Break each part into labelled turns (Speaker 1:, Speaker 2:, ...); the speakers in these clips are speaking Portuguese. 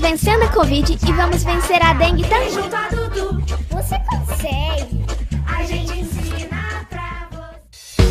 Speaker 1: vencendo a Covid e vamos vencer a dengue também.
Speaker 2: Junto a Dudu,
Speaker 1: Você consegue!
Speaker 2: a gente ensina pra você.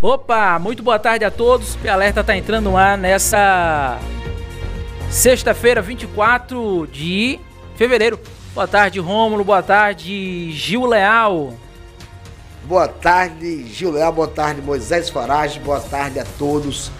Speaker 3: Opa, muito boa tarde a todos. O Alerta tá entrando no ar nessa sexta-feira, 24 de fevereiro. Boa tarde, Rômulo. Boa tarde, Gil Leal.
Speaker 4: Boa tarde, Gil Leal, boa tarde, Moisés Farage, boa tarde a todos.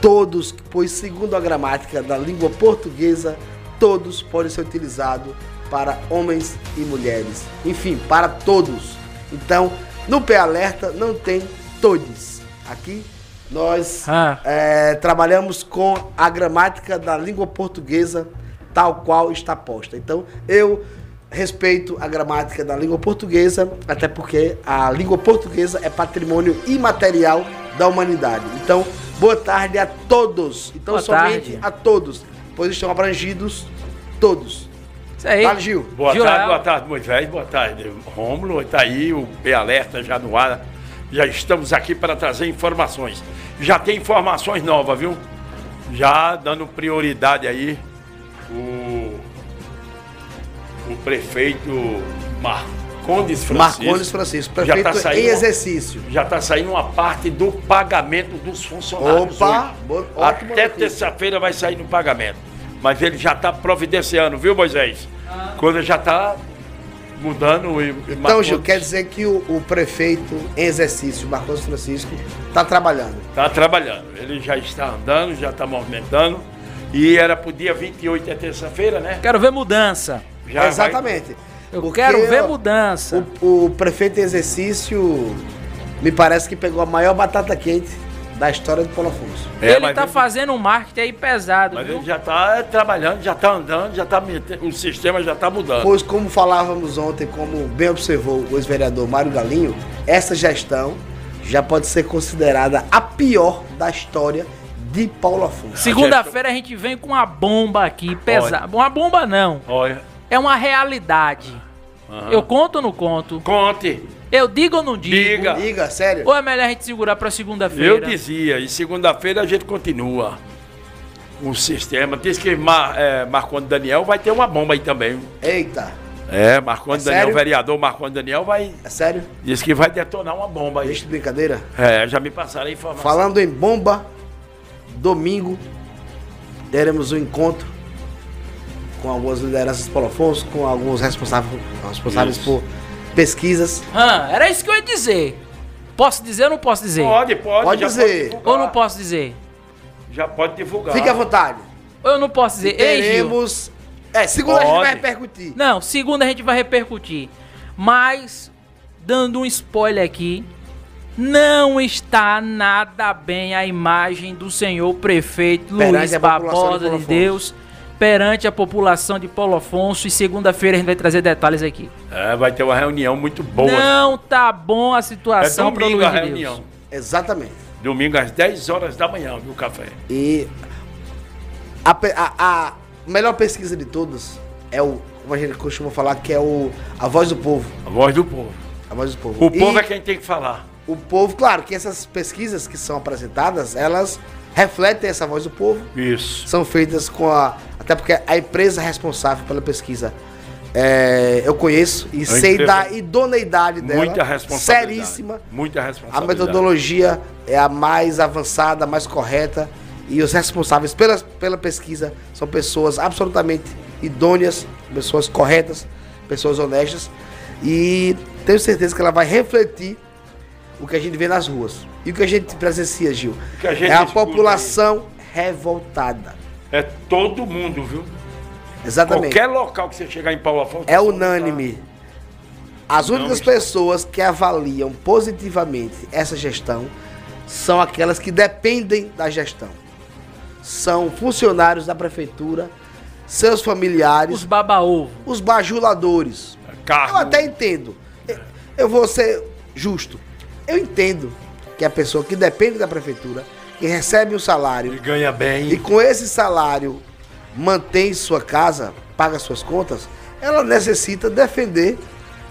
Speaker 4: Todos, pois segundo a gramática da língua portuguesa, todos podem ser utilizados para homens e mulheres. Enfim, para todos. Então, no Pé Alerta não tem todos. Aqui nós
Speaker 3: Ah.
Speaker 4: eh, trabalhamos com a gramática da língua portuguesa tal qual está posta. Então, eu respeito a gramática da língua portuguesa, até porque a língua portuguesa é patrimônio imaterial da humanidade. Então, boa tarde a todos. Então,
Speaker 3: Boa
Speaker 4: somente
Speaker 3: tarde.
Speaker 4: a todos, pois estão abrangidos todos.
Speaker 3: Isso aí.
Speaker 4: Vale, Gil.
Speaker 5: Boa
Speaker 3: Gil
Speaker 5: tarde,
Speaker 3: Leal.
Speaker 5: boa tarde, Moisés, boa tarde, Rômulo. Está aí o P Alerta já no ar. Já estamos aqui para trazer informações. Já tem informações novas, viu? Já dando prioridade aí o, o prefeito Marcondes Francisco.
Speaker 4: Marcones Francisco,
Speaker 5: Já tá
Speaker 4: prefeito em
Speaker 5: saindo uma-
Speaker 4: exercício.
Speaker 5: Já está saindo uma parte do pagamento dos funcionários.
Speaker 4: Opa,
Speaker 5: hoje.
Speaker 4: bo- ótima
Speaker 5: Até
Speaker 4: notícia.
Speaker 5: terça-feira vai sair no pagamento. Mas ele já está providenciando, viu, Moisés?
Speaker 3: Ah.
Speaker 5: Quando já está mudando e. e
Speaker 4: Então,
Speaker 5: marcando-
Speaker 4: Gil, quer dizer que o, o prefeito em exercício, Marcos Francisco, está trabalhando.
Speaker 5: Está Tá trabalhando. Ele já está andando, já está movimentando. E era pro dia 28, é terça-feira, né?
Speaker 3: Quero ver mudança.
Speaker 5: Já vai-
Speaker 4: Exatamente.
Speaker 3: Eu
Speaker 4: Porque
Speaker 3: quero ver
Speaker 4: o-
Speaker 3: mudança.
Speaker 4: O, o prefeito em exercício me parece que pegou a maior batata quente da história do Paulo Afonso.
Speaker 5: É,
Speaker 3: ele
Speaker 5: mas
Speaker 3: tá
Speaker 5: ele-
Speaker 3: fazendo um marketing aí pesado,
Speaker 5: Mas
Speaker 3: viu?
Speaker 5: ele já está trabalhando, já está andando, já tá metendo. O sistema já está mudando.
Speaker 4: Pois, como falávamos ontem, como bem observou o ex-vereador Mário Galinho, essa gestão já pode ser considerada a pior da história de Paulo Afonso.
Speaker 3: Segunda-feira a gente vem com uma bomba aqui pesada. Uma bomba não.
Speaker 5: Olha.
Speaker 3: É uma realidade. Eu conto ou não conto?
Speaker 5: Conte.
Speaker 3: Eu digo ou não digo?
Speaker 5: Diga.
Speaker 4: Diga, sério.
Speaker 3: Ou é melhor a gente segurar pra segunda-feira?
Speaker 5: Eu dizia, e segunda-feira a gente continua o sistema. Diz que Mar, é, Marconi Daniel vai ter uma bomba aí também.
Speaker 4: Eita,
Speaker 5: É, Marconi
Speaker 4: É
Speaker 5: Daniel,
Speaker 4: sério?
Speaker 5: vereador Marconi Daniel vai.
Speaker 4: é sério?
Speaker 5: Diz que vai detonar uma bomba aí.
Speaker 4: Deixa de brincadeira.
Speaker 5: É, já me passaram a informação.
Speaker 4: Falando em bomba, domingo teremos um encontro com algumas lideranças do Paulo Afonso, com alguns responsáveis, responsáveis
Speaker 5: Isso.
Speaker 4: por pesquisas.
Speaker 3: Ah, era isso que eu ia dizer. Posso dizer ou não posso dizer?
Speaker 5: Pode, pode.
Speaker 4: Pode
Speaker 5: já
Speaker 4: dizer.
Speaker 5: divulgar.
Speaker 3: Ou não posso dizer?
Speaker 5: Já pode divulgar.
Speaker 4: Fique à vontade.
Speaker 3: Ou eu não posso dizer? Ei, Gil.
Speaker 4: Teremos. É, segunda a gente
Speaker 5: Pode.
Speaker 4: vai repercutir.
Speaker 3: Não, segunda a gente vai repercutir. Mas, dando um spoiler aqui, não está nada bem a imagem do senhor prefeito
Speaker 4: Perante
Speaker 3: Luiz
Speaker 4: a população de
Speaker 3: Barbosa
Speaker 4: Paulo
Speaker 3: de,
Speaker 4: Afonso.
Speaker 3: Deus perante a população de Paulo Afonso. E segunda-feira a gente vai trazer detalhes aqui.
Speaker 5: É, vai ter uma reunião muito boa.
Speaker 3: Não tá bom a
Speaker 5: é
Speaker 3: situação para
Speaker 5: domingo
Speaker 3: Luiz
Speaker 5: a
Speaker 3: de
Speaker 5: reunião.
Speaker 3: Deus.
Speaker 4: Exatamente.
Speaker 5: Domingo às 10 horas da manhã, viu, café?
Speaker 4: E a, pe- a- a melhor pesquisa de todas é o, como a gente costuma falar, que é o a voz do povo.
Speaker 5: A voz do povo.
Speaker 4: A voz do povo.
Speaker 5: O povo
Speaker 4: E
Speaker 5: é quem tem que falar.
Speaker 4: O povo, claro, que essas pesquisas que são apresentadas, elas refletem essa voz do povo,
Speaker 5: Isso.
Speaker 4: são feitas com a. Até porque a empresa responsável pela pesquisa. é, eu conheço e sei
Speaker 5: empresa-
Speaker 4: da idoneidade dela.
Speaker 5: Muita responsabilidade.
Speaker 4: Seríssima.
Speaker 5: Muita
Speaker 4: A
Speaker 5: responsabilidade.
Speaker 4: metodologia é a mais avançada, a mais correta. E os responsáveis pela, pela pesquisa são pessoas absolutamente idôneas, pessoas corretas, pessoas honestas. E tenho certeza que ela vai refletir o que a gente vê nas ruas. E o que a gente presencia, Gil,
Speaker 5: que a gente
Speaker 4: é a
Speaker 5: escuta aí.
Speaker 4: população revoltada.
Speaker 5: É todo mundo, viu?
Speaker 4: Exatamente.
Speaker 5: Qualquer local que você tá chegar em Paulo Afonso.
Speaker 4: É unânime. As
Speaker 5: Não
Speaker 4: únicas
Speaker 5: está.
Speaker 4: pessoas que avaliam positivamente essa gestão são aquelas que dependem da gestão. São funcionários da prefeitura, seus
Speaker 3: Os
Speaker 4: familiares,
Speaker 3: baba-ovo.
Speaker 4: os bajuladores.
Speaker 5: Cargo.
Speaker 4: Eu até entendo. Eu vou ser justo. Eu entendo que a pessoa que depende da prefeitura, que recebe um salário
Speaker 5: Ele ganha
Speaker 4: e
Speaker 5: bem.
Speaker 4: com esse salário mantém sua casa, paga suas contas, ela necessita defender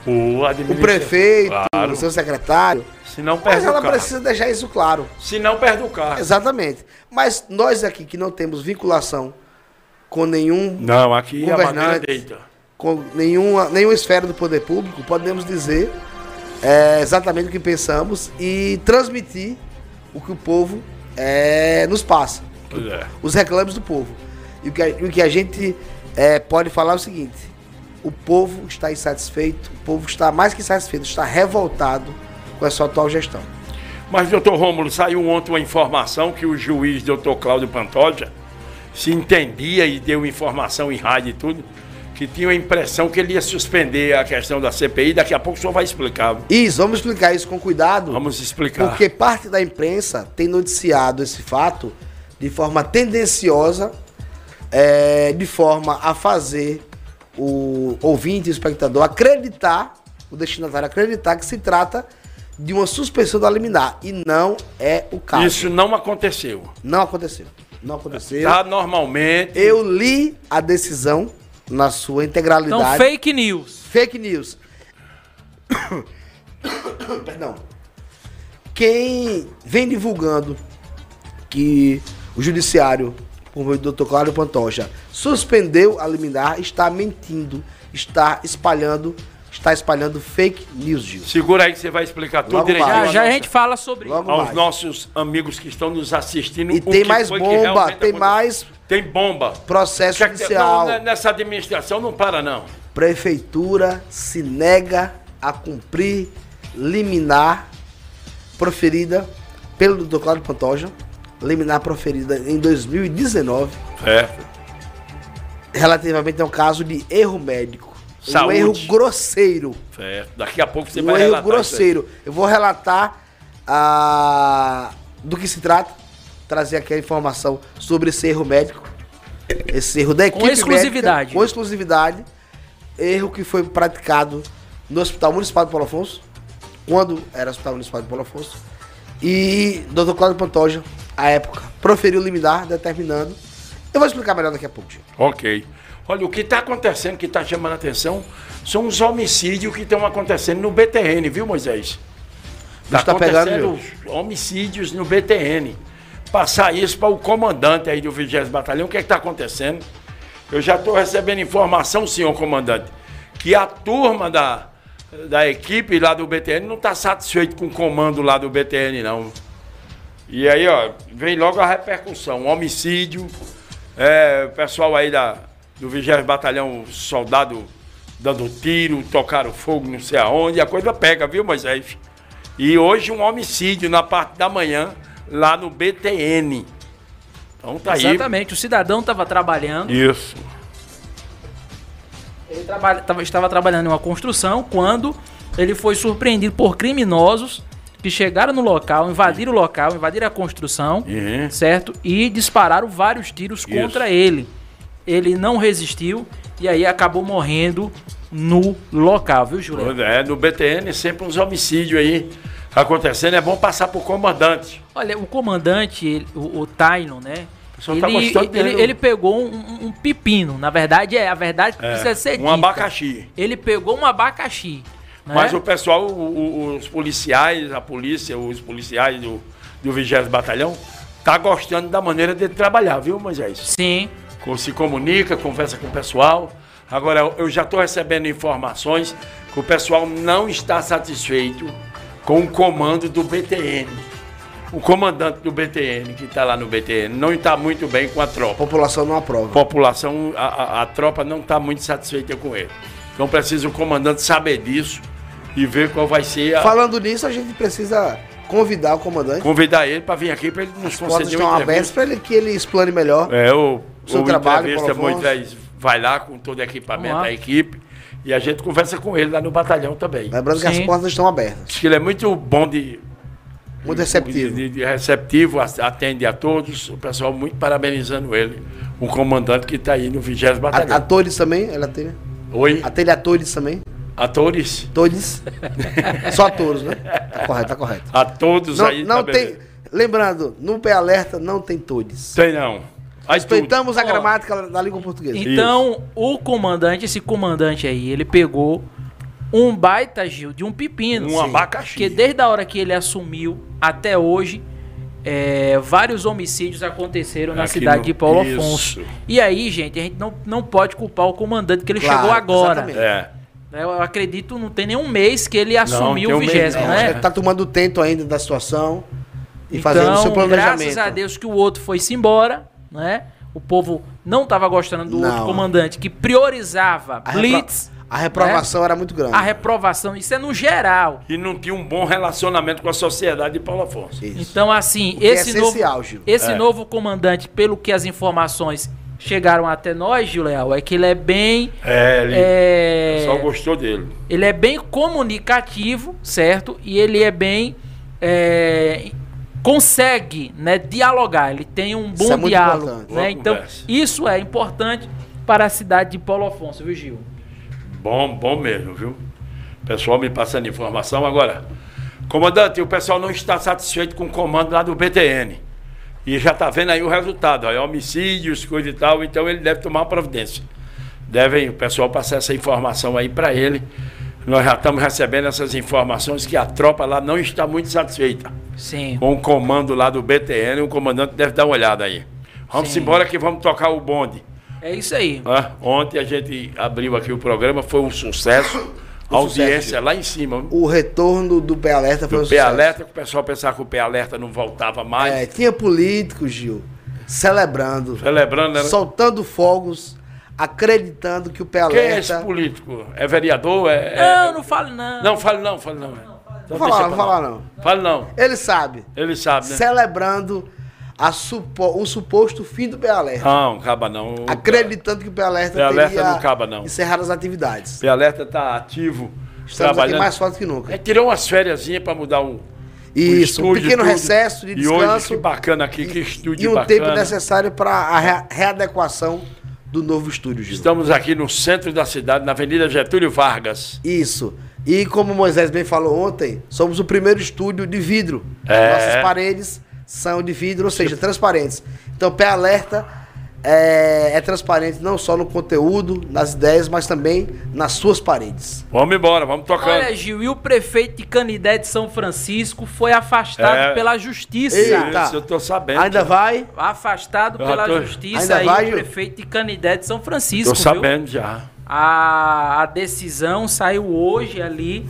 Speaker 5: O,
Speaker 4: o
Speaker 5: administra-
Speaker 4: prefeito,
Speaker 5: Claro.
Speaker 4: o seu secretário.
Speaker 5: Se não perde
Speaker 4: Mas
Speaker 5: o
Speaker 4: ela
Speaker 5: carro.
Speaker 4: precisa deixar isso claro.
Speaker 5: Se não perde o carro.
Speaker 4: Exatamente. Mas nós aqui que não temos vinculação com nenhum
Speaker 5: Não, aqui é a madeira
Speaker 4: Governante.
Speaker 5: deita.
Speaker 4: com nenhuma, nenhuma esfera do poder público, podemos dizer é, exatamente o que pensamos e transmitir o que o povo é, nos passa.
Speaker 5: Pois é.
Speaker 4: os reclames do povo. E o que a, e o que a gente eh, pode falar é o seguinte: o povo está insatisfeito, o povo está mais que insatisfeito, está revoltado com essa atual gestão.
Speaker 5: Mas, doutor Rômulo, saiu ontem uma informação que o juiz doutor Cláudio Pantoja se entendia e deu informação em rádio e tudo, que tinha a impressão que ele ia suspender a questão da CPI. Daqui a pouco o senhor vai explicar.
Speaker 4: Isso, vamos explicar isso com cuidado,
Speaker 5: Vamos explicar.
Speaker 4: porque parte da imprensa tem noticiado esse fato de forma tendenciosa, eh, de forma a fazer o ouvinte, o espectador acreditar, o destinatário acreditar que se trata de uma suspensão da liminar e não é o caso.
Speaker 5: Isso não aconteceu.
Speaker 4: Não aconteceu. Não aconteceu.
Speaker 5: Tá normalmente.
Speaker 4: Eu li a decisão na sua
Speaker 3: Então,
Speaker 4: integralidade.
Speaker 3: fake news.
Speaker 4: Fake news. Perdão. Quem vem divulgando que o judiciário, por meio do Dr. Cláudio Pantoja, suspendeu a liminar, está mentindo, está espalhando, está espalhando fake news, Gil.
Speaker 5: Segura aí que você vai explicar tudo
Speaker 4: Logo
Speaker 5: direitinho.
Speaker 3: Já,
Speaker 4: vai.
Speaker 3: já a gente fala sobre isso.
Speaker 4: Logo
Speaker 5: aos
Speaker 4: mais.
Speaker 5: nossos amigos que estão nos assistindo.
Speaker 4: E
Speaker 5: o
Speaker 4: tem
Speaker 5: que
Speaker 4: mais
Speaker 5: foi que
Speaker 4: bomba,
Speaker 5: realmente
Speaker 4: tem
Speaker 5: aconteceu.
Speaker 4: mais
Speaker 5: Tem bomba.
Speaker 4: Processo
Speaker 5: Quer dizer, não,
Speaker 4: judicial.
Speaker 5: né, nessa administração não para, não.
Speaker 4: Prefeitura se nega a cumprir liminar proferida pelo Dr. Cláudio Pantoja, liminar proferida em 2019,
Speaker 5: É.
Speaker 4: relativamente a um caso de erro médico. Um
Speaker 5: Saúde.
Speaker 4: erro grosseiro.
Speaker 5: Certo. Daqui a pouco você
Speaker 4: um
Speaker 5: vai
Speaker 4: erro
Speaker 5: relatar.
Speaker 4: grosseiro. Eu vou relatar ah, do que se trata, trazer aqui a informação sobre esse erro médico. Esse erro da equipe
Speaker 3: exclusividade.
Speaker 4: médica, com exclusividade. Erro que foi praticado no Hospital Municipal de Paulo Afonso, quando era Hospital Municipal de Paulo Afonso. E Dr. Cláudio Pantoja, à época, proferiu liminar, determinando. Eu vou explicar melhor daqui a pouco, gente.
Speaker 5: Ok. Olha, o que está acontecendo, que está chamando a atenção, são os homicídios que estão acontecendo no BTN, viu, Moisés? Está
Speaker 4: tá pegando,
Speaker 5: acontecendo homicídios no BTN. Passar isso para o comandante aí do 20 Batalhão, o que é está acontecendo? Eu já estou recebendo informação, senhor comandante, que a turma da, da equipe lá do BTN não está satisfeito com o comando lá do BTN, não. E aí, ó, vem logo a repercussão. um Homicídio, é, o pessoal aí da, do 20 Batalhão, soldado dando tiro, tocaram fogo, não sei aonde, a coisa pega, viu, Moisés? E hoje um homicídio na parte da manhã, lá no BTN. Então tá
Speaker 3: Exatamente, o cidadão estava trabalhando,
Speaker 5: aí. Isso.
Speaker 3: ele traba- tava- estava trabalhando em uma construção quando ele foi surpreendido por criminosos que chegaram no local, invadiram o local, invadiram a construção,
Speaker 5: Uhum.
Speaker 3: certo? E dispararam vários tiros contra ele. Ele não resistiu e aí acabou morrendo no local, viu, Júlio?
Speaker 5: É, no BTN sempre uns homicídios aí acontecendo. É bom passar pro comandante.
Speaker 3: Olha, o comandante, ele- o, o Tynon, né?
Speaker 5: pessoal tá
Speaker 3: Ele,
Speaker 5: gostando dele.
Speaker 3: ele- ele pegou um- um, um pepino. Na verdade, é a verdade que precisa ser
Speaker 5: um
Speaker 3: dita.
Speaker 5: abacaxi.
Speaker 3: Ele pegou um abacaxi. né?
Speaker 5: Mas o pessoal, o- o- os policiais, a polícia, os policiais do, do 20 Batalhão, tá gostando da maneira de trabalhar, viu, Moisés?
Speaker 3: Sim.
Speaker 5: Co- Se comunica, conversa com o pessoal. Agora, eu- eu já estou recebendo informações que o pessoal não está satisfeito com o comando do BTN. O comandante do BTN, que está lá no BTN, não está muito bem com a
Speaker 4: A
Speaker 5: tropa.
Speaker 4: população não aprova.
Speaker 5: A população, a, a- a tropa não está muito satisfeita com ele. Então precisa o comandante saber disso e ver qual vai ser a.
Speaker 4: Falando nisso, a gente precisa convidar o comandante.
Speaker 5: Convidar ele para vir aqui para ele nos
Speaker 4: Portas
Speaker 5: conceder
Speaker 4: estão
Speaker 5: uma
Speaker 4: abertas
Speaker 5: entrevista.
Speaker 4: para ele que ele explane melhor.
Speaker 5: É, o,
Speaker 4: Seu
Speaker 5: o
Speaker 4: trabalho,
Speaker 5: entrevista
Speaker 4: Paulo Afonso.
Speaker 5: Moisés vai lá com todo o equipamento
Speaker 3: Vamos lá.
Speaker 5: da equipe e a gente conversa com ele lá no batalhão também.
Speaker 4: Lembrando que
Speaker 3: Sim.
Speaker 4: né? as portas estão abertas.
Speaker 5: Diz que ele é muito bom de.
Speaker 4: Muito receptivo.
Speaker 5: de- de receptivo, a- atende a todos. O pessoal muito parabenizando ele. O comandante que está aí no 20
Speaker 4: A-
Speaker 5: Batalhão.
Speaker 4: Atores também, ela tem.
Speaker 5: Oi,
Speaker 4: Atende atores também.
Speaker 5: atores.
Speaker 4: Todos. Só atores, né? Tá correto, tá correto.
Speaker 5: A todos
Speaker 4: Não,
Speaker 5: aí
Speaker 4: não
Speaker 5: tá
Speaker 4: tem.
Speaker 5: beleza.
Speaker 4: Lembrando, no Pé Alerta não tem todes.
Speaker 5: Tem não. Mas tudo.
Speaker 4: Respeitamos a
Speaker 3: Ó.
Speaker 4: gramática da língua portuguesa.
Speaker 3: Então, o comandante, esse comandante aí, ele pegou um baita, Gil, de um pepino.
Speaker 5: Um
Speaker 3: Sim.
Speaker 5: abacaxi.
Speaker 3: Porque desde a hora que ele assumiu até hoje, é, vários homicídios aconteceram na
Speaker 5: Aqui
Speaker 3: cidade
Speaker 5: no-
Speaker 3: de Paulo
Speaker 5: Isso.
Speaker 3: Afonso. E aí, gente, a gente não, não pode culpar o comandante, que ele
Speaker 4: Claro,
Speaker 3: chegou agora.
Speaker 4: exatamente.
Speaker 5: É.
Speaker 3: né? Eu acredito, não tem nenhum mês que ele assumiu
Speaker 5: tem
Speaker 3: o
Speaker 5: um mês
Speaker 3: vigésimo,
Speaker 5: não,
Speaker 4: Acho que
Speaker 3: né?
Speaker 4: ele tá tomando o tento ainda da situação e
Speaker 3: então,
Speaker 4: fazendo o seu planejamento.
Speaker 3: graças a Deus que o outro foi-se embora, né? O povo não estava gostando do outro
Speaker 4: Não.
Speaker 3: comandante que priorizava
Speaker 4: A repro-
Speaker 3: blitz, né?
Speaker 4: A reprovação era muito grande.
Speaker 3: a reprovação, isso é no geral.
Speaker 5: E não tinha um bom relacionamento com a sociedade de Paulo Afonso.
Speaker 4: Isso.
Speaker 3: Então, assim,
Speaker 4: que é
Speaker 3: esse, novo,
Speaker 4: essencial, Gil.
Speaker 5: É.
Speaker 3: esse novo comandante, pelo que as informações chegaram até nós, Gil Leal, é que ele é bem.
Speaker 5: É, ele
Speaker 3: é,
Speaker 5: só gostou dele.
Speaker 3: ele é bem comunicativo, certo? E ele é bem. é, consegue né, dialogar, ele tem um
Speaker 4: Isso
Speaker 3: bom
Speaker 4: é muito
Speaker 3: diálogo.
Speaker 4: importante.
Speaker 3: Né?
Speaker 5: Boa
Speaker 3: Então,
Speaker 5: conversa.
Speaker 3: isso é importante para a cidade de Paulo Afonso, viu, Gil?
Speaker 5: Bom, bom mesmo, viu? O pessoal me passando informação agora. Comandante, o pessoal não está satisfeito com o comando lá do BTN. E já está vendo aí o resultado, ó, homicídios, coisa e tal, então ele deve tomar uma providência. Devem o pessoal passar essa informação aí para ele. Nós já estamos recebendo essas informações que a tropa lá não está muito satisfeita.
Speaker 3: Sim.
Speaker 5: com o Um comando lá do BTN, o um comandante deve dar uma olhada aí. Vamos
Speaker 3: Sim.
Speaker 5: embora que vamos tocar o bonde.
Speaker 3: É isso aí.
Speaker 5: né? Ontem a gente abriu aqui o programa, foi um sucesso.
Speaker 4: Um
Speaker 5: A audiência lá em cima.
Speaker 4: O retorno do Pé Alerta foi um
Speaker 5: O pé
Speaker 4: sucesso.
Speaker 5: alerta, que o pessoal pensava que o pé alerta não voltava mais.
Speaker 4: É, tinha político, Gil, celebrando,
Speaker 5: Celebrando, né?
Speaker 4: soltando fogos, acreditando que o tá- Pé
Speaker 5: Quem é esse
Speaker 4: Alerta.
Speaker 5: político? É vereador? É, é-
Speaker 3: Não, não fale não.
Speaker 5: Não, fale não, fale não.
Speaker 4: Vou falar, vou falar não.
Speaker 5: Fale não.
Speaker 4: Ele sabe.
Speaker 5: Ele sabe, né?
Speaker 4: Celebrando a supo- o suposto fim do Pé Alerta.
Speaker 5: Não, caba não. O
Speaker 4: acreditando que o Pé Alerta
Speaker 5: Pé Alerta
Speaker 4: teria
Speaker 5: não acaba, não.
Speaker 4: encerrado as atividades.
Speaker 5: Pé alerta está ativo,
Speaker 4: Estamos aqui
Speaker 5: trabalhando.
Speaker 4: mais forte que
Speaker 5: É,
Speaker 4: nunca.
Speaker 5: tirou umas férias para mudar o,
Speaker 4: Isso, um
Speaker 5: estúdio,
Speaker 4: pequeno
Speaker 5: tudo.
Speaker 4: recesso de
Speaker 5: E hoje, que
Speaker 4: descanso
Speaker 5: bacana aqui, que
Speaker 4: e
Speaker 5: estúdio
Speaker 4: um
Speaker 5: bacana.
Speaker 4: tempo necessário para a rea- readequação do novo estúdio, Gil.
Speaker 5: Estamos aqui no centro da cidade, na Avenida Getúlio Vargas.
Speaker 4: Isso. E como o Moisés bem falou ontem, somos o primeiro estúdio de vidro.
Speaker 5: É.
Speaker 4: Nossas paredes são de vidro, ou seja, transparentes. Então, pé alerta é, é transparente não só no conteúdo, nas ideias, mas também nas suas paredes.
Speaker 5: Vamos embora, vamos tocando.
Speaker 3: Olha, Gil, e o prefeito de Canidé de São Francisco foi afastado
Speaker 5: É.
Speaker 3: pela justiça.
Speaker 5: Eita.
Speaker 4: Eita.
Speaker 5: Isso eu tô sabendo.
Speaker 4: Ainda
Speaker 5: cara.
Speaker 4: vai?
Speaker 3: Afastado
Speaker 5: Eu
Speaker 3: pela
Speaker 5: tô-
Speaker 3: justiça
Speaker 4: Ainda
Speaker 3: aí
Speaker 4: vai,
Speaker 3: o
Speaker 4: Gil?
Speaker 3: prefeito de Canidé de São Francisco.
Speaker 5: Tô
Speaker 3: viu?
Speaker 5: sabendo já.
Speaker 3: A, a decisão saiu hoje ali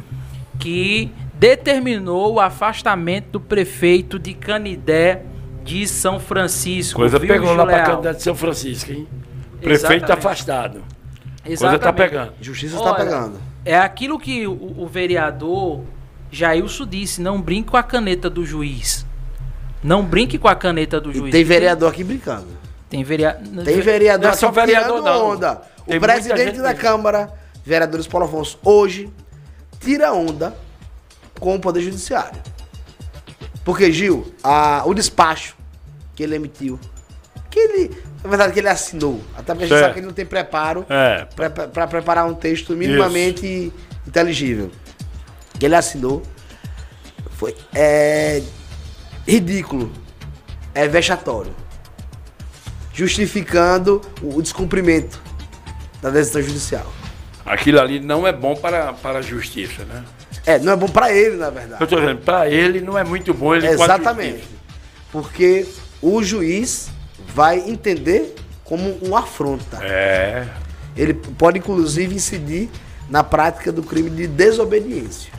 Speaker 3: que determinou o afastamento do prefeito de Canidé de São Francisco.
Speaker 5: Coisa
Speaker 3: viu,
Speaker 5: pegou
Speaker 3: Gil
Speaker 5: lá pra
Speaker 3: Leal?
Speaker 5: candidato de São Francisco, hein? Prefeito
Speaker 3: Exatamente.
Speaker 5: afastado. Coisa
Speaker 3: Exatamente.
Speaker 5: tá pegando.
Speaker 4: Justiça
Speaker 3: Olha,
Speaker 4: está pegando.
Speaker 3: É aquilo que o, o vereador Jailson disse: não brinque com a caneta do juiz. Não brinque com a caneta do
Speaker 4: E
Speaker 3: juiz.
Speaker 4: tem vereador aqui brincando.
Speaker 3: Tem, vereador.
Speaker 4: Tem vereador
Speaker 5: Não é
Speaker 4: aqui
Speaker 5: só vereador,
Speaker 4: tirando
Speaker 5: não.
Speaker 4: onda.
Speaker 5: Tem
Speaker 4: o
Speaker 5: muita
Speaker 4: presidente
Speaker 5: gente
Speaker 4: da
Speaker 5: mesmo.
Speaker 4: Câmara, vereador Paulo Afonso, hoje tira onda com o Poder Judiciário. Porque, Gil, a- o despacho que ele emitiu, que ele, na verdade, que ele assinou, até porque a gente
Speaker 5: Certo.
Speaker 4: sabe que ele não tem preparo
Speaker 5: É.
Speaker 4: para preparar um texto minimamente inteligível. Que ele assinou. Foi é, ridículo. É vexatório. Justificando o, o descumprimento da decisão judicial.
Speaker 5: Aquilo ali não é bom para, para a justiça, né?
Speaker 4: É, não é bom para ele, na
Speaker 5: Eu
Speaker 4: verdade.
Speaker 5: tô dizendo, pra ele não é muito bom ele com a
Speaker 4: Tá. Exatamente.
Speaker 5: justiça.
Speaker 4: Porque o juiz vai entender como uma afronta.
Speaker 5: É.
Speaker 4: Ele pode, inclusive, incidir na prática do crime de desobediência.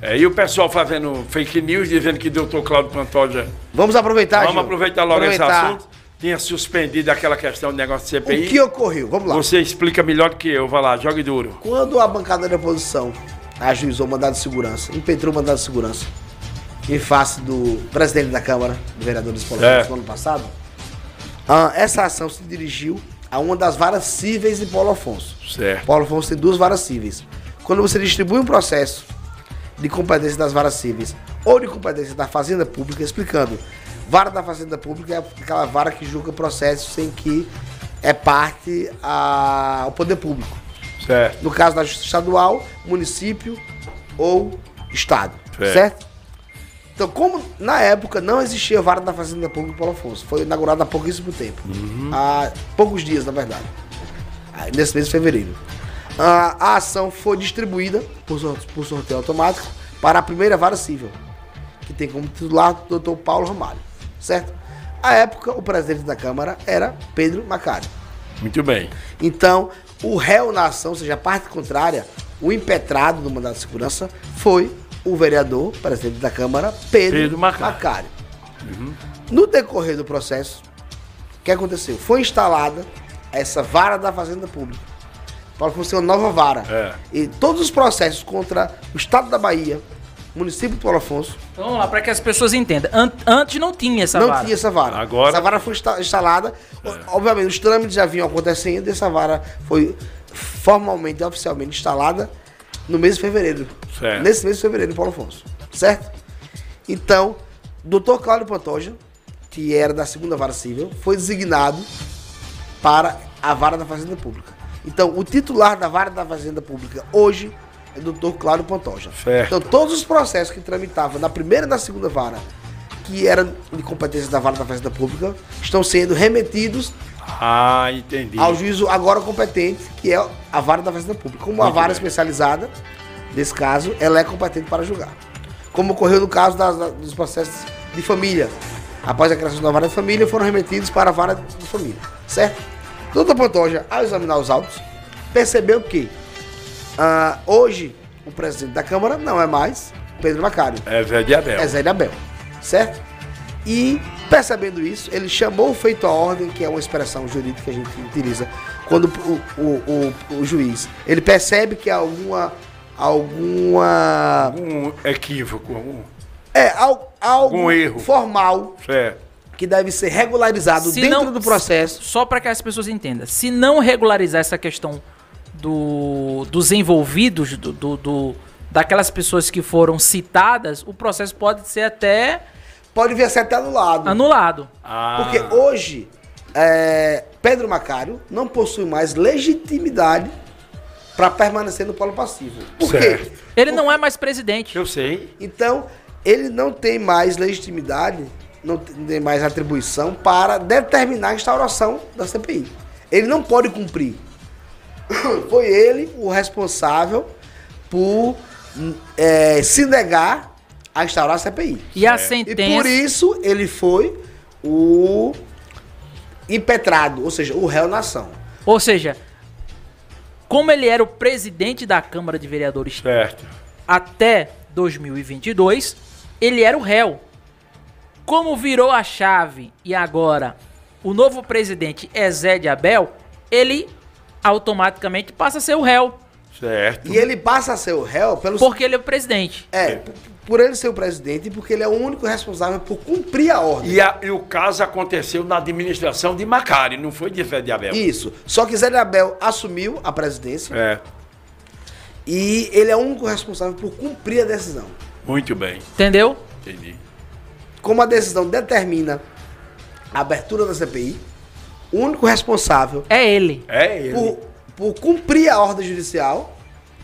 Speaker 5: É, E o pessoal fazendo fake news, dizendo que doutor Cláudio Pantoja.
Speaker 4: Vamos aproveitar,
Speaker 5: Vamos
Speaker 4: Gil.
Speaker 5: aproveitar logo
Speaker 4: Tá, Aproveitar.
Speaker 5: esse assunto. Tinha suspendido aquela questão do negócio de CPI.
Speaker 4: O que ocorreu? Vamos lá.
Speaker 5: Você explica melhor do que eu, vai lá, jogue duro.
Speaker 4: Quando a bancada da oposição ajuizou o mandado de segurança, impetrou o mandado de segurança em face do presidente da Câmara, do vereador dos
Speaker 5: É.
Speaker 4: Polofonso, no ano passado, ah, essa ação se dirigiu a uma das varas cíveis de Paulo Afonso.
Speaker 5: Certo.
Speaker 4: Paulo Afonso tem duas varas cíveis. Quando você distribui um processo de competência das varas cíveis ou de competência da Fazenda Pública, explicando, vara da Fazenda Pública é aquela vara que julga processos em que é parte a- ao poder público.
Speaker 5: Certo.
Speaker 4: No caso da Justiça Estadual, município ou Estado.
Speaker 5: Certo.
Speaker 4: Certo? Então, como na época não existia vara da Fazenda Pública em Paulo Afonso, foi inaugurada há pouquíssimo tempo há poucos dias, na verdade Ah, nesse mês de fevereiro. Ah, a ação foi distribuída por, sor- por sorteio automático para a primeira vara civil, que tem como titular o doutor Paulo Ramalho, certo? À época, o presidente da Câmara era Pedro Macário.
Speaker 5: Muito bem.
Speaker 4: Então, o réu na ação, ou seja, a parte contrária, o impetrado do mandado de segurança, foi o vereador, presidente da Câmara, Pedro,
Speaker 5: Pedro Uhum. Macário.
Speaker 4: Macário. No decorrer do processo, o que aconteceu? Foi instalada essa vara da Fazenda Pública. Paulo Afonso tem uma nova vara.
Speaker 5: É.
Speaker 4: E todos os processos contra o Estado da Bahia, município de Paulo Afonso,
Speaker 3: Então, vamos lá, para que as pessoas entendam. An- antes não tinha essa
Speaker 4: não
Speaker 3: vara.
Speaker 4: tinha essa vara.
Speaker 5: Agora- É.
Speaker 4: Essa vara foi insta- instalada. O- Obviamente, os trâmites já vinham acontecendo e essa vara foi formalmente, oficialmente instalada no mês de fevereiro.
Speaker 5: Certo.
Speaker 4: Nesse mês de fevereiro, em Paulo Afonso. Certo? Então, doutor Cláudio Pantoja, que era da segunda vara civil, foi designado para a vara da Fazenda Pública. Então, o titular da vara da Fazenda Pública hoje é o doutor Cláudio Pantoja.
Speaker 5: Certo.
Speaker 4: Então, todos os processos que tramitavam na primeira e na segunda vara, que eram de competência da vara da Fazenda Pública, estão sendo remetidos
Speaker 5: Ah, entendi.
Speaker 4: ao juízo agora competente, que é a vara da Fazenda Pública. Como a
Speaker 5: Muito
Speaker 4: vara
Speaker 5: bem.
Speaker 4: especializada, nesse caso, ela é competente para julgar. Como ocorreu no caso das- da- dos processos de família. Após a criação da vara de família, foram remetidos para a vara de família, certo? Doutor Pantoja, ao examinar os autos, percebeu que ah, hoje o presidente da Câmara não é mais Pedro Macário
Speaker 5: É Zé de Abel.
Speaker 4: é Zé de Abel, certo? E percebendo isso, ele chamou o feito à ordem, que é uma expressão jurídica que a gente utiliza quando o, o- o- o juiz ele percebe que há alguma alguma
Speaker 5: Algum equívoco. algum-
Speaker 4: é al- algo
Speaker 5: Algum erro.
Speaker 4: formal
Speaker 5: Certo.
Speaker 4: que deve ser regularizado
Speaker 3: Se
Speaker 4: dentro
Speaker 3: não-
Speaker 4: do processo.
Speaker 3: Só para que as pessoas entendam. Se não regularizar essa questão do, dos envolvidos, do, do- do- daquelas pessoas que foram citadas, o processo pode ser até
Speaker 4: Pode vir a ser até anulado.
Speaker 3: anulado.
Speaker 5: Ah,
Speaker 4: Porque hoje, é, Pedro Macário não possui mais legitimidade para permanecer no polo passivo. Por quê?
Speaker 5: Certo.
Speaker 3: Ele não é mais presidente.
Speaker 5: eu sei.
Speaker 4: Então, ele não tem mais legitimidade não tem mais atribuição para determinar a instauração da CPI. Ele não pode cumprir. Foi ele o responsável por eh, se negar a instaurar a CPI.
Speaker 3: E a
Speaker 4: E por
Speaker 3: sentença.
Speaker 4: isso ele foi o impetrado, ou seja, o réu na ação.
Speaker 3: Ou seja, como ele era o presidente da Câmara de Vereadores
Speaker 5: Certo.
Speaker 3: até 2022, ele era o réu. Como virou a chave e agora o novo presidente é Zé de Abel, ele automaticamente passa a ser o réu,
Speaker 5: Certo.
Speaker 4: E é- ele passa a ser o réu pelo
Speaker 3: porque ele é o presidente.
Speaker 4: é, p- por ele ser o presidente e porque ele é o único responsável por cumprir a ordem.
Speaker 5: E, a- e o caso aconteceu na administração de Macari, não foi de Zé de Abel.
Speaker 4: Isso. Só que Zé de Abel assumiu a presidência
Speaker 5: É,
Speaker 4: e ele é o único responsável por cumprir a decisão.
Speaker 5: muito bem,
Speaker 3: Entendeu?
Speaker 5: entendi.
Speaker 4: Como a decisão determina a abertura da CPI, o único responsável
Speaker 3: É ele.
Speaker 5: É ele.
Speaker 4: por, por cumprir a ordem judicial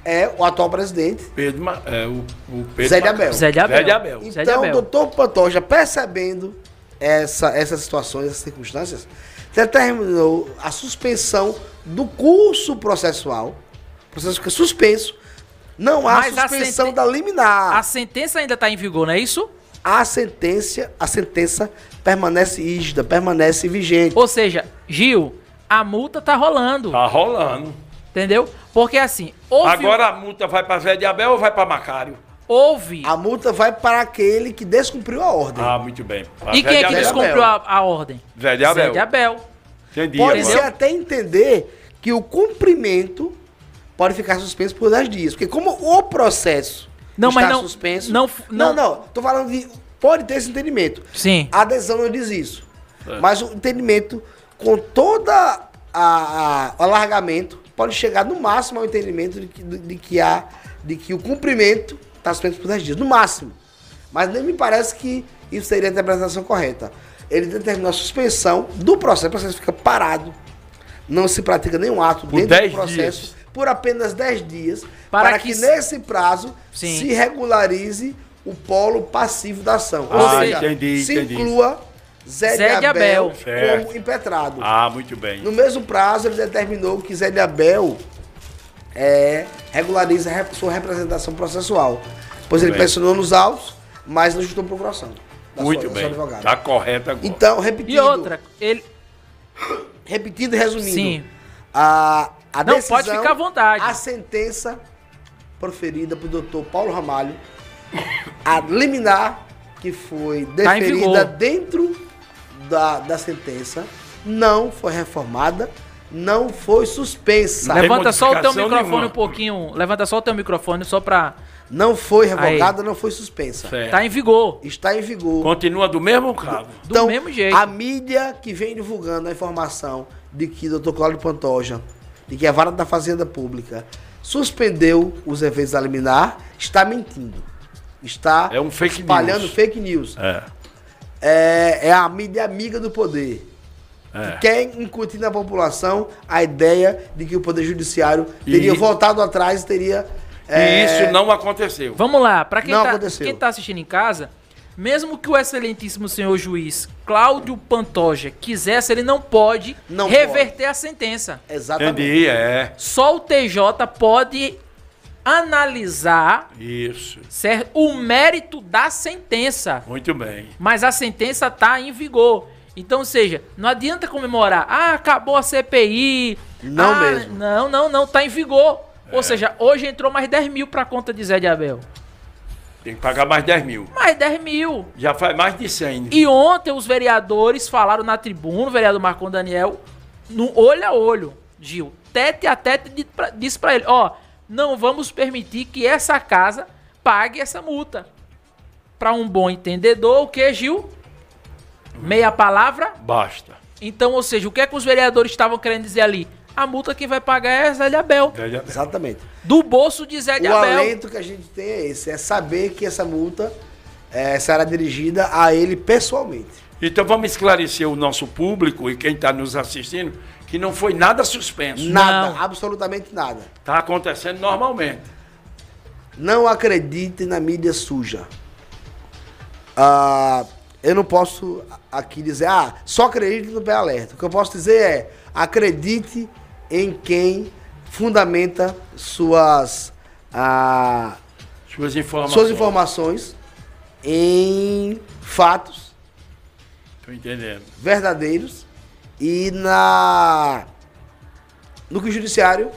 Speaker 4: é o atual presidente,
Speaker 5: Pedro, Ma- é, o, o Pedro
Speaker 4: Zé de
Speaker 5: Macari.
Speaker 4: Abel.
Speaker 3: Zé de Abel.
Speaker 5: Zé de
Speaker 3: Zé
Speaker 5: Abel.
Speaker 3: de
Speaker 4: Então, o
Speaker 3: Abel.
Speaker 4: doutor Pantoja, percebendo essa, essas situações, essas circunstâncias, determinou a suspensão do curso processual. O processo fica suspenso. Não há
Speaker 3: Mas a
Speaker 4: suspensão
Speaker 3: senten-
Speaker 4: da liminar.
Speaker 3: A sentença ainda tá em vigor, não é isso?
Speaker 4: A sentença, a sentença permanece rígida, permanece vigente.
Speaker 3: Ou seja, Gil, a multa tá rolando,
Speaker 5: Tá rolando.
Speaker 3: entendeu? Porque assim, houve,
Speaker 5: Agora a multa vai pra Zé de Abel ou vai pra Macário?
Speaker 3: houve
Speaker 4: A multa vai para aquele que descumpriu a ordem.
Speaker 5: Ah, muito bem. Pra
Speaker 3: E quem
Speaker 5: Zé de
Speaker 3: é que
Speaker 5: Abel.
Speaker 3: descumpriu a, a ordem?
Speaker 5: Zé de Abel.
Speaker 3: Zé de Abel.
Speaker 5: Entendi
Speaker 4: pode se
Speaker 5: agora.
Speaker 4: até entender que o cumprimento pode ficar suspenso por 10 dias. Porque como o processo
Speaker 3: Não,
Speaker 4: está
Speaker 3: mas não-
Speaker 4: suspenso.
Speaker 3: não- não-
Speaker 4: não, não, Tô falando de. Pode ter esse entendimento.
Speaker 3: Sim.
Speaker 4: A adesão não diz isso.
Speaker 5: É.
Speaker 4: Mas o entendimento, com toda a, a- o alargamento, pode chegar no máximo ao entendimento de que, de, de que, há, de que o cumprimento está suspenso por 10 dias. No máximo. Mas nem me parece que isso seria a interpretação correta. Ele determinou a suspensão do processo. O processo fica parado. Não se pratica nenhum ato
Speaker 5: Por
Speaker 4: dentro do
Speaker 5: 10
Speaker 4: processo
Speaker 5: dias.
Speaker 4: por apenas 10 dias. Para,
Speaker 3: Para
Speaker 4: que,
Speaker 3: que se-
Speaker 4: nesse prazo
Speaker 3: Sim.
Speaker 4: se regularize o polo passivo da ação.
Speaker 5: Ah,
Speaker 4: Ou seja,
Speaker 5: entendi,
Speaker 4: se
Speaker 5: entendi.
Speaker 4: inclua Zé,
Speaker 3: Zé
Speaker 4: de
Speaker 3: de
Speaker 4: Abel,
Speaker 3: Abel.
Speaker 5: Certo.
Speaker 4: como impetrado.
Speaker 5: Ah, muito bem.
Speaker 4: No mesmo prazo, ele determinou que Zé de Abel é, regulariza a rep- sua representação processual, pois ele
Speaker 5: bem.
Speaker 4: pressionou nos autos, mas não juntou procuração. da
Speaker 5: Muito
Speaker 4: sua- da sua
Speaker 5: bem.
Speaker 4: advogada.
Speaker 5: Tá correto agora.
Speaker 4: Então, repetindo,
Speaker 3: E outra, ele.
Speaker 4: repetindo e resumindo.
Speaker 3: Sim.
Speaker 4: A, a
Speaker 3: Não,
Speaker 4: decisão,
Speaker 3: pode ficar à vontade.
Speaker 4: A sentença proferida pelo doutor Paulo Ramalho, a liminar que foi
Speaker 3: Tá em
Speaker 4: deferida
Speaker 3: vigor.
Speaker 4: dentro da, da sentença, não foi reformada, não foi suspensa,
Speaker 5: Não.
Speaker 3: Levanta só o teu
Speaker 5: modificação
Speaker 3: microfone
Speaker 5: nenhuma.
Speaker 3: um pouquinho. Levanta só o teu microfone só pra.
Speaker 4: não foi revogada, não foi suspensa.
Speaker 5: Certo.
Speaker 3: Tá em vigor.
Speaker 4: Está em vigor.
Speaker 5: Continua do mesmo cabo.
Speaker 3: Do mesmo jeito.
Speaker 4: Então, a mídia que vem divulgando a informação de que o Dr. Cláudio Pantoja, de que a vara da Fazenda Pública suspendeu os eventos da liminar, está mentindo. Está
Speaker 5: É um fake
Speaker 4: espalhando
Speaker 5: news.
Speaker 4: fake news.
Speaker 5: É.
Speaker 4: É, é a mídia amiga do poder.
Speaker 5: É.
Speaker 4: Que quer incutir na população a ideia de que o Poder Judiciário teria
Speaker 5: E-
Speaker 4: voltado atrás e teria.
Speaker 5: E
Speaker 4: é,
Speaker 5: isso não aconteceu.
Speaker 3: Vamos lá, pra quem,
Speaker 4: Não
Speaker 3: tá,
Speaker 4: aconteceu.
Speaker 3: quem tá assistindo em casa, mesmo que o excelentíssimo senhor juiz Cláudio Pantoja quisesse, ele não pode
Speaker 4: Não
Speaker 3: reverter a sentença.
Speaker 4: Exatamente.
Speaker 5: Entendi, é.
Speaker 3: Só o TJ pode analisar
Speaker 5: Isso.
Speaker 3: certo, o mérito da sentença.
Speaker 5: Muito bem.
Speaker 3: mas a sentença tá em vigor. Então, ou seja, não adianta comemorar. Ah, acabou a CPI.
Speaker 4: Não
Speaker 3: Ah,
Speaker 4: mesmo. É.
Speaker 3: Não, não, não, tá em vigor. Ou seja, hoje entrou mais 10 mil pra conta de Zé de Abel.
Speaker 5: Tem que pagar mais 10 mil.
Speaker 3: Mais 10 mil.
Speaker 5: Já faz mais de 100. né?
Speaker 3: E ontem os vereadores falaram na tribuna, o vereador Marcon Daniel, no olho a olho, Gil, tete a tete, di- pra- disse pra ele, ó, não vamos permitir que essa casa pague essa multa. Pra um bom entendedor, o que, Gil? Meia palavra,
Speaker 5: Basta.
Speaker 3: Então, ou seja, o que é que os vereadores estavam querendo dizer ali? A multa quem vai pagar é Zé de Abel.
Speaker 5: Zé de Abel.
Speaker 4: Exatamente.
Speaker 3: Do bolso de Zé É de
Speaker 4: O
Speaker 3: Abel.
Speaker 4: alento que a gente tem é esse, é saber que essa multa eh, será dirigida a ele pessoalmente.
Speaker 5: Então vamos esclarecer o nosso público e quem está nos assistindo que não foi nada suspenso.
Speaker 4: Nada,
Speaker 3: Não.
Speaker 4: absolutamente nada.
Speaker 5: Está acontecendo normalmente.
Speaker 4: Não acredite na mídia suja. Ah, Eu não posso aqui dizer, ah, só acredite no pé alerta. O que eu posso dizer é, acredite em quem fundamenta suas, ah,
Speaker 5: Suas informações.
Speaker 4: suas informações em fatos
Speaker 5: Tô entendendo.
Speaker 4: verdadeiros e na no que o judiciário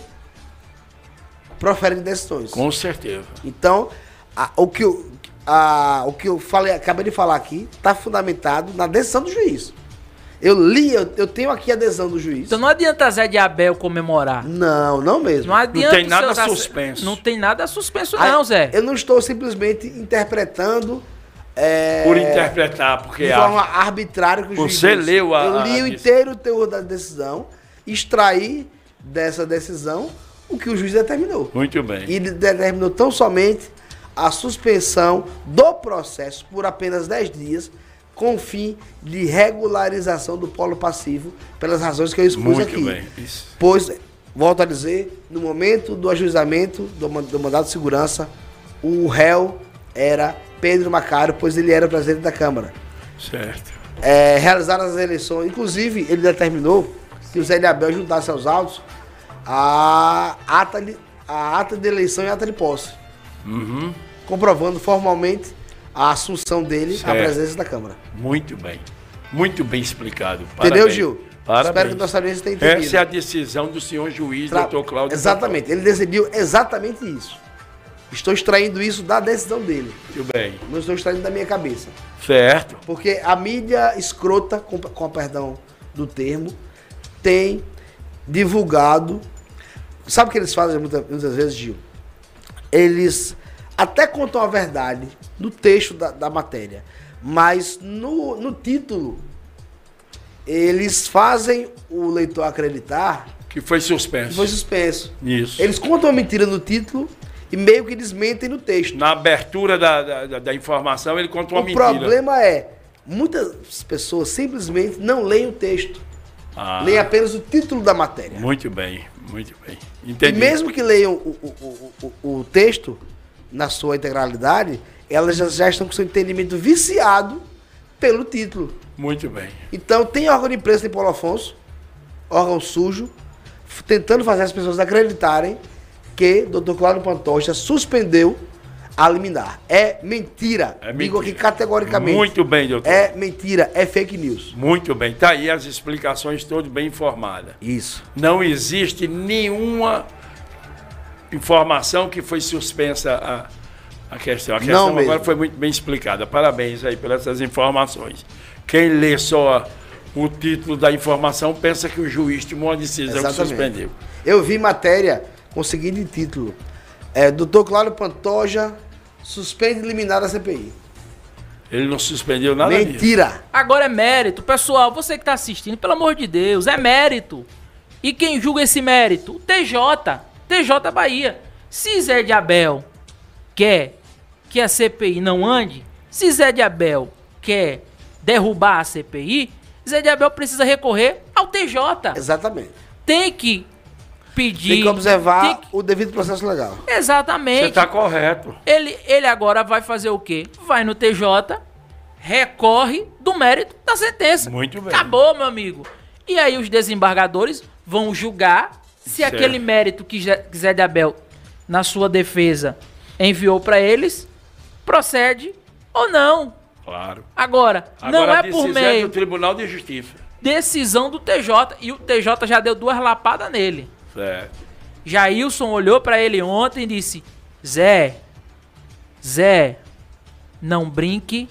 Speaker 4: profere de decisões.
Speaker 5: Com certeza.
Speaker 4: Então, a- o, que eu, a- o que eu falei, acabei de falar aqui, está fundamentado na decisão do juiz. Eu li, eu, eu tenho aqui a decisão do juiz.
Speaker 3: Então não adianta Zé de Abel comemorar.
Speaker 4: Não, não mesmo.
Speaker 3: Não adianta.
Speaker 5: tem nada
Speaker 3: os seus-
Speaker 5: suspenso.
Speaker 3: Não tem nada suspenso,
Speaker 4: Ah,
Speaker 3: não, Zé.
Speaker 4: Eu não estou simplesmente interpretando é,
Speaker 5: Por interpretar, porque
Speaker 4: de
Speaker 5: acha.
Speaker 4: forma arbitrária que o juiz
Speaker 5: Você
Speaker 4: disse.
Speaker 5: leu a-
Speaker 4: Eu li
Speaker 5: a-
Speaker 4: o inteiro o teor da decisão, extraí dessa decisão o que o juiz determinou.
Speaker 5: Muito bem.
Speaker 4: E ele determinou tão somente a suspensão do processo por apenas 10 dias, com o fim de regularização do polo passivo, pelas razões que eu expus
Speaker 5: Muito
Speaker 4: aqui.
Speaker 5: bem. Isso.
Speaker 4: Pois, volto a dizer, no momento do ajuizamento do, man- do mandado de segurança, o réu era Pedro Macário, pois ele era o presidente da Câmara.
Speaker 5: Certo.
Speaker 4: É, realizaram as eleições, inclusive ele determinou que o Zé de Abel juntasse aos autos a ata de, a ata de eleição e a ata de posse,
Speaker 5: Uhum.
Speaker 4: comprovando formalmente a assunção dele à
Speaker 5: Certo.
Speaker 4: presença da Câmara.
Speaker 5: Muito bem. Muito bem explicado.
Speaker 4: Entendeu,
Speaker 5: Parabéns.
Speaker 4: Gil?
Speaker 5: Parabéns.
Speaker 4: Espero que nossa audiência tenha entendido.
Speaker 5: Essa é a decisão do senhor juiz,
Speaker 4: Tra-
Speaker 5: doutor Cláudio. tá
Speaker 4: Exatamente, ele decidiu exatamente isso. Estou extraindo isso da decisão dele,
Speaker 5: Muito bem.
Speaker 4: não estou extraindo da minha cabeça.
Speaker 5: Certo.
Speaker 4: Porque a mídia escrota, com, com perdão do termo, tem divulgado. Sabe o que eles fazem muita- muitas, vezes, Gil? Eles até contam a verdade no texto da, da matéria, mas no, no título eles fazem o leitor acreditar
Speaker 5: Que foi
Speaker 4: que
Speaker 5: suspenso.
Speaker 4: foi suspenso.
Speaker 5: Isso.
Speaker 4: Eles contam a mentira no título e meio que desmentem no texto.
Speaker 5: Na abertura da, da- da, da informação, ele contou uma
Speaker 4: o
Speaker 5: mentira.
Speaker 4: problema é, muitas pessoas simplesmente não leem o texto,
Speaker 5: Ah,
Speaker 4: leem apenas o título da matéria.
Speaker 5: Muito bem, muito bem.
Speaker 4: E
Speaker 5: Entendi.
Speaker 4: mesmo que leiam o, o- o- o- o texto na sua integralidade, elas já, já estão com seu entendimento viciado pelo título.
Speaker 5: Muito bem.
Speaker 4: Então tem órgão de imprensa em Paulo Afonso, órgão sujo, f- tentando fazer as pessoas acreditarem que Dr. Cláudio Pantocha suspendeu a liminar. É mentira.
Speaker 5: É
Speaker 4: Digo
Speaker 5: mentira.
Speaker 4: aqui categoricamente.
Speaker 5: Muito bem, doutor.
Speaker 4: É mentira, é fake news.
Speaker 5: Muito bem. Tá aí as explicações todas bem informadas.
Speaker 4: Isso.
Speaker 5: Não existe nenhuma informação que foi suspensa a, a questão. A
Speaker 4: Não
Speaker 5: questão agora
Speaker 4: mesmo.
Speaker 5: foi muito bem explicada. Parabéns aí pelas essas informações. Quem lê só o título da informação pensa que o juiz tomou uma decisão que suspendeu.
Speaker 4: Eu vi matéria com o seguinte título: é, Dr. Cláudio Pantoja suspende liminar da CPI.
Speaker 5: Ele não suspendeu nada disso.
Speaker 4: mentira.
Speaker 3: Agora é mérito. Pessoal, você que tá assistindo, pelo amor de Deus, é mérito. E quem julga esse mérito? O TJ. TJ Bahia. Se Zé de Abel quer que a CPI não ande, se Zé de Abel quer derrubar a CPI, Zé de Abel precisa recorrer ao TJ.
Speaker 4: Exatamente.
Speaker 3: Tem que pedir.
Speaker 4: Tem que observar
Speaker 3: tem que-
Speaker 4: o devido processo legal.
Speaker 5: Você tá
Speaker 3: Exatamente.
Speaker 5: está correto.
Speaker 3: Ele, ele agora vai fazer o quê? Vai no TJ, recorre do mérito da sentença.
Speaker 5: Muito bem.
Speaker 3: Acabou, meu amigo. E aí os desembargadores vão julgar se
Speaker 5: Certo.
Speaker 3: aquele mérito que Zé que Zé de Abel, na sua defesa, enviou pra eles, procede ou não.
Speaker 5: Claro.
Speaker 3: Agora, não
Speaker 5: a
Speaker 3: é por
Speaker 5: decisão
Speaker 3: meio
Speaker 5: do Tribunal de Justiça.
Speaker 3: decisão do TJ e o TJ já deu duas lapadas nele.
Speaker 5: Certo.
Speaker 3: Jailson olhou pra ele ontem e disse: Zé, Zé, não brinque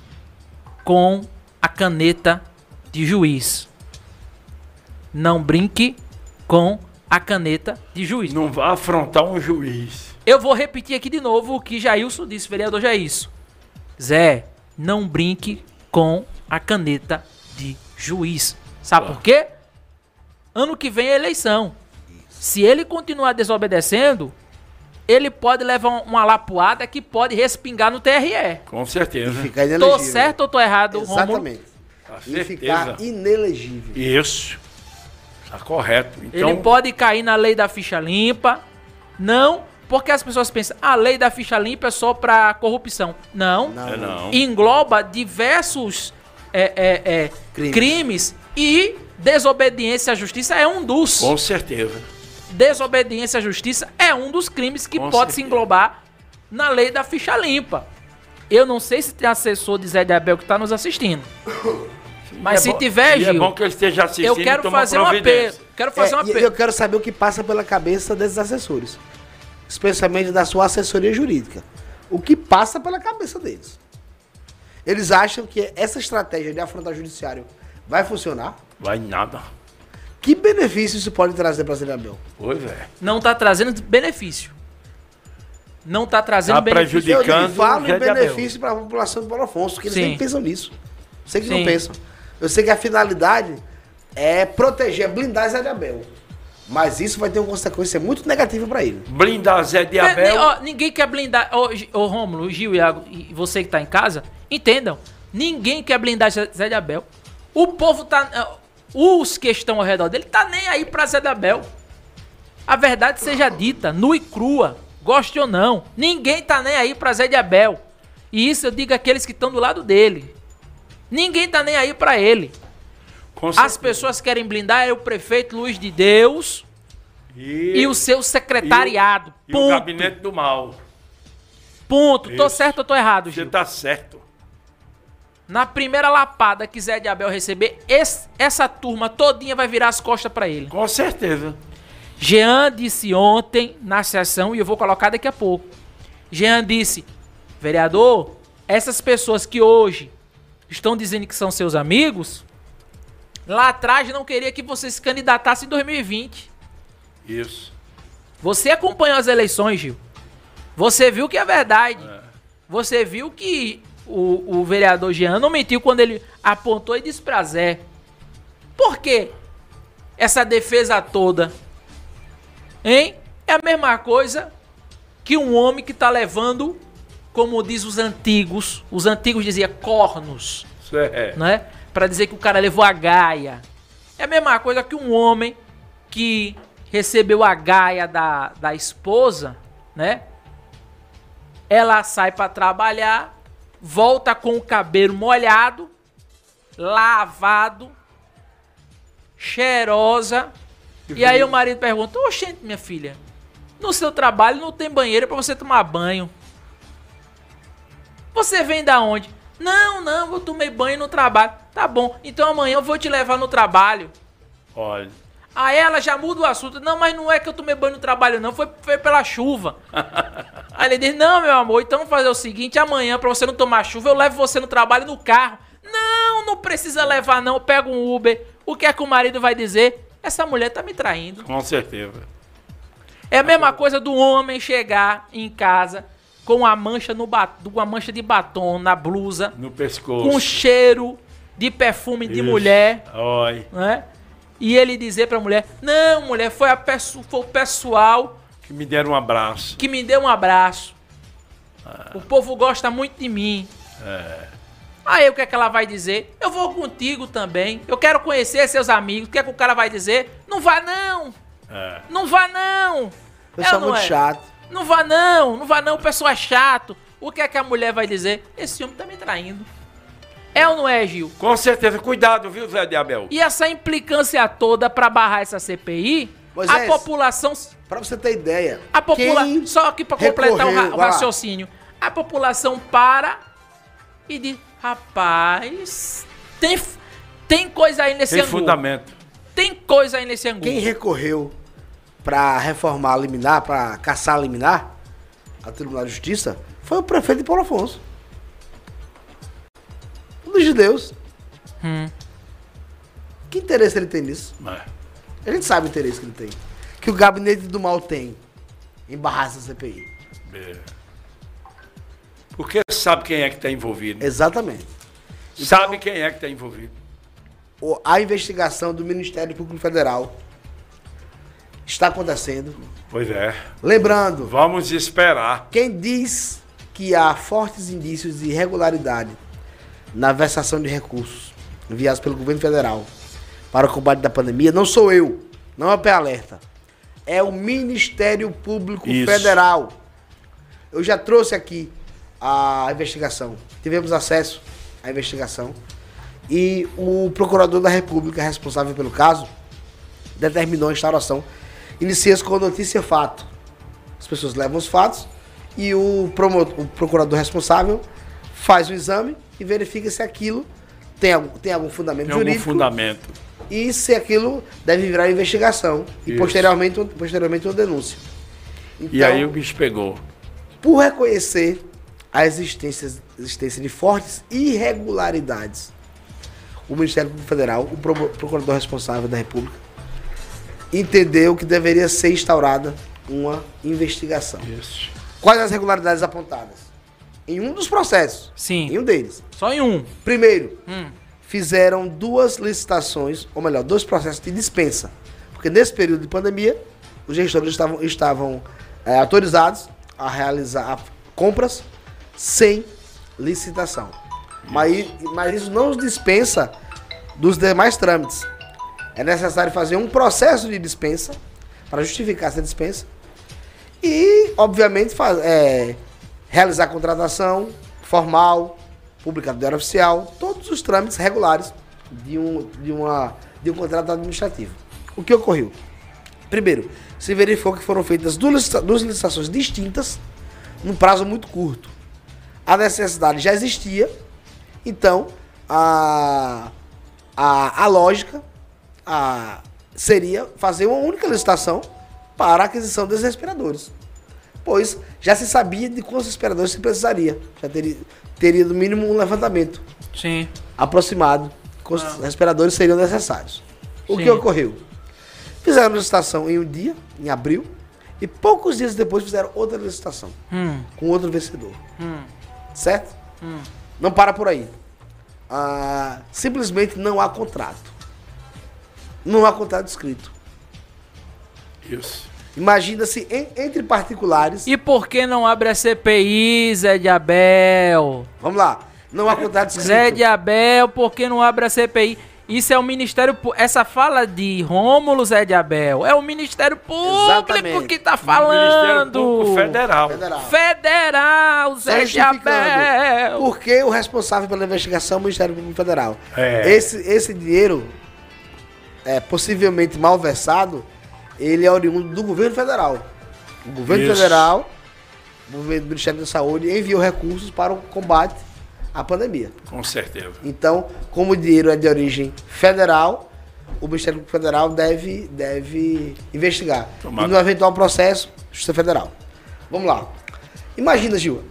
Speaker 3: com a caneta de juiz. Não brinque com a caneta de juiz.
Speaker 5: Não vá afrontar um juiz.
Speaker 3: Eu vou repetir aqui de novo o que Jailson disse, vereador Jailson. Zé, não brinque com a caneta de juiz. Sabe por quê? Ano que vem é eleição. Se ele continuar desobedecendo, ele pode levar um- uma lapuada que pode respingar no TRE.
Speaker 5: Com certeza.
Speaker 4: Ficar inelegível.
Speaker 3: Tô certo ou tô errado, Romulo?
Speaker 4: Exatamente.
Speaker 5: Com
Speaker 4: E
Speaker 5: certeza.
Speaker 4: ficar inelegível.
Speaker 5: Isso. Tá correto. Então,
Speaker 3: Ele pode cair na lei da ficha limpa. Não, porque as pessoas pensam, "Ah, a lei da ficha limpa é só pra corrupção. Não.
Speaker 4: Não.
Speaker 5: É, não.
Speaker 3: engloba diversos é, é, é,
Speaker 4: Crimes.
Speaker 3: crimes. e desobediência à justiça é um dos.
Speaker 5: Com certeza.
Speaker 3: Desobediência à justiça é um dos crimes que
Speaker 5: Com
Speaker 3: pode se
Speaker 5: certeza.
Speaker 3: englobar na lei da ficha limpa. Eu não sei se tem assessor de Zé de Abel que tá nos assistindo. Mas
Speaker 5: E é
Speaker 3: se
Speaker 5: bom-
Speaker 3: tiver,
Speaker 5: e É
Speaker 3: Gil,
Speaker 5: bom que ele esteja assistindo.
Speaker 3: eu
Speaker 5: e
Speaker 3: quero
Speaker 5: toma
Speaker 3: fazer um apelo.
Speaker 5: providência.
Speaker 3: Quero fazer um
Speaker 4: É, e
Speaker 3: apelo.
Speaker 4: eu quero saber o que passa pela cabeça desses assessores, especialmente da sua assessoria jurídica. O que passa pela cabeça deles? Eles acham que essa estratégia de afrontar o judiciário vai funcionar?
Speaker 5: Vai nada.
Speaker 4: Que benefício isso pode trazer para a Abel?
Speaker 5: Pois é.
Speaker 3: Não tá trazendo benefício. Não tá trazendo
Speaker 5: Tá
Speaker 3: benefício.
Speaker 5: prejudi- Indicando
Speaker 4: eu nem falo
Speaker 5: Zé
Speaker 4: em
Speaker 5: de Abel.
Speaker 4: benefício para a população do Paulo Afonso, que eles
Speaker 3: Sim.
Speaker 4: nem pensam nisso. Sei que não
Speaker 3: Sim.
Speaker 4: pensam. Eu sei que a finalidade é proteger, blindar Zé de Abel. Mas isso vai ter uma consequência muito negativa para ele.
Speaker 5: Blindar Zé de
Speaker 3: Pe- Né, nem-
Speaker 5: Abel.
Speaker 3: ó, ninguém quer blindar. Ô, Gi- ô, Rômulo, Gil, Iago e você que tá em casa, entendam. Ninguém quer blindar Zé Zé de Abel. O povo tá. ah, Os que estão ao redor dele tá nem aí pra Zé de Abel. A verdade seja dita, nua e crua, goste ou não. Ninguém tá nem aí pra Zé de Abel. E isso eu digo àqueles que estão do lado dele. Ninguém tá nem aí pra ele.
Speaker 5: com
Speaker 3: As
Speaker 5: certeza.
Speaker 3: pessoas querem blindar é o prefeito Luiz de Deus e, o seu secretariado.
Speaker 5: E o
Speaker 3: ponto.
Speaker 5: gabinete do mal.
Speaker 3: ponto. Tô
Speaker 5: Isso.
Speaker 3: certo ou tô errado,
Speaker 5: Você
Speaker 3: Gil?
Speaker 5: tá certo.
Speaker 3: Na primeira lapada que Zé de Abel receber, esse- essa turma todinha vai virar as costas pra ele.
Speaker 5: Com certeza.
Speaker 3: Jean disse ontem na sessão, e eu vou colocar daqui a pouco. Jean disse, vereador, essas pessoas que hoje estão dizendo que são seus amigos, lá atrás não queria que você se candidatasse em 2020.
Speaker 5: Isso.
Speaker 3: Você acompanhou as eleições, Gil. Você viu que é verdade. Você viu que o, o vereador Jean não mentiu quando ele apontou e disse pra Zé. Por quê? Essa defesa toda. Hein? É a mesma coisa que um homem que tá levando, como diz os antigos, os antigos diziam cornos
Speaker 5: Isso é.
Speaker 3: né? Para dizer que o cara levou a Gaia. É a mesma coisa que um homem que recebeu a Gaia da, da esposa, né? Ela sai para trabalhar, volta com o cabelo molhado, lavado, cheirosa. E aí o marido pergunta: Oxente, minha filha, no seu trabalho não tem banheiro para você tomar banho. Você vem da onde? Não, não, eu tomei banho no trabalho. Tá bom, então amanhã eu vou te levar no trabalho.
Speaker 5: Olha.
Speaker 3: Aí ela já muda o assunto. Não, mas não é que eu tomei banho no trabalho, não. Foi, foi pela chuva. Aí ele diz: Não, meu amor, então vamos fazer o seguinte: amanhã, pra você não tomar chuva, eu levo você no trabalho no carro. Não, não precisa levar, não. Pega um Uber. O que é que o marido vai dizer? Essa mulher tá me traindo.
Speaker 5: Com certeza.
Speaker 3: É a mesma coisa do homem chegar em casa com uma mancha, no ba- uma mancha de batom na blusa
Speaker 5: No pescoço.
Speaker 3: com cheiro de perfume de
Speaker 5: Isso.
Speaker 3: mulher,
Speaker 5: Olha.
Speaker 3: né? E ele dizer pra mulher: Não, mulher, foi, a pesso- foi o pessoal
Speaker 5: Que me deram um abraço.
Speaker 3: que me deu um abraço. O povo gosta muito de mim. Aí o que é que ela vai dizer? Eu vou contigo também. Eu quero conhecer seus amigos. O que é que o cara vai dizer? Não vá, não!
Speaker 5: É.
Speaker 3: Não vá, não! É
Speaker 4: Pessoal
Speaker 3: ou não
Speaker 4: muito
Speaker 3: é?
Speaker 4: chato.
Speaker 3: Não vá não, não vá não, o pessoal é chato. O que é que a mulher vai dizer? Esse homem tá me traindo. É ou não é, Gil?
Speaker 5: Com certeza. Cuidado, viu, Zé de Abel?
Speaker 3: E essa implicância toda pra barrar essa CPI, a
Speaker 4: Moisés.
Speaker 3: população.
Speaker 4: Pra você ter ideia.
Speaker 3: A popula...
Speaker 4: é. quem
Speaker 3: Só aqui pra completar o, ra-
Speaker 4: recorreu-
Speaker 3: o
Speaker 4: vai lá.
Speaker 3: raciocínio. A população para e diz: rapaz, tem, f- tem coisa aí nesse
Speaker 5: Tem
Speaker 3: angu.
Speaker 5: fundamento.
Speaker 3: Tem coisa aí nesse angu.
Speaker 4: Quem recorreu pra reformar a liminar, pra caçar a liminar, a Tribunal de Justiça, foi o prefeito de Paulo Afonso. Um Luiz de Deus.
Speaker 3: Hum.
Speaker 4: Que interesse ele tem nisso?
Speaker 5: É.
Speaker 4: A gente sabe o interesse que ele tem. Que o gabinete do mal tem em barrar essa CPI.
Speaker 5: É. Porque sabe quem é que está envolvido.
Speaker 4: Exatamente.
Speaker 5: Sabe quem é que está envolvido.
Speaker 4: o- a investigação do Ministério Público Federal está acontecendo.
Speaker 5: Pois é.
Speaker 4: Lembrando,
Speaker 5: Vamos esperar.
Speaker 4: quem diz que há fortes indícios de irregularidade na versação de recursos enviados pelo governo federal para o combate da pandemia não sou eu, não é o P-Alerta. É o Ministério Público
Speaker 5: Isso.
Speaker 4: Federal. Eu já trouxe aqui a investigação. Tivemos acesso à investigação. e o procurador da República responsável pelo caso determinou a instauração. Inicia-se com a notícia fato. As pessoas levam os fatos e o, promo- o procurador responsável faz o exame e verifica se aquilo tem algum, tem algum fundamento
Speaker 5: Tem algum
Speaker 4: jurídico
Speaker 5: fundamento.
Speaker 4: e se aquilo deve virar investigação e
Speaker 5: Isso.
Speaker 4: posteriormente, posteriormente uma denúncia.
Speaker 5: E
Speaker 4: Então,
Speaker 5: aí o bicho pegou.
Speaker 4: por reconhecer a existência, existência de fortes irregularidades. O Ministério Público Federal, o pro- procurador responsável da República, entendeu que deveria ser instaurada uma investigação.
Speaker 5: Isso.
Speaker 4: Quais as regularidades apontadas? Em um dos processos.
Speaker 3: Sim.
Speaker 4: Em um deles.
Speaker 3: Só em um.
Speaker 4: Primeiro,
Speaker 3: Hum.
Speaker 4: fizeram duas licitações, ou melhor, dois processos de dispensa. Porque nesse período de pandemia, os gestores estavam, estavam eh, autorizados a realizar compras sem licitação. Mas, mas isso não os dispensa dos demais trâmites. É necessário fazer um processo de dispensa para justificar essa dispensa e, obviamente, fa- é, realizar a contratação formal, publicadora oficial, todos os trâmites regulares de um, de, uma, de um contrato administrativo. O que ocorreu? Primeiro, se verificou que foram feitas duas, licita- duas licitações distintas num prazo muito curto. A necessidade já existia, então a, a, a lógica a, seria fazer uma única licitação para a aquisição desses respiradores. Pois já se sabia de quantos respiradores se precisaria. Já teria, teria no mínimo um levantamento
Speaker 3: Sim.
Speaker 4: aproximado, quantos respiradores seriam necessários. O
Speaker 3: Ah. Sim.
Speaker 4: que ocorreu? Fizeram a licitação em um dia, em abril, e poucos dias depois fizeram outra licitação
Speaker 3: Hum.
Speaker 4: com outro vencedor.
Speaker 3: Hum.
Speaker 4: Certo? Não para por aí. Ah, simplesmente não há contrato. Não há contrato escrito.
Speaker 5: Isso.
Speaker 4: Imagina se en- entre particulares.
Speaker 3: E por que não abre a CPI, Zé de Abel?
Speaker 4: Vamos lá. Não há contrato escrito.
Speaker 3: Zé de Abel, por que não abre a CPI? Isso é o Ministério Pú- Essa fala de Rômulo Zé de Abel é o Ministério Público
Speaker 4: Exatamente.
Speaker 3: que tá
Speaker 5: Ministério
Speaker 3: falando.
Speaker 5: Público Federal.
Speaker 4: Federal.
Speaker 3: Federal,
Speaker 4: Só
Speaker 3: Zé de
Speaker 4: justificando.
Speaker 3: Abel.
Speaker 4: Porque o responsável pela investigação é o Ministério Público Federal.
Speaker 5: É.
Speaker 4: Esse, esse dinheiro, é, possivelmente malversado, ele é oriundo do governo federal. O governo
Speaker 5: Isso.
Speaker 4: federal, o governo do Ministério da Saúde, enviou recursos para o combate à pandemia.
Speaker 5: Com certeza.
Speaker 4: Então, como o dinheiro é de origem federal, o Ministério Público Federal deve, deve investigar.
Speaker 5: Tomara.
Speaker 4: E no eventual processo, Justiça Federal. Vamos lá. Imagina, Gil.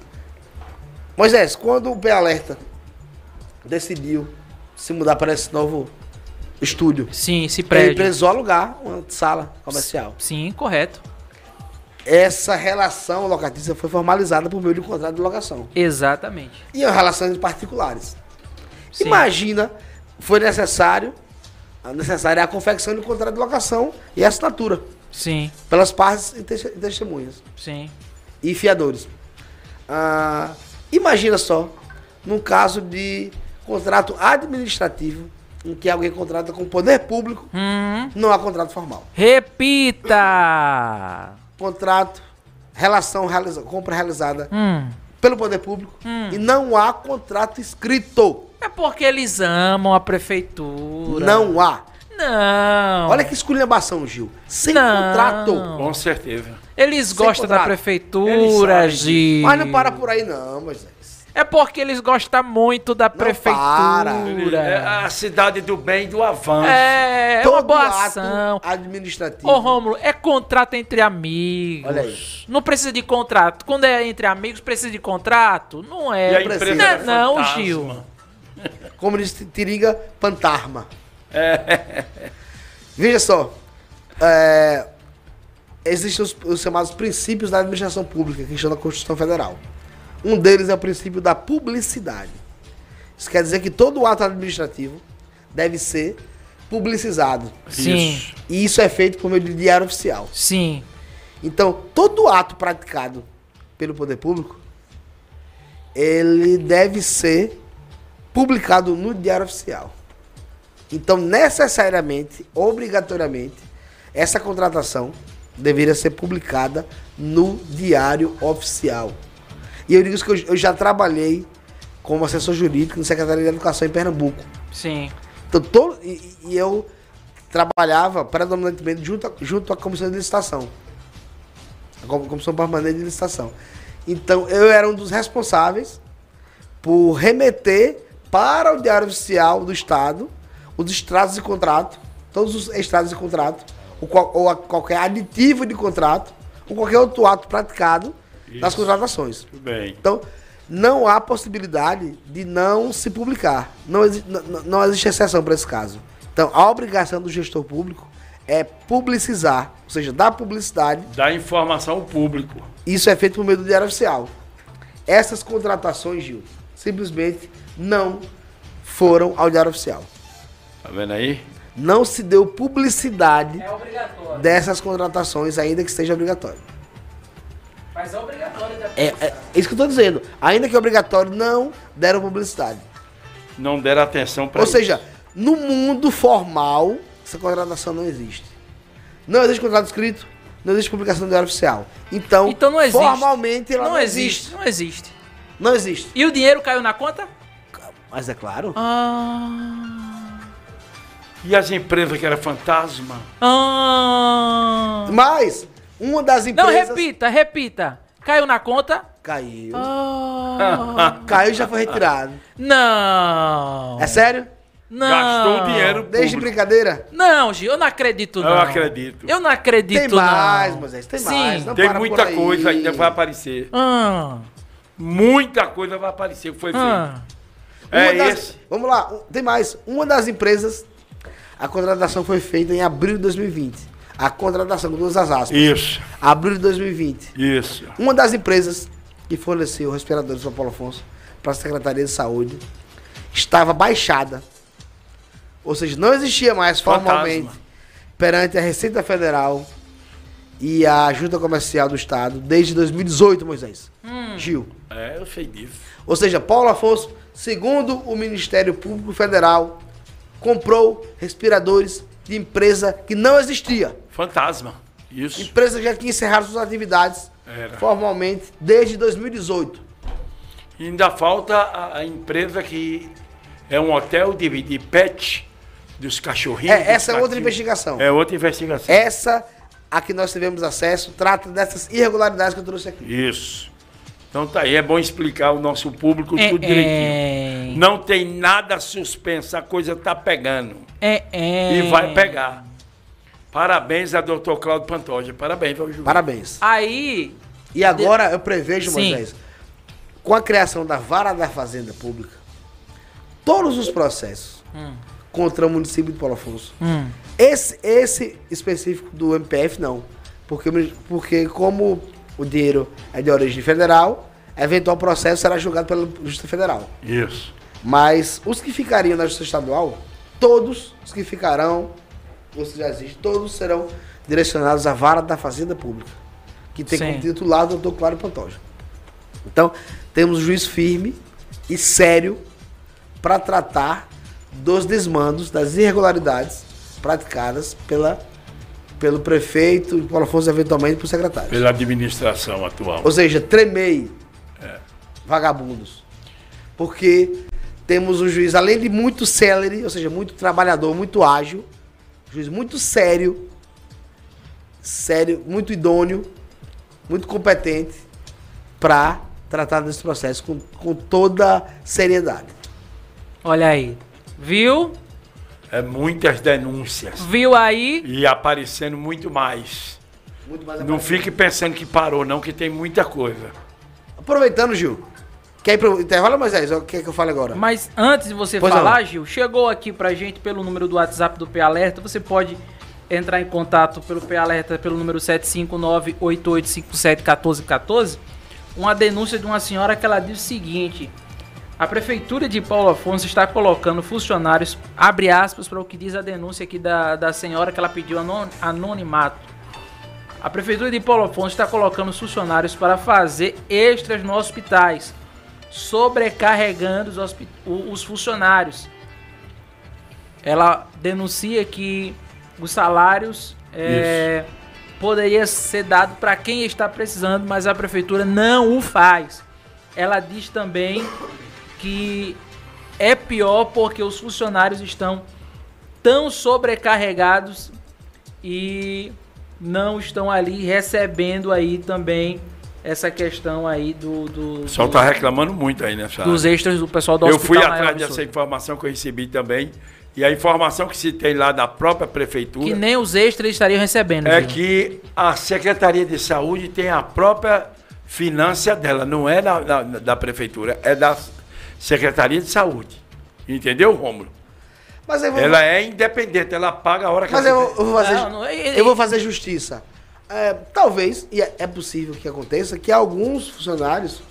Speaker 4: Moisés, quando o P-Alerta decidiu se mudar para esse novo estúdio,
Speaker 3: Sim, se
Speaker 4: ele
Speaker 3: prédio.
Speaker 4: precisou alugar uma sala comercial.
Speaker 3: Sim, correto.
Speaker 4: Essa relação locatícia foi formalizada por meio de um contrato de locação.
Speaker 3: Exatamente.
Speaker 4: e as relações particulares.
Speaker 3: Sim.
Speaker 4: Imagina, foi necessário, a necessária é a confecção do contrato de locação e a assinatura
Speaker 3: Sim,
Speaker 4: pelas partes e te- testemunhas
Speaker 3: sim.
Speaker 4: e fiadores. Ah, imagina só, num caso de contrato administrativo, em que alguém contrata com o poder público,
Speaker 3: Hum.
Speaker 4: não há contrato formal.
Speaker 3: Repita.
Speaker 4: Contrato, relação, realiza- compra realizada
Speaker 3: Hum.
Speaker 4: pelo poder público e não há contrato escrito.
Speaker 3: É porque eles amam a prefeitura.
Speaker 4: Não há.
Speaker 3: Não.
Speaker 4: Olha que esculhambação, Gil. Sem
Speaker 3: Não.
Speaker 4: contrato.
Speaker 5: Com certeza.
Speaker 3: Eles
Speaker 4: Sem
Speaker 3: gostam da
Speaker 4: contrato.
Speaker 3: prefeitura,
Speaker 5: Eles sabem
Speaker 3: Gi.
Speaker 4: Mas não para por aí, não, Moisés.
Speaker 3: É porque eles gostam muito da
Speaker 4: para.
Speaker 5: Ele é
Speaker 3: prefeitura.
Speaker 5: a cidade do bem e do avanço.
Speaker 3: É, é uma
Speaker 4: Todo
Speaker 3: boa
Speaker 4: ato
Speaker 3: ação.
Speaker 4: administrativo.
Speaker 3: Ô, Rômulo, é contrato entre amigos.
Speaker 4: Olha aí.
Speaker 3: Não precisa de contrato. Quando é entre amigos, precisa de contrato? Não
Speaker 5: E
Speaker 3: é.
Speaker 5: a
Speaker 4: precisa.
Speaker 5: empresa
Speaker 3: Não é
Speaker 5: era
Speaker 3: não,
Speaker 5: fantasma.
Speaker 3: Gil.
Speaker 4: Como diz Tiriga, Pantarma. É. Veja só. é, existem os, os chamados princípios da administração pública, que estão na Constituição Federal. Um deles é o princípio da publicidade. Isso quer dizer que todo ato administrativo deve ser publicizado.
Speaker 3: Sim.
Speaker 5: Isso.
Speaker 4: E isso é feito por meio de diário oficial.
Speaker 3: Sim.
Speaker 4: Então, todo ato praticado pelo poder público, ele deve ser publicado no Diário Oficial. Então, necessariamente, obrigatoriamente, essa contratação deveria ser publicada no Diário Oficial. E eu digo isso que eu, eu já trabalhei como assessor jurídico no Secretaria de Educação em Pernambuco.
Speaker 3: Sim.
Speaker 4: Então, to- e, e eu trabalhava predominantemente junto, a- junto à comissão de licitação. A com- comissão permanente de licitação. Então, eu era um dos responsáveis por remeter para o Diário Oficial do Estado os extratos de contrato, todos os extratos de contrato, ou, qual- ou a- qualquer aditivo de contrato, ou qualquer outro ato praticado nas
Speaker 5: Isso.
Speaker 4: contratações.
Speaker 5: Tudo bem.
Speaker 4: Então, não há possibilidade de não se publicar. Não, exi- n- n- não existe exceção para esse caso. Então, a obrigação do gestor público é publicizar, ou seja, dar publicidade.
Speaker 5: Dá informação ao público.
Speaker 4: Isso é feito por meio do Diário Oficial. Essas contratações, Gil, simplesmente não foram ao Diário Oficial.
Speaker 5: Tá vendo aí?
Speaker 4: Não se deu publicidade
Speaker 3: É obrigatório.
Speaker 4: dessas contratações, ainda que seja obrigatório.
Speaker 3: Mas é obrigatório
Speaker 4: É, é isso que eu estou dizendo. Ainda que é obrigatório, não deram publicidade.
Speaker 5: Não deram atenção para
Speaker 4: Ou seja, no mundo formal, essa contratação não existe. Não existe contrato escrito, não existe publicação do diário oficial. Então,
Speaker 3: Então não existe.
Speaker 4: formalmente ela
Speaker 3: Não existe, não existe.
Speaker 4: Não existe.
Speaker 3: E o dinheiro caiu na conta?
Speaker 4: Mas é claro.
Speaker 3: Ah.
Speaker 5: E as empresas que era fantasma?
Speaker 3: Ah.
Speaker 4: Mas uma das
Speaker 3: Não,
Speaker 4: empresas
Speaker 3: repita, repita. Caiu na conta?
Speaker 4: caiu.
Speaker 3: Ah.
Speaker 4: Caiu e já foi retirado.
Speaker 3: Não.
Speaker 4: É sério?
Speaker 3: Não.
Speaker 5: Gastou o dinheiro
Speaker 4: Desde
Speaker 5: público.
Speaker 4: brincadeira?
Speaker 3: Não, Gil, eu não acredito
Speaker 5: Eu
Speaker 3: não.
Speaker 5: acredito.
Speaker 3: Eu não acredito
Speaker 4: Tem
Speaker 3: não.
Speaker 4: mais, Moisés, tem mais. Não Então
Speaker 5: Tem
Speaker 4: para por
Speaker 5: muita
Speaker 4: aí.
Speaker 5: coisa ainda vai aparecer.
Speaker 3: Ah.
Speaker 5: Muita coisa vai aparecer que foi feita.
Speaker 3: Ah.
Speaker 5: É
Speaker 4: Uma das-
Speaker 5: esse.
Speaker 4: Vamos lá, um- tem mais. Uma das empresas, a contratação foi feita em abril de 2020. A contratação com duas as aspas.
Speaker 5: Isso,
Speaker 4: Abril de 2020.
Speaker 5: isso.
Speaker 4: Uma das empresas que forneceu respiradores para Paulo Afonso, para a Secretaria de Saúde, estava baixada. Ou seja, não existia mais
Speaker 5: Fantasma.
Speaker 4: formalmente perante a Receita Federal e a Junta Comercial do Estado desde 2018, Moisés. Gil.
Speaker 5: É, eu sei disso.
Speaker 4: Ou seja, Paulo Afonso, segundo o Ministério Público Federal, comprou respiradores de empresa que não existia.
Speaker 5: Fantasma. Isso.
Speaker 4: Empresa já que encerraram suas atividades
Speaker 5: Era.
Speaker 4: formalmente desde 2018.
Speaker 5: Ainda falta a, a empresa que é um hotel de, de pet dos cachorrinhos.
Speaker 4: É, essa é outra
Speaker 5: dos gatinhos.
Speaker 4: investigação.
Speaker 5: É outra investigação.
Speaker 4: Essa a que nós tivemos acesso trata dessas irregularidades que eu trouxe aqui.
Speaker 5: Isso. Então tá aí, é bom explicar ao nosso público
Speaker 3: É,
Speaker 5: tudo
Speaker 3: é,
Speaker 5: direitinho. Não tem nada suspenso, a coisa tá pegando.
Speaker 3: é, é.
Speaker 5: E vai pegar. Parabéns a doutor Cláudio Pantoja. Parabéns, viu, Ju?
Speaker 4: Parabéns.
Speaker 3: Aí,
Speaker 4: E agora eu prevejo,
Speaker 3: Sim.
Speaker 4: Moisés, com a criação da vara da fazenda pública, todos os processos contra o município de Paulo Afonso.
Speaker 3: Hum.
Speaker 4: Esse, esse específico do MPF, não. Porque, porque como o dinheiro é de origem federal, eventual processo será julgado pela Justiça Federal.
Speaker 5: Isso.
Speaker 4: Mas os que ficariam na Justiça Estadual, todos os que ficarão, ou se já existe, todos serão direcionados à vara da Fazenda Pública, que tem
Speaker 3: Sim.
Speaker 4: como titular o doutor Cláudio Pantoja. Então, temos um juiz firme e sério para tratar dos desmandos, das irregularidades praticadas pela, pelo prefeito e Paulo Afonso, eventualmente, por secretário.
Speaker 5: Pela administração atual.
Speaker 4: Ou seja, tremei. Vagabundos. Porque temos um juiz, além de muito célere, ou seja, muito trabalhador, muito ágil, juiz muito sério, sério, muito idôneo, muito competente para tratar desse processo com, com toda seriedade.
Speaker 3: olha aí. Viu?
Speaker 5: É muitas denúncias.
Speaker 3: Viu aí?
Speaker 5: E aparecendo muito mais.
Speaker 4: Muito mais
Speaker 5: Não fique pensando que parou, não, que tem muita coisa.
Speaker 4: Aproveitando, Gil. Quer ir pro intervalo, Moisés? Ou quer que eu fale agora?
Speaker 3: Mas antes de você
Speaker 4: Pois
Speaker 3: falar,
Speaker 4: não.
Speaker 3: Gil, chegou aqui pra gente pelo número do WhatsApp do P Alerta. Você pode entrar em contato pelo P Alerta pelo número 759-8857-1414. Uma denúncia de uma senhora que ela diz o seguinte: a prefeitura de Paulo Afonso está colocando funcionários, abre aspas, para o que diz a denúncia aqui da, da senhora que ela pediu anon- anonimato. A Prefeitura de Paulo Afonso está colocando os funcionários para fazer extras nos hospitais, sobrecarregando os, hospi- o- os funcionários. Ela denuncia que os salários é, poderia ser dado para quem está precisando, mas a prefeitura não o faz. Ela diz também que é pior porque os funcionários estão tão sobrecarregados e não estão ali recebendo aí também essa questão aí do, do-
Speaker 5: O pessoal
Speaker 3: do-
Speaker 5: tá reclamando muito aí nessa área.
Speaker 3: dos extras do pessoal do
Speaker 5: Eu
Speaker 3: hospital
Speaker 5: fui
Speaker 3: maior
Speaker 5: atrás
Speaker 3: do
Speaker 5: dessa
Speaker 3: Sul.
Speaker 5: informação que eu recebi também. E a informação que se tem lá da própria prefeitura
Speaker 3: que nem os extras estariam recebendo.
Speaker 5: é
Speaker 3: Gil.
Speaker 5: que a Secretaria de Saúde tem a própria finança dela, não é da, da, da prefeitura, é da Secretaria de Saúde. Entendeu, Rômulo?
Speaker 4: Mas aí vamos-
Speaker 5: Ela é independente, ela paga a hora que
Speaker 4: Mas
Speaker 5: ela
Speaker 4: eu, eu vou fazer,
Speaker 3: Não, não, é, e- e-
Speaker 4: eu vou fazer justiça. É, talvez, e é é possível que aconteça, que alguns funcionários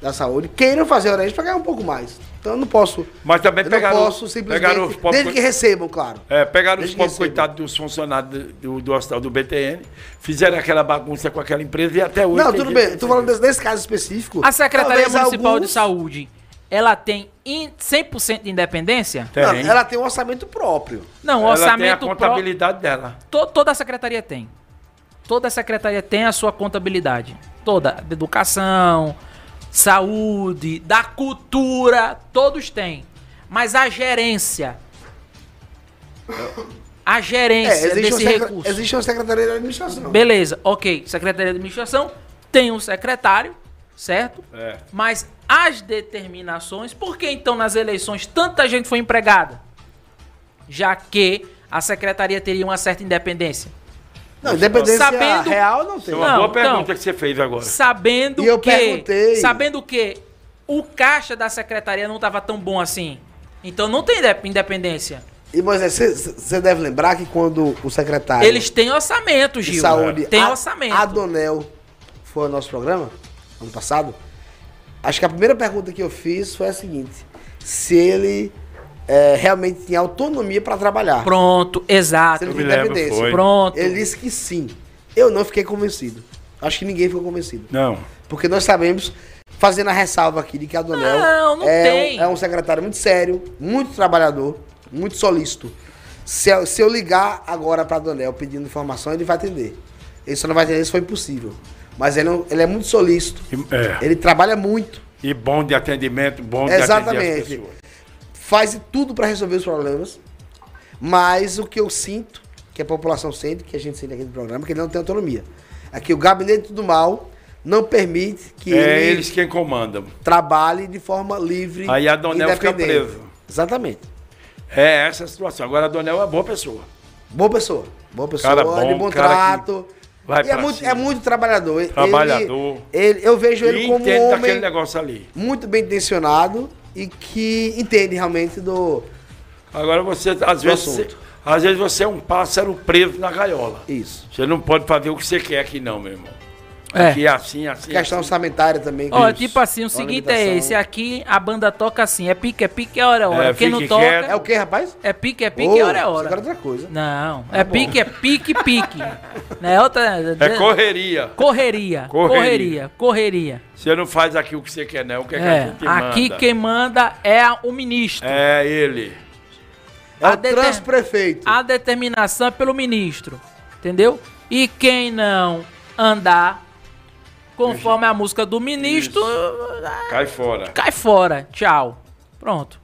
Speaker 4: da saúde queiram fazer hora extra para ganhar um pouco mais. Então eu não posso.
Speaker 5: Mas também
Speaker 4: eu não
Speaker 5: pegaram-
Speaker 4: posso simplesmente.
Speaker 5: pegaram os pobres-
Speaker 4: Desde que recebam, claro.
Speaker 5: É, pegaram os
Speaker 4: Desde que
Speaker 5: pobres
Speaker 4: receba.
Speaker 5: coitados dos funcionários do, do hospital do BTN, fizeram aquela bagunça com aquela empresa e até hoje.
Speaker 4: não,
Speaker 5: tem
Speaker 4: tudo
Speaker 5: gente
Speaker 4: bem.
Speaker 5: que
Speaker 4: Eu tô falando
Speaker 5: recebe.
Speaker 4: desse, desse caso específico.
Speaker 3: A Secretaria
Speaker 4: Talvez
Speaker 3: Municipal
Speaker 4: alguns-
Speaker 3: de Saúde, ela tem in- 100% de independência?
Speaker 5: Tem.
Speaker 4: Não, ela tem um orçamento próprio.
Speaker 3: Não, o
Speaker 5: Ela tem a
Speaker 3: orçamento próprio.
Speaker 5: contabilidade dela.
Speaker 3: To- toda a secretaria tem. Toda a secretaria tem a sua contabilidade. Toda. De Educação, saúde, da cultura, todos têm. Mas a gerência. A gerência
Speaker 4: É, existe,
Speaker 3: desse
Speaker 4: uma secre-
Speaker 3: recurso.
Speaker 4: existe uma secretaria da administração.
Speaker 3: Beleza, ok. Secretaria de Administração tem um secretário, certo?
Speaker 5: É.
Speaker 3: Mas as determinações, por que então nas eleições tanta gente foi empregada? Já que a secretaria teria uma certa independência.
Speaker 4: Não, independência
Speaker 3: Sabendo-
Speaker 4: real não tem.
Speaker 5: É uma
Speaker 3: Não,
Speaker 5: boa
Speaker 3: então-
Speaker 5: pergunta que você fez agora.
Speaker 3: Sabendo
Speaker 4: E eu
Speaker 3: que.
Speaker 4: perguntei.
Speaker 3: Sabendo que o caixa da secretaria não estava tão bom assim. Então não tem inde- independência.
Speaker 4: E Moisés, você deve lembrar que quando o secretário
Speaker 3: Eles têm orçamento,
Speaker 4: de
Speaker 3: Gil. é.
Speaker 4: saúde,
Speaker 3: Tem
Speaker 4: a-
Speaker 3: orçamento.
Speaker 4: Adonel foi ao nosso programa ano passado, acho que a primeira pergunta que eu fiz foi a seguinte: se ele eh, realmente tinha autonomia para trabalhar.
Speaker 3: Pronto, exato.
Speaker 4: Se ele
Speaker 5: Eu
Speaker 4: tinha
Speaker 5: me lembro, foi.
Speaker 3: Pronto.
Speaker 4: Ele disse que sim. Eu não fiquei convencido. Acho que ninguém ficou convencido.
Speaker 5: Não.
Speaker 4: Porque nós sabemos, fazendo a ressalva aqui de que Adonel
Speaker 3: Não, não
Speaker 4: é,
Speaker 3: tem.
Speaker 4: Um, é um secretário muito sério, muito trabalhador, muito solícito. Se eu, se eu ligar agora para Adonel pedindo informação, ele vai atender. Ele só não vai atender se for impossível. Mas ele, é um- ele é muito solícito,
Speaker 5: E, é.
Speaker 4: ele trabalha muito,
Speaker 5: E bom de atendimento, bom de atender as
Speaker 4: Exatamente.
Speaker 5: pessoas.
Speaker 4: faz de tudo para resolver os problemas. Mas o que eu sinto, que a população sente, que a gente sente aqui no programa, é que ele não tem autonomia. É que o gabinete do mal não permite que
Speaker 5: É
Speaker 4: ele
Speaker 5: eles quem comandam.
Speaker 4: trabalhe de forma livre.
Speaker 5: Aí a Donel fica
Speaker 4: independente.
Speaker 5: preso.
Speaker 4: Exatamente.
Speaker 5: É essa a situação. Agora a Donel é uma boa pessoa.
Speaker 4: Boa pessoa. Boa pessoa, é
Speaker 5: Cara bom,
Speaker 4: de bom
Speaker 5: cara
Speaker 4: trato.
Speaker 5: vai
Speaker 4: E é,
Speaker 5: pra
Speaker 4: muito,
Speaker 5: cima.
Speaker 4: é muito trabalhador. Ele-
Speaker 5: Trabalhador.
Speaker 4: Ele, eu vejo ele
Speaker 5: E
Speaker 4: como
Speaker 5: entende
Speaker 4: um
Speaker 5: daquele
Speaker 4: homem
Speaker 5: negócio ali.
Speaker 4: muito bem intencionado e que entende realmente do.
Speaker 5: Agora você, às vezes, você-
Speaker 4: assunto.
Speaker 5: às vezes você é um pássaro preso na gaiola.
Speaker 4: Isso.
Speaker 5: Você não pode fazer o que você quer aqui não, meu irmão.
Speaker 3: É.
Speaker 5: Aqui é assim, assim.
Speaker 4: Questão
Speaker 5: assim.
Speaker 4: orçamentária também.
Speaker 3: Ó,
Speaker 4: Isso.
Speaker 3: tipo assim, o
Speaker 4: Uma
Speaker 3: seguinte é
Speaker 4: limitação.
Speaker 3: esse, aqui a banda toca assim, é pique, é pique, é hora, é hora.
Speaker 5: É,
Speaker 3: Quem não
Speaker 5: fique
Speaker 3: toca,
Speaker 5: quieto.
Speaker 4: É o que, rapaz?
Speaker 3: é pique, é pique, é
Speaker 4: Ô,
Speaker 3: hora, é
Speaker 4: Isso agora é
Speaker 3: hora.
Speaker 4: outra coisa. Tá
Speaker 3: Não, é pique, é pique, pique. Não é outra...
Speaker 5: É correria.
Speaker 3: Correria, correria,
Speaker 5: Correria.
Speaker 3: correria.
Speaker 5: Você não faz aqui o que você quer, não. O que, é que a
Speaker 3: É,
Speaker 5: gente manda?
Speaker 3: aqui quem manda é a- o ministro.
Speaker 5: É ele.
Speaker 4: É
Speaker 3: A
Speaker 4: o
Speaker 3: determin-
Speaker 4: transprefeito.
Speaker 3: A determinação é pelo ministro, entendeu? E quem não andar conforme a música do ministro,
Speaker 5: Cai fora.
Speaker 3: cai fora, tchau. Pronto,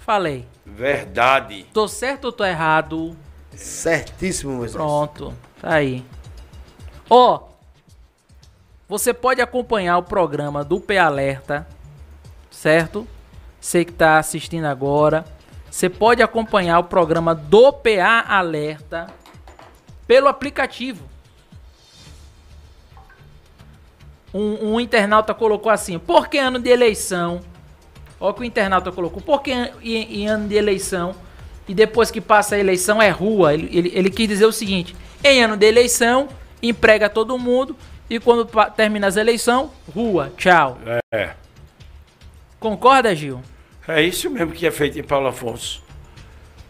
Speaker 3: falei.
Speaker 5: Verdade.
Speaker 3: Tô certo ou tô errado?
Speaker 4: Certíssimo, Moisés.
Speaker 3: Pronto, tá aí. Ó, você pode acompanhar o programa do P Alerta, certo? Você que tá assistindo agora, você pode acompanhar o programa do PA Alerta pelo aplicativo. Um, um internauta colocou assim: por que ano de eleição? Olha o que o internauta colocou: por que an- em, em ano de eleição e depois que passa a eleição é rua? Ele, ele, ele quis dizer o seguinte: em ano de eleição, emprega todo mundo e quando pa- termina as eleições, rua, tchau.
Speaker 5: É.
Speaker 3: Concorda, Gil?
Speaker 5: É isso mesmo que é feito em Paulo Afonso.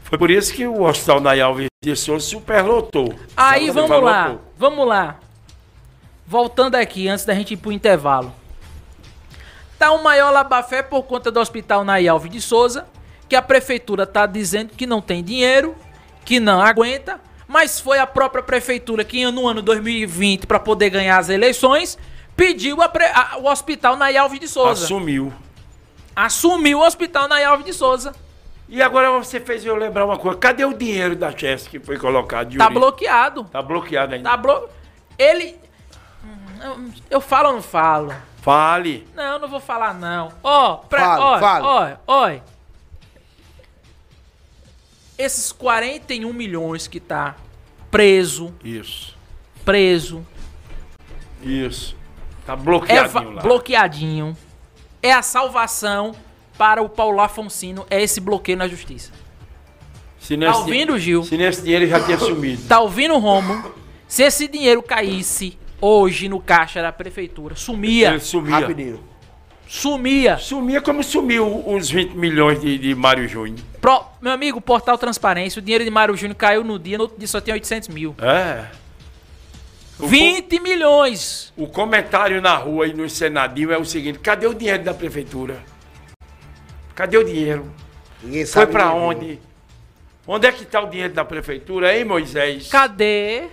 Speaker 5: Foi por isso que o Hospital Nayalves de Souza superlotou.
Speaker 3: Aí
Speaker 5: Você
Speaker 3: vamos
Speaker 5: falou
Speaker 3: lá,
Speaker 5: pouco.
Speaker 3: vamos lá. Voltando aqui, antes da gente ir pro intervalo. Tá o maior labafé por conta do hospital Nay Alves de Souza, que a prefeitura tá dizendo que não tem dinheiro, que não aguenta, mas foi a própria prefeitura que no ano 2020, para poder ganhar as eleições, pediu a pre- a- o hospital Nay Alves de Souza.
Speaker 5: Assumiu.
Speaker 3: assumiu o hospital na Alves de Souza. Tá
Speaker 5: E agora você fez eu lembrar uma coisa. Cadê o dinheiro da Chess que foi colocado? de
Speaker 3: Tá
Speaker 5: origem?
Speaker 3: bloqueado.
Speaker 5: Tá bloqueado ainda.
Speaker 3: Tá blo... Ele. Hum, eu- Eu falo ou não falo?
Speaker 5: Fale.
Speaker 3: Não, não vou falar não. Ó, pra,
Speaker 4: Fala,
Speaker 3: ó,
Speaker 4: fala.
Speaker 3: ó, ó. Esses 41 milhões que tá preso,
Speaker 5: Isso.
Speaker 3: preso,
Speaker 5: Isso. Tá
Speaker 3: é
Speaker 5: bloqueadinho
Speaker 3: va-
Speaker 5: lá.
Speaker 3: bloqueadinho, é a salvação para o Paulo Afoncino, é esse bloqueio na justiça.
Speaker 5: Se nesse-
Speaker 3: Tá ouvindo, Gil?
Speaker 5: Se nesse dinheiro já tinha sumido.
Speaker 3: Tá ouvindo o Romo? Se esse dinheiro caísse hoje no caixa da prefeitura, sumia,
Speaker 5: Ele sumia.
Speaker 4: Rapidinho.
Speaker 3: sumia.
Speaker 5: Sumia como sumiu os 20 milhões de, de Mário Júnior.
Speaker 3: Pro- meu amigo, Portal Transparência, o dinheiro de Mário Júnior caiu no dia, no outro dia só tem 800 mil.
Speaker 5: É. O
Speaker 3: 20 milhões.
Speaker 5: O comentário na rua e no Senadinho é o seguinte: cadê o dinheiro da prefeitura? Cadê o dinheiro?
Speaker 4: Ninguém
Speaker 5: Foi
Speaker 4: sabe. é
Speaker 5: pra
Speaker 4: nem-
Speaker 5: onde? Onde é que tá o dinheiro da prefeitura, hein, Moisés?
Speaker 3: Cadê?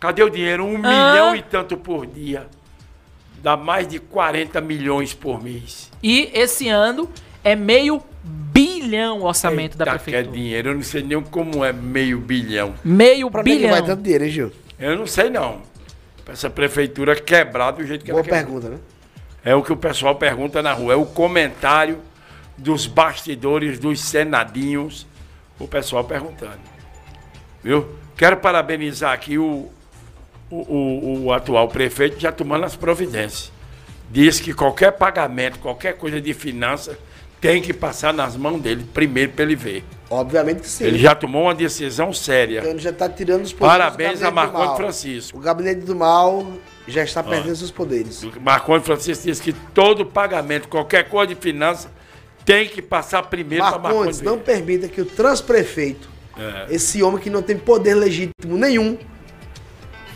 Speaker 5: Cadê o dinheiro? Um
Speaker 3: Ah.
Speaker 5: milhão e tanto por dia. Dá mais de 40 milhões por mês.
Speaker 3: E esse ano é meio bilhão o orçamento da
Speaker 5: Eita, Que é
Speaker 3: prefeitura.
Speaker 5: dinheiro, eu não sei nem como é meio bilhão.
Speaker 3: Meio
Speaker 4: Pra onde é que vai
Speaker 3: bilhão.
Speaker 4: tanto dinheiro, hein, Gil?
Speaker 5: Eu não sei não. Pra Essa prefeitura quebrar do jeito que
Speaker 4: Boa
Speaker 5: ela quebrou.
Speaker 4: pergunta, né?
Speaker 5: É o que o pessoal pergunta na rua. É o comentário dos bastidores, dos senadinhos. O pessoal perguntando. Viu? Quero parabenizar aqui o, o, o- o atual prefeito já tomando as providências. Diz que qualquer pagamento, qualquer coisa de finança, tem que passar nas mãos dele primeiro para ele ver.
Speaker 4: Obviamente que sim.
Speaker 5: Ele já tomou uma decisão séria.
Speaker 4: Ele já tá tirando os poderes.
Speaker 5: Parabéns
Speaker 4: do
Speaker 5: a
Speaker 4: gabinete do
Speaker 5: Marconi
Speaker 4: mal.
Speaker 5: Francisco.
Speaker 4: O gabinete do mal já está perdendo seus poderes.
Speaker 5: Marconi Francisco disse que todo pagamento, qualquer coisa de finança, tem que passar primeiro para Marconi.
Speaker 4: Marcondes,
Speaker 5: ver.
Speaker 4: não permita que o transprefeito,
Speaker 5: É.
Speaker 4: esse homem que não tem poder legítimo nenhum,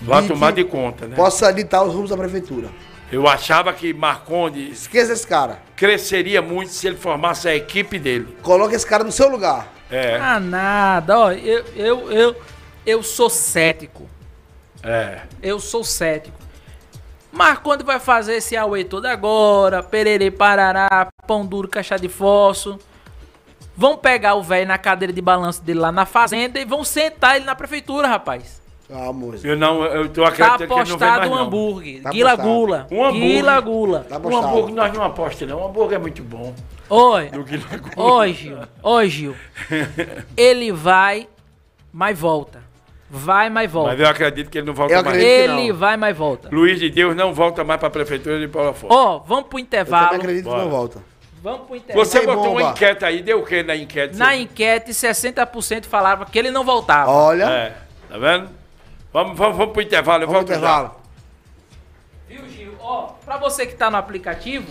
Speaker 5: Vá
Speaker 4: de
Speaker 5: tomar
Speaker 4: que
Speaker 5: de conta, né?
Speaker 4: possa ditar os rumos da prefeitura.
Speaker 5: Eu achava que Marconde
Speaker 4: Esqueça esse cara.
Speaker 5: cresceria muito se ele formasse a equipe dele.
Speaker 4: Coloque esse cara no seu lugar.
Speaker 5: É,
Speaker 3: Ah, nada. Ó, eu, eu, eu, eu sou cético.
Speaker 5: é.
Speaker 3: Eu sou cético. Mas quando vai fazer esse auê todo agora? Pererê, parará, pão duro, caixa de fósforo. Vão pegar o velho na cadeira de balanço dele lá na fazenda e vão sentar ele na prefeitura, rapaz.
Speaker 4: Ah, moço.
Speaker 5: Eu não, eu tô
Speaker 3: Tá
Speaker 5: acreditando que ele não vem mais
Speaker 3: apostado um
Speaker 5: não.
Speaker 3: hambúrguer.
Speaker 4: Tá
Speaker 3: Guila
Speaker 4: apostado.
Speaker 3: Gula.
Speaker 5: Um hambúrguer.
Speaker 3: Guila Gula.
Speaker 4: Tá
Speaker 5: Um hambúrguer
Speaker 4: apostado.
Speaker 5: nós não apostamos, não. Um hambúrguer é muito bom.
Speaker 3: Oi.
Speaker 5: Do Guilherme Gomes.
Speaker 3: Oi, Gil. Oi, Gil. Ele vai, mas volta. Vai, mas
Speaker 5: Mas
Speaker 3: volta.
Speaker 5: eu acredito que ele não volta
Speaker 4: Eu
Speaker 5: mais.
Speaker 4: acredito. que
Speaker 3: Ele
Speaker 4: não.
Speaker 3: vai, mas volta.
Speaker 5: Luiz de Deus não volta mais para a prefeitura de Paulo Afonso.
Speaker 3: Ó, vamos pro
Speaker 4: Eu também
Speaker 3: intervalo.
Speaker 4: acredito que
Speaker 5: Bora.
Speaker 4: não volta.
Speaker 3: Vamos pro intervalo.
Speaker 5: Você
Speaker 4: Vai,
Speaker 5: botou uma
Speaker 4: bomba.
Speaker 5: enquete aí, deu o que na enquete?
Speaker 3: Na enquete, 60% falava que ele não voltava.
Speaker 4: Olha,
Speaker 5: É, tá vendo? Vamos, vamos, vamos pro intervalo, eu
Speaker 4: vamos
Speaker 5: volto
Speaker 4: pro intervalo.
Speaker 3: Viu, Gil? Ó, pra você que tá no aplicativo,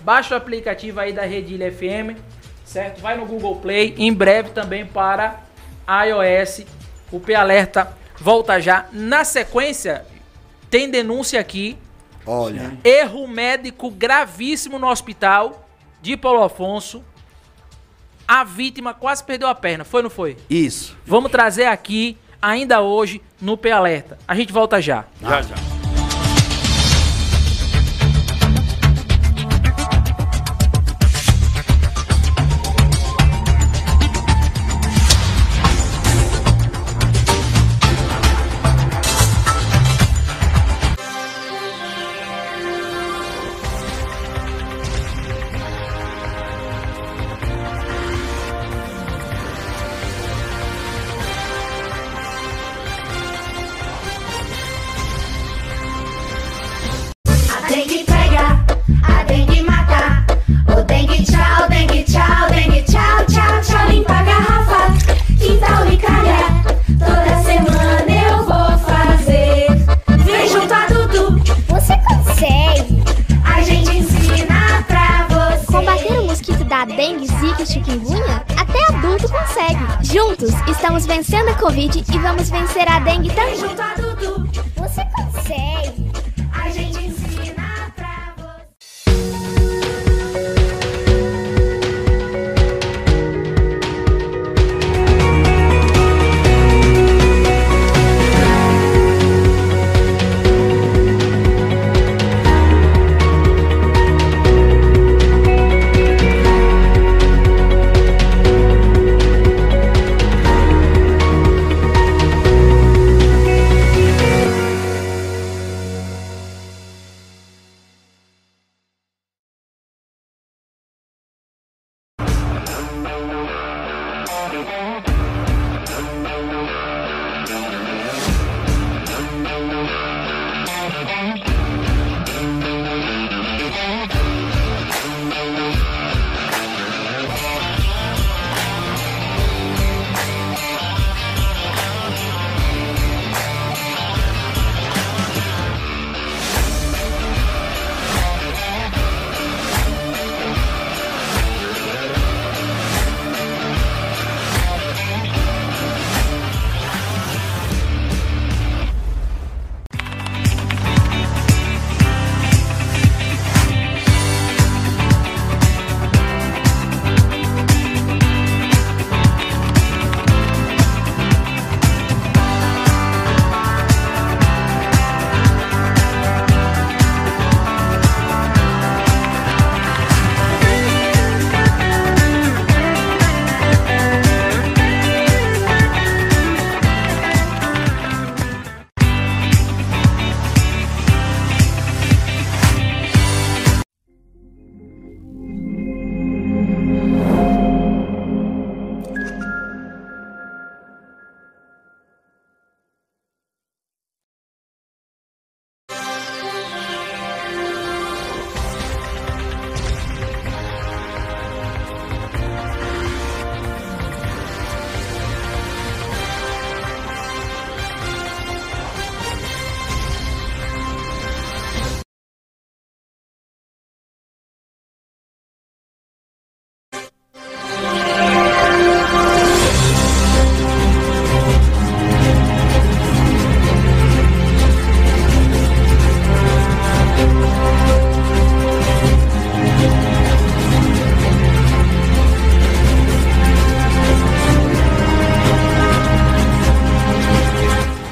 Speaker 3: baixa o aplicativo aí da Redilha FM, certo? Vai no Google Play, em breve também para iOS. O P Alerta volta já. Na sequência, tem denúncia aqui,
Speaker 4: Olha.
Speaker 3: erro médico gravíssimo no hospital de Paulo Afonso. A vítima quase perdeu a perna, foi ou não foi?
Speaker 4: Isso.
Speaker 3: Vamos trazer aqui, ainda hoje, no P Alerta. A gente volta já.
Speaker 5: já. Já, já.
Speaker 2: A dengue pega, a dengue mata. O dengue tchau, dengue tchau, dengue tchau, tchau, tchau. Limpa a garrafa, quintal e calha. Toda semana eu vou fazer. Vem junto a Dudu,
Speaker 1: Você consegue!
Speaker 2: a gente ensina pra você.
Speaker 1: Combater o mosquito da dengue, zika e chikungunya? Até adulto consegue! Juntos, estamos vencendo a Covid e vamos vencer a dengue
Speaker 2: Vem
Speaker 1: também!
Speaker 2: junto a Dudu,
Speaker 1: Você consegue!
Speaker 2: a gente ensina pra você.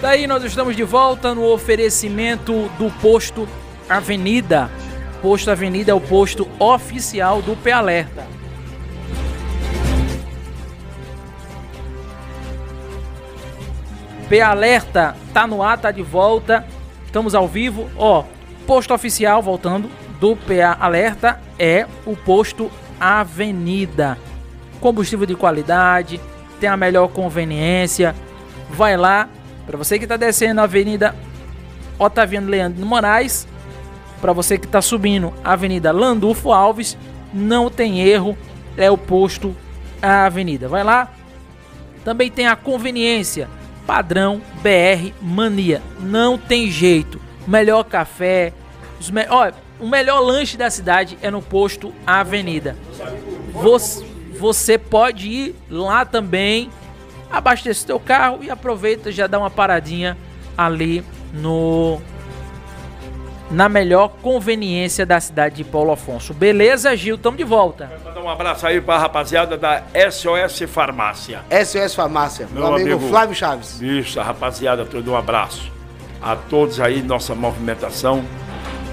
Speaker 3: Daí nós estamos de volta no oferecimento do posto Avenida. Posto Avenida é o posto oficial do P Alerta. P Alerta tá no ar, tá de volta. Estamos ao vivo. Ó, posto oficial voltando do PA Alerta é o posto Avenida. Combustível de qualidade, tem a melhor conveniência. Vai lá, para você que tá descendo a Avenida Otaviano Leandro de Moraes, para você que tá subindo a Avenida Landulfo Alves, não tem erro, é o posto a Avenida. Vai lá. Também tem a conveniência padrão BR Mania. Não tem jeito. Melhor café, os me... Ó, o melhor lanche da cidade é no posto Avenida. Você, você pode ir lá também abastece o teu carro e aproveita já dá uma paradinha ali no na melhor conveniência da cidade de Paulo Afonso. Beleza, Gil? Tamo de volta.
Speaker 5: Mandar um abraço aí pra rapaziada da SOS Farmácia.
Speaker 4: SOS Farmácia, meu,
Speaker 5: Meu
Speaker 4: amigo,
Speaker 5: amigo.
Speaker 4: Flávio Chaves.
Speaker 5: Isso, a rapaziada toda, um abraço a todos aí, nossa movimentação.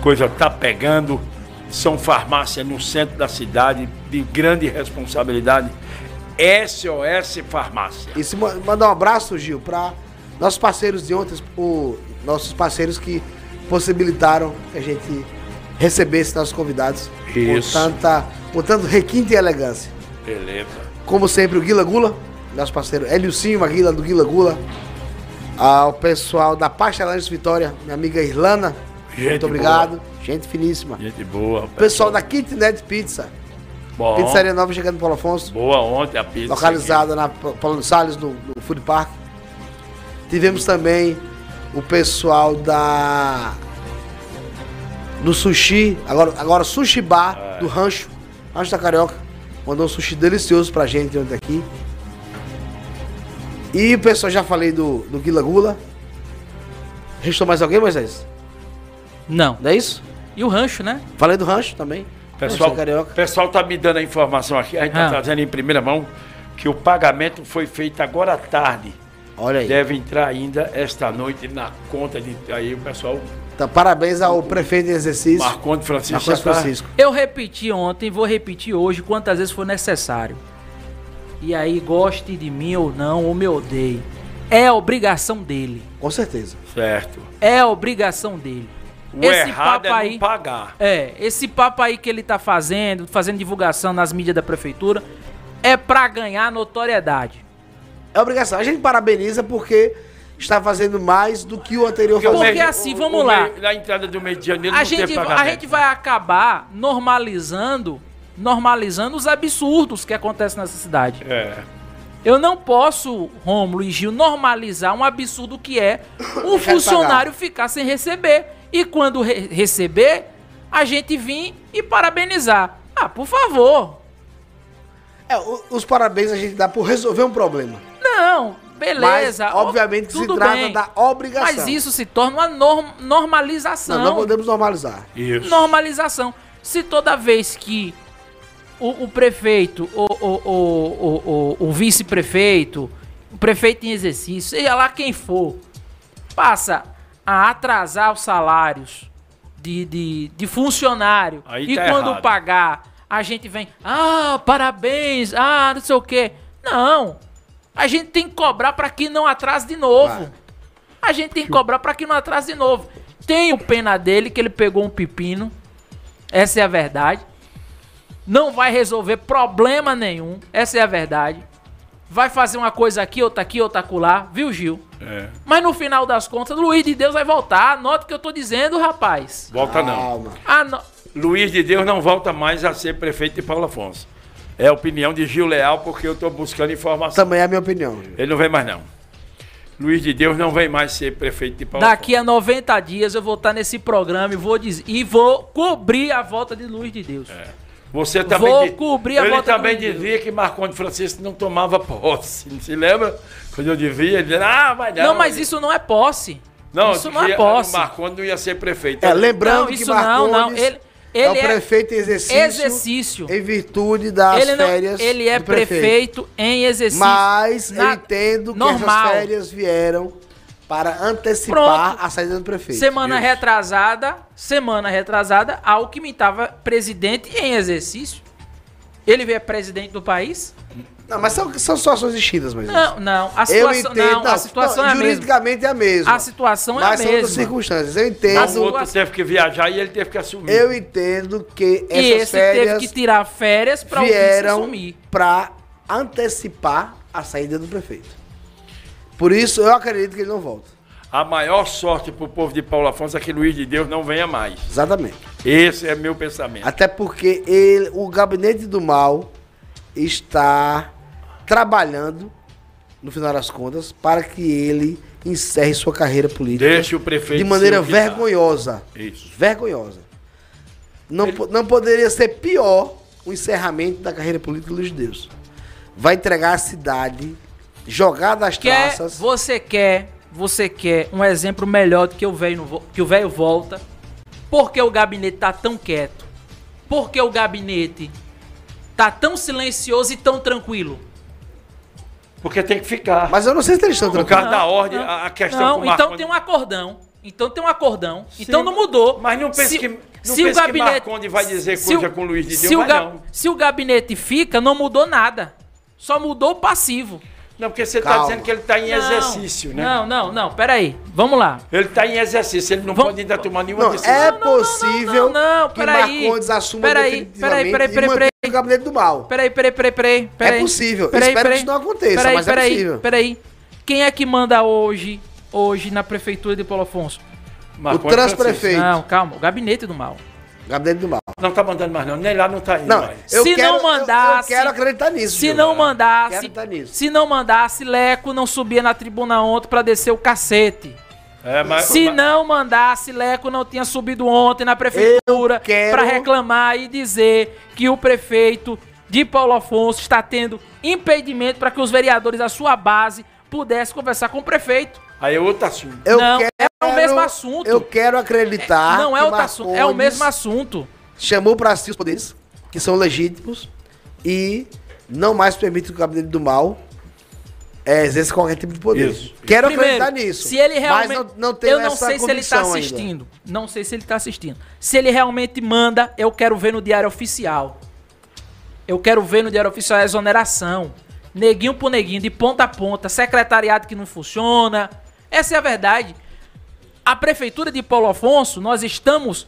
Speaker 5: Coisa tá pegando. São farmácia no centro da cidade, de grande responsabilidade. SOS Farmácia.
Speaker 4: E se ma- mandar um abraço, Gil, para nossos parceiros de ontem, o, nossos parceiros que possibilitaram que a gente recebesse nossos convidados
Speaker 5: Isso.
Speaker 4: com tanta, com tanto requinte e elegância.
Speaker 5: Beleza.
Speaker 4: Como sempre, o Guila Gula, nosso parceiro Hélio Silva, Guila do Guila Gula. Ao pessoal da Pastelantes Vitória, minha amiga Irlana,
Speaker 5: Gente
Speaker 4: muito obrigado. Gente finíssima.
Speaker 5: Gente boa.
Speaker 4: O pessoal da Kitnet Pizza,
Speaker 5: Bom,
Speaker 4: Pizzaria Nova chegando no Paulo Afonso.
Speaker 5: Boa ontem a pizza.
Speaker 4: localizada na Pa- Paulo Salles, no, no Food Park. Tivemos também o pessoal da. do sushi, agora, agora sushi bar
Speaker 5: É.
Speaker 4: do Rancho, Rancho da Carioca. Mandou um sushi delicioso pra gente ontem aqui. E o pessoal, já falei do, do Guila Gula. Restou mais alguém, Moisés?
Speaker 3: Não.
Speaker 4: Não é isso?
Speaker 3: E o rancho, né?
Speaker 4: Falei do rancho também.
Speaker 5: Pessoal,
Speaker 4: Rancho da é Carioca.
Speaker 5: pessoal tá me dando a informação aqui, a gente
Speaker 3: Ah.
Speaker 5: tá trazendo em primeira mão que o pagamento foi feito agora à tarde.
Speaker 4: Olha aí.
Speaker 5: Deve entrar ainda esta noite na conta de aí o pessoal
Speaker 4: Então, parabéns ao prefeito em exercício, Marcos,
Speaker 5: Marconde Francisco. já tá-
Speaker 4: Francisco.
Speaker 3: Eu repeti ontem, vou repetir hoje quantas vezes for necessário. E aí goste de mim ou não, ou me odeie. É obrigação dele.
Speaker 4: Com certeza.
Speaker 5: Certo.
Speaker 3: É obrigação dele.
Speaker 5: O errado é não pagar.
Speaker 3: É, esse papo aí que ele tá fazendo, fazendo divulgação nas mídias da prefeitura, é pra ganhar notoriedade.
Speaker 4: É obrigação. A gente parabeniza porque está fazendo mais do que o anterior
Speaker 3: Porque
Speaker 4: fazia.
Speaker 5: o mês-
Speaker 3: assim,
Speaker 5: o-
Speaker 3: vamos
Speaker 5: o
Speaker 3: lá.
Speaker 5: mês- Na entrada do mês de janeiro
Speaker 3: A
Speaker 5: não teve
Speaker 3: gente, a
Speaker 5: pagamento. né?
Speaker 3: gente vai acabar normalizando, normalizando os absurdos que acontecem nessa cidade.
Speaker 5: É.
Speaker 3: Eu não posso, Rômulo e Gil, normalizar um absurdo que é um
Speaker 4: Deixar de
Speaker 3: funcionário ficar sem receber. E quando re- receber, a gente vir e parabenizar. Ah, por favor.
Speaker 4: É, o- os parabéns a gente dá por resolver um problema.
Speaker 3: Não, beleza.
Speaker 4: Mas,
Speaker 3: ó,
Speaker 4: obviamente, que se
Speaker 3: tudo
Speaker 4: trata
Speaker 3: bem.
Speaker 4: da obrigação.
Speaker 3: Mas isso se torna uma norm- normalização.
Speaker 4: Não, não podemos normalizar.
Speaker 5: Isso.
Speaker 3: normalização. Se toda vez que o, o prefeito, o, o, o, o, o, o vice-prefeito, o prefeito em exercício, seja lá quem for, passa a atrasar os salários de, de, de funcionário
Speaker 5: Aí
Speaker 3: e
Speaker 5: tá
Speaker 3: quando
Speaker 5: errado.
Speaker 3: pagar, a gente vem, ah, parabéns, ah, não sei o quê. Não. A gente tem que cobrar para que não atrase de novo.
Speaker 4: Vai.
Speaker 3: A gente tem que cobrar pra que não atrase de novo. Tem o pena dele, que ele pegou um pepino. Essa é a verdade. Não vai resolver problema nenhum. Essa é a verdade. Vai fazer uma coisa aqui, outra aqui, outra acolá. Viu, Gil?
Speaker 5: É.
Speaker 3: Mas no final das contas, Luiz de Deus vai voltar. Anota o que eu tô dizendo, rapaz.
Speaker 5: Volta não.
Speaker 4: Calma.
Speaker 3: Ah, não.
Speaker 5: Luiz de Deus não volta mais a ser prefeito de Paulo Afonso. É a opinião de Gil Leal, porque eu estou buscando informação.
Speaker 4: Também é a minha opinião.
Speaker 5: Ele não vem mais, não. Luiz de Deus não vem mais ser prefeito de Paulo
Speaker 3: Daqui a 90 dias eu vou estar nesse programa e vou dizer, e vou cobrir a volta de Luiz de Deus.
Speaker 5: É. Você também
Speaker 3: Vou
Speaker 5: di-
Speaker 3: cobrir a
Speaker 5: Ele
Speaker 3: volta do
Speaker 5: também
Speaker 3: Miguel.
Speaker 5: dizia que Marconde Francisco não tomava posse. Não se lembra? Quando eu devia, ele dizia, ah, vai dar.
Speaker 3: Não, mas isso não é posse.
Speaker 5: Não,
Speaker 3: isso não é
Speaker 5: dizia,
Speaker 3: posse.
Speaker 5: O Marconde não ia ser prefeito.
Speaker 4: É, lembrando
Speaker 3: Não,
Speaker 4: que
Speaker 3: isso não,
Speaker 4: Marcondes
Speaker 3: não. Ele- ele
Speaker 4: é o
Speaker 3: é
Speaker 4: prefeito em exercício,
Speaker 3: exercício.
Speaker 4: em virtude das
Speaker 3: ele, não-
Speaker 4: férias
Speaker 3: ele é
Speaker 4: do
Speaker 3: prefeito. em exercício.
Speaker 4: Mas eu
Speaker 3: Na-
Speaker 4: entendo que
Speaker 3: normal.
Speaker 4: essas férias vieram para antecipar
Speaker 3: Pronto.
Speaker 4: a saída do prefeito.
Speaker 3: Semana
Speaker 5: Isso.
Speaker 3: retrasada, semana retrasada, Alckmin estava presidente em exercício. Ele veio presidente do país?
Speaker 4: Não, mas são, são situações distintas, mas
Speaker 3: Não, não. A
Speaker 4: eu
Speaker 3: situação,
Speaker 4: entendo.
Speaker 3: não, a situação é a mesma.
Speaker 4: juridicamente é a mesma.
Speaker 3: A situação é a
Speaker 4: mas são outras
Speaker 3: mesma.
Speaker 4: circunstâncias. Eu
Speaker 5: Mas o
Speaker 4: entendo.
Speaker 3: Mas-
Speaker 5: outro teve que viajar e ele teve que assumir.
Speaker 4: Eu entendo que
Speaker 3: E
Speaker 4: essas
Speaker 3: esse
Speaker 4: férias
Speaker 3: teve que tirar férias para o vice
Speaker 4: vieram
Speaker 3: assumir.
Speaker 4: para antecipar a saída do prefeito. Por isso, eu acredito que ele não volta.
Speaker 5: A maior sorte pro povo de Paulo Afonso é que Luiz de Deus não venha mais.
Speaker 4: Exatamente.
Speaker 5: Esse é meu pensamento.
Speaker 4: Até porque ele, o gabinete do mal está trabalhando, no final das contas, para que ele encerre sua carreira política
Speaker 5: Deixa o prefeito.
Speaker 4: de maneira
Speaker 5: ser o que tá.
Speaker 4: vergonhosa.
Speaker 5: Isso.
Speaker 4: Vergonhosa. Não, po- não poderia ser pior o encerramento da carreira política do Luiz de Deus. Vai entregar a cidade, jogar das
Speaker 3: Quer,
Speaker 4: traças.
Speaker 3: você quer, você quer um exemplo melhor do que o velho não vo- que o velho volta? Porque o gabinete tá tão quieto? Porque o gabinete tá tão silencioso e tão tranquilo?
Speaker 5: Porque tem que ficar.
Speaker 4: Mas eu não sei se eles estão
Speaker 5: Por
Speaker 4: tranquilos.
Speaker 5: causa Tá da ordem, a a questão
Speaker 3: Não,
Speaker 5: com o
Speaker 3: então
Speaker 5: Marcondes-
Speaker 3: tem um acordão. Então tem um acordão. Então não mudou.
Speaker 5: Mas não pense
Speaker 3: Se-
Speaker 5: que- não
Speaker 3: se
Speaker 5: pense
Speaker 3: o
Speaker 5: que
Speaker 3: gabinete
Speaker 5: Marcondes vai dizer
Speaker 3: se
Speaker 5: coisa com o Luiz de
Speaker 3: se
Speaker 5: Deus,
Speaker 3: o
Speaker 5: vai
Speaker 3: ga-
Speaker 5: não.
Speaker 3: Se o gabinete fica, não mudou nada. Só mudou o passivo.
Speaker 5: Não, porque você está
Speaker 4: Calma.
Speaker 5: dizendo que ele está em
Speaker 3: Não,
Speaker 5: exercício, né?
Speaker 3: Não, não, não. Peraí. Vamos lá.
Speaker 5: Ele está em exercício, ele não
Speaker 3: Vamos-
Speaker 5: pode ainda tomar nenhuma
Speaker 4: Não,
Speaker 5: decisão.
Speaker 4: é
Speaker 3: não, não,
Speaker 4: possível
Speaker 3: não, não, não,
Speaker 4: que
Speaker 3: peraí,
Speaker 4: Marcondes assuma
Speaker 3: peraí,
Speaker 4: definitivamente
Speaker 3: peraí, peraí,
Speaker 4: e
Speaker 3: peraí,
Speaker 4: mantenha
Speaker 3: peraí.
Speaker 4: o gabinete do mal.
Speaker 3: Peraí, peraí, peraí, peraí. peraí.
Speaker 4: É possível. Espero que isso não aconteça, mas é possível.
Speaker 3: Peraí. Quem é que manda hoje, hoje na prefeitura de Paulo Afonso?
Speaker 5: Marcondes
Speaker 4: o
Speaker 5: Francisco.
Speaker 4: transprefeito. Feito.
Speaker 3: Não, calma. O gabinete do mal.
Speaker 4: Gabinete do mal.
Speaker 5: Não está mandando mais, não. Nem lá não está indo
Speaker 4: Não,
Speaker 5: mais.
Speaker 4: eu
Speaker 3: se
Speaker 4: quero,
Speaker 3: não mandasse.
Speaker 4: Eu, eu quero acreditar nisso.
Speaker 3: Se
Speaker 4: Gil.
Speaker 3: não
Speaker 4: Quero
Speaker 3: mandasse.
Speaker 4: acreditar nisso.
Speaker 3: Se não mandasse, Leco não subia na tribuna ontem pra descer o cacete.
Speaker 5: É, mas-
Speaker 3: Se
Speaker 5: mas-
Speaker 3: não mandasse, Leco não tinha subido ontem na prefeitura
Speaker 4: Eu quero-
Speaker 3: pra reclamar e dizer que o prefeito de Paulo Afonso está tendo impedimento pra que os vereadores da sua base pudessem conversar com o prefeito.
Speaker 5: Aí é outro assunto.
Speaker 4: Eu
Speaker 3: Não,
Speaker 4: quero,
Speaker 3: é o mesmo assunto.
Speaker 4: Eu quero acreditar.
Speaker 3: não é
Speaker 4: Ah, que
Speaker 3: outro assunto, é o
Speaker 4: Marcondes
Speaker 3: mesmo assunto.
Speaker 4: Chamou para si os poderes, que são legítimos, e não mais permite que o gabinete do mal é, exerça qualquer tipo de poder.
Speaker 5: Isso.
Speaker 4: Quero
Speaker 3: Primeiro,
Speaker 4: acreditar nisso.
Speaker 3: se ele realmente,
Speaker 4: Mas não, não tenho
Speaker 3: eu não
Speaker 4: essa
Speaker 3: sei se ele tá
Speaker 4: convicção ainda.
Speaker 3: assistindo, não sei se ele tá assistindo. Se ele realmente manda, eu quero ver no diário oficial. Eu quero ver no diário oficial a exoneração, neguinho por neguinho, de ponta a ponta, secretariado que não funciona. Essa é a verdade. A prefeitura de Paulo Afonso, nós estamos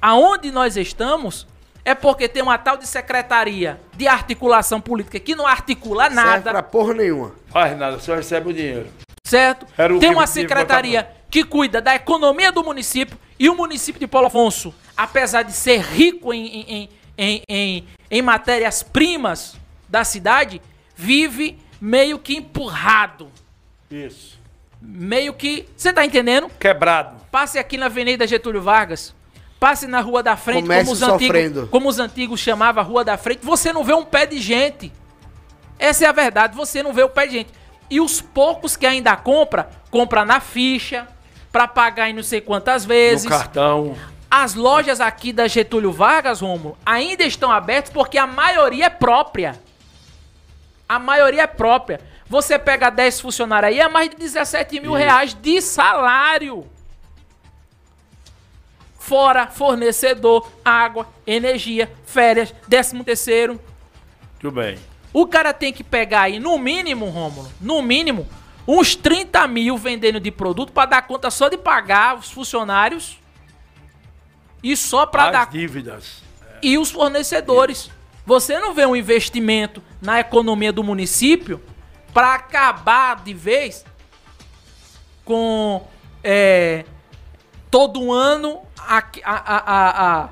Speaker 3: aonde nós estamos É porque tem uma tal de secretaria de articulação política que não articula
Speaker 4: Serve
Speaker 3: nada,
Speaker 4: pra porra nenhuma.
Speaker 5: Faz nada, só recebe o dinheiro.
Speaker 3: certo?
Speaker 5: Era o
Speaker 3: Tem
Speaker 5: que
Speaker 3: uma
Speaker 5: você
Speaker 3: secretaria que cuida da economia do município e o município de Paulo Afonso, apesar de ser rico em, em, em- em, em, em matérias-primas da cidade, vive meio que empurrado.
Speaker 5: Isso.
Speaker 3: Meio que. Você tá entendendo?
Speaker 5: Quebrado.
Speaker 3: Passe aqui na Avenida Getúlio Vargas. Passe na Rua da Frente,
Speaker 4: Comércio
Speaker 3: como os, antigos,
Speaker 4: sofrendo.
Speaker 3: como os antigos chamavam Rua da Frente. Você não vê um pé de gente. Essa é a verdade, você não vê o pé de gente. E os poucos que ainda compra, compra na ficha, pra pagar em não sei quantas vezes.
Speaker 5: No cartão.
Speaker 3: As lojas aqui da Getúlio Vargas, Romulo, ainda estão abertas porque a maioria é própria. A maioria é própria. Você pega 10 funcionários aí, é mais de 17 mil reais de salário. Fora fornecedor, água, energia, férias, 13 terceiro.
Speaker 5: Tudo bem.
Speaker 3: O cara tem que pegar aí, no mínimo, Rômulo, no mínimo, uns 30 mil vendendo de produto pra dar conta só de pagar os funcionários e só pra
Speaker 5: As
Speaker 3: dar
Speaker 5: dívidas.
Speaker 3: e os fornecedores. Você não vê um investimento na economia do município para acabar de vez com é, todo ano a, a- a- a- a-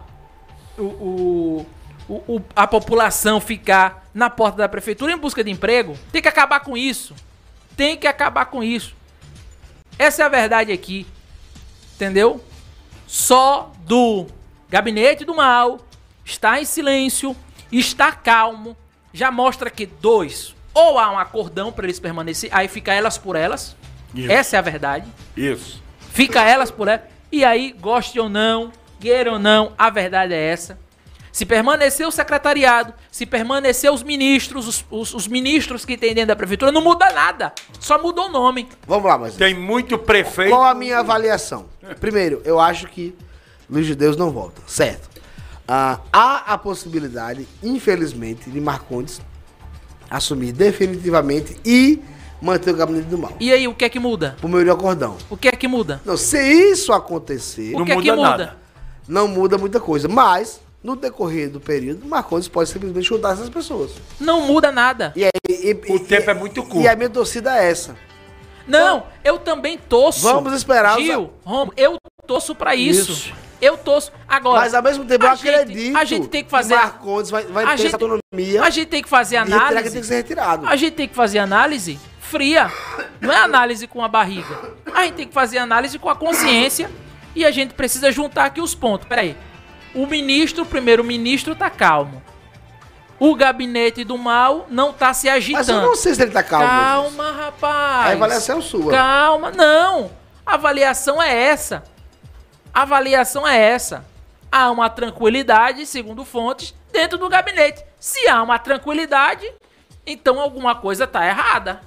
Speaker 3: o- o- o- o- a população ficar na porta da prefeitura em busca de emprego. Tem que acabar com isso. Tem que acabar com isso. Essa é a verdade aqui. Entendeu? só do gabinete do mal, está em silêncio, está calmo, já mostra que dois, ou há um acordão para eles permanecer, aí fica elas por elas.
Speaker 5: Isso.
Speaker 3: Essa é a verdade.
Speaker 5: Isso.
Speaker 3: Fica elas por elas. E aí, goste ou não, queira ou não, a verdade é essa. Se permanecer o secretariado, se permanecer os ministros, os, os- os ministros que tem dentro da prefeitura, não muda nada. Só mudou o nome.
Speaker 4: Vamos lá, mas
Speaker 5: Tem muito prefeito.
Speaker 4: qual a minha avaliação? Primeiro, eu acho que Luiz de Deus não volta, certo? Ah, há a possibilidade, infelizmente, de Marcondes assumir definitivamente e manter o gabinete do mal.
Speaker 3: E aí, o que é que muda?
Speaker 4: Pro meu acordão.
Speaker 3: O que é que muda?
Speaker 4: Não, se isso acontecer,
Speaker 3: O
Speaker 5: Não
Speaker 3: que é que
Speaker 5: muda
Speaker 3: muda?
Speaker 5: nada.
Speaker 4: não muda muita coisa. Mas, no decorrer do período, Marcondes pode simplesmente juntar essas pessoas.
Speaker 3: Não muda nada.
Speaker 4: E aí, e-
Speaker 5: O
Speaker 4: e- e-
Speaker 5: tempo é muito curto.
Speaker 4: E a minha torcida é essa.
Speaker 3: Não, eu também torço.
Speaker 4: Vamos esperar os-
Speaker 3: Gil, Romo, eu torço pra isso.
Speaker 4: Isso.
Speaker 3: Eu torço. Agora.
Speaker 4: Mas ao mesmo tempo eu
Speaker 3: a gente-
Speaker 4: acredito.
Speaker 3: A gente tem que fazer.
Speaker 4: Marcondes vai, vai
Speaker 3: a
Speaker 4: ter
Speaker 3: gente-
Speaker 4: essa autonomia.
Speaker 3: A gente tem que fazer
Speaker 4: e retirar que tem que
Speaker 3: análise.
Speaker 4: ser retirado.
Speaker 3: A gente tem que fazer análise fria. Não é análise com a barriga. A gente tem que fazer análise com a consciência. E a gente precisa juntar aqui os pontos. Peraí. O ministro, o primeiro-ministro, tá calmo. O gabinete do mal não tá se agitando.
Speaker 4: Mas eu não sei se ele tá calmo. Jesus.
Speaker 3: Calma, rapaz.
Speaker 4: A avaliação é sua.
Speaker 3: Calma, não. A avaliação é essa. A avaliação é essa. Há uma tranquilidade, segundo fontes, dentro do gabinete. Se há uma tranquilidade, então alguma coisa tá errada.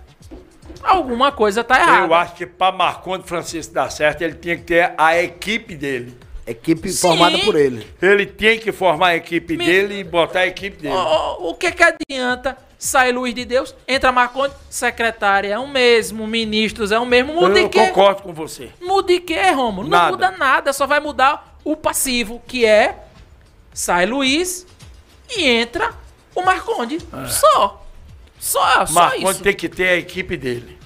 Speaker 3: Alguma coisa tá errada.
Speaker 5: Eu acho que para Marcondes Francisco dar certo, ele tinha que ter a equipe dele.
Speaker 4: Equipe
Speaker 3: Sim.
Speaker 4: formada por ele.
Speaker 5: Ele tem que formar a equipe
Speaker 3: Me-
Speaker 5: dele e botar a equipe dele.
Speaker 3: O, o- o que que adianta? Sai Luiz de Deus, entra Marcondes, secretário é o mesmo, ministros é o mesmo,
Speaker 5: eu
Speaker 3: muda em quê?
Speaker 5: concordo com você.
Speaker 3: Muda em quê, Romulo? Não
Speaker 5: Nada.
Speaker 3: muda nada, só vai mudar o passivo, que é sai Luiz e entra o Marconde. Só. Só, só
Speaker 5: É. Marcondes
Speaker 3: isso.
Speaker 5: tem que ter a equipe dele.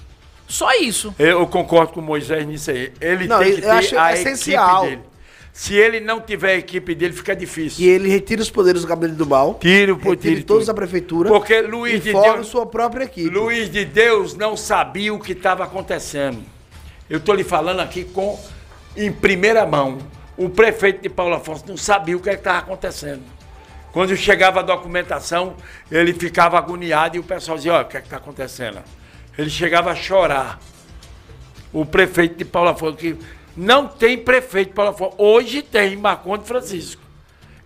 Speaker 3: Só isso.
Speaker 5: Eu concordo com o Moisés nisso aí. Ele
Speaker 4: Não,
Speaker 5: tem
Speaker 4: eu
Speaker 5: que ter
Speaker 4: acho é
Speaker 5: a
Speaker 4: essencial.
Speaker 5: equipe dele. Se ele não tiver a equipe dele, fica difícil.
Speaker 4: Que ele retira os poderes do gabinete do mal.
Speaker 5: Tire o
Speaker 4: retire
Speaker 5: poder.
Speaker 4: todos da prefeitura.
Speaker 5: Porque Luiz
Speaker 4: e
Speaker 5: de
Speaker 4: forma
Speaker 5: Deus.
Speaker 4: sua própria equipe.
Speaker 5: Luiz de Deus não sabia o que estava acontecendo. Eu estou lhe falando aqui com em primeira mão. O prefeito de Paulo Afonso não sabia o que estava acontecendo. Quando chegava a documentação, ele ficava agoniado e o pessoal dizia, olha, o que é está acontecendo? Ele chegava a chorar. O prefeito de Paulo Afonso, que não tem prefeito de Paulo Afonso. Hoje tem Marconde Francisco.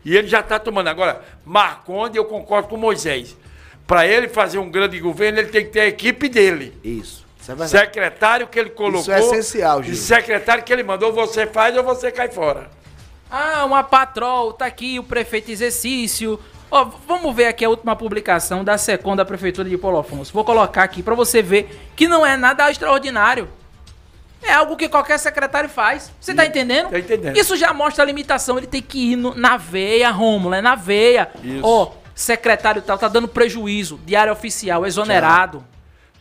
Speaker 5: E ele já está tomando. Agora, Marconde, eu concordo com Moisés. Para ele fazer um grande governo, ele tem que ter a equipe dele.
Speaker 4: Isso. Isso é verdade.
Speaker 5: Secretário que ele colocou.
Speaker 4: é essencial, Gil.
Speaker 5: E secretário que ele mandou, você faz ou você cai fora.
Speaker 3: Ah, uma patrol, tá aqui o prefeito em exercício. Ó, v- vamos ver aqui a última publicação da SECOM da Prefeitura de Paulo Afonso. Vou colocar aqui pra você ver que não é nada extraordinário. É algo que qualquer secretário faz. Você tá entendendo?
Speaker 5: Tá entendendo.
Speaker 3: Isso já mostra a limitação. Ele tem que ir no- na veia, Rômulo, é na veia.
Speaker 5: Isso.
Speaker 3: Ó, secretário tal, tá dando prejuízo. Diário oficial, exonerado.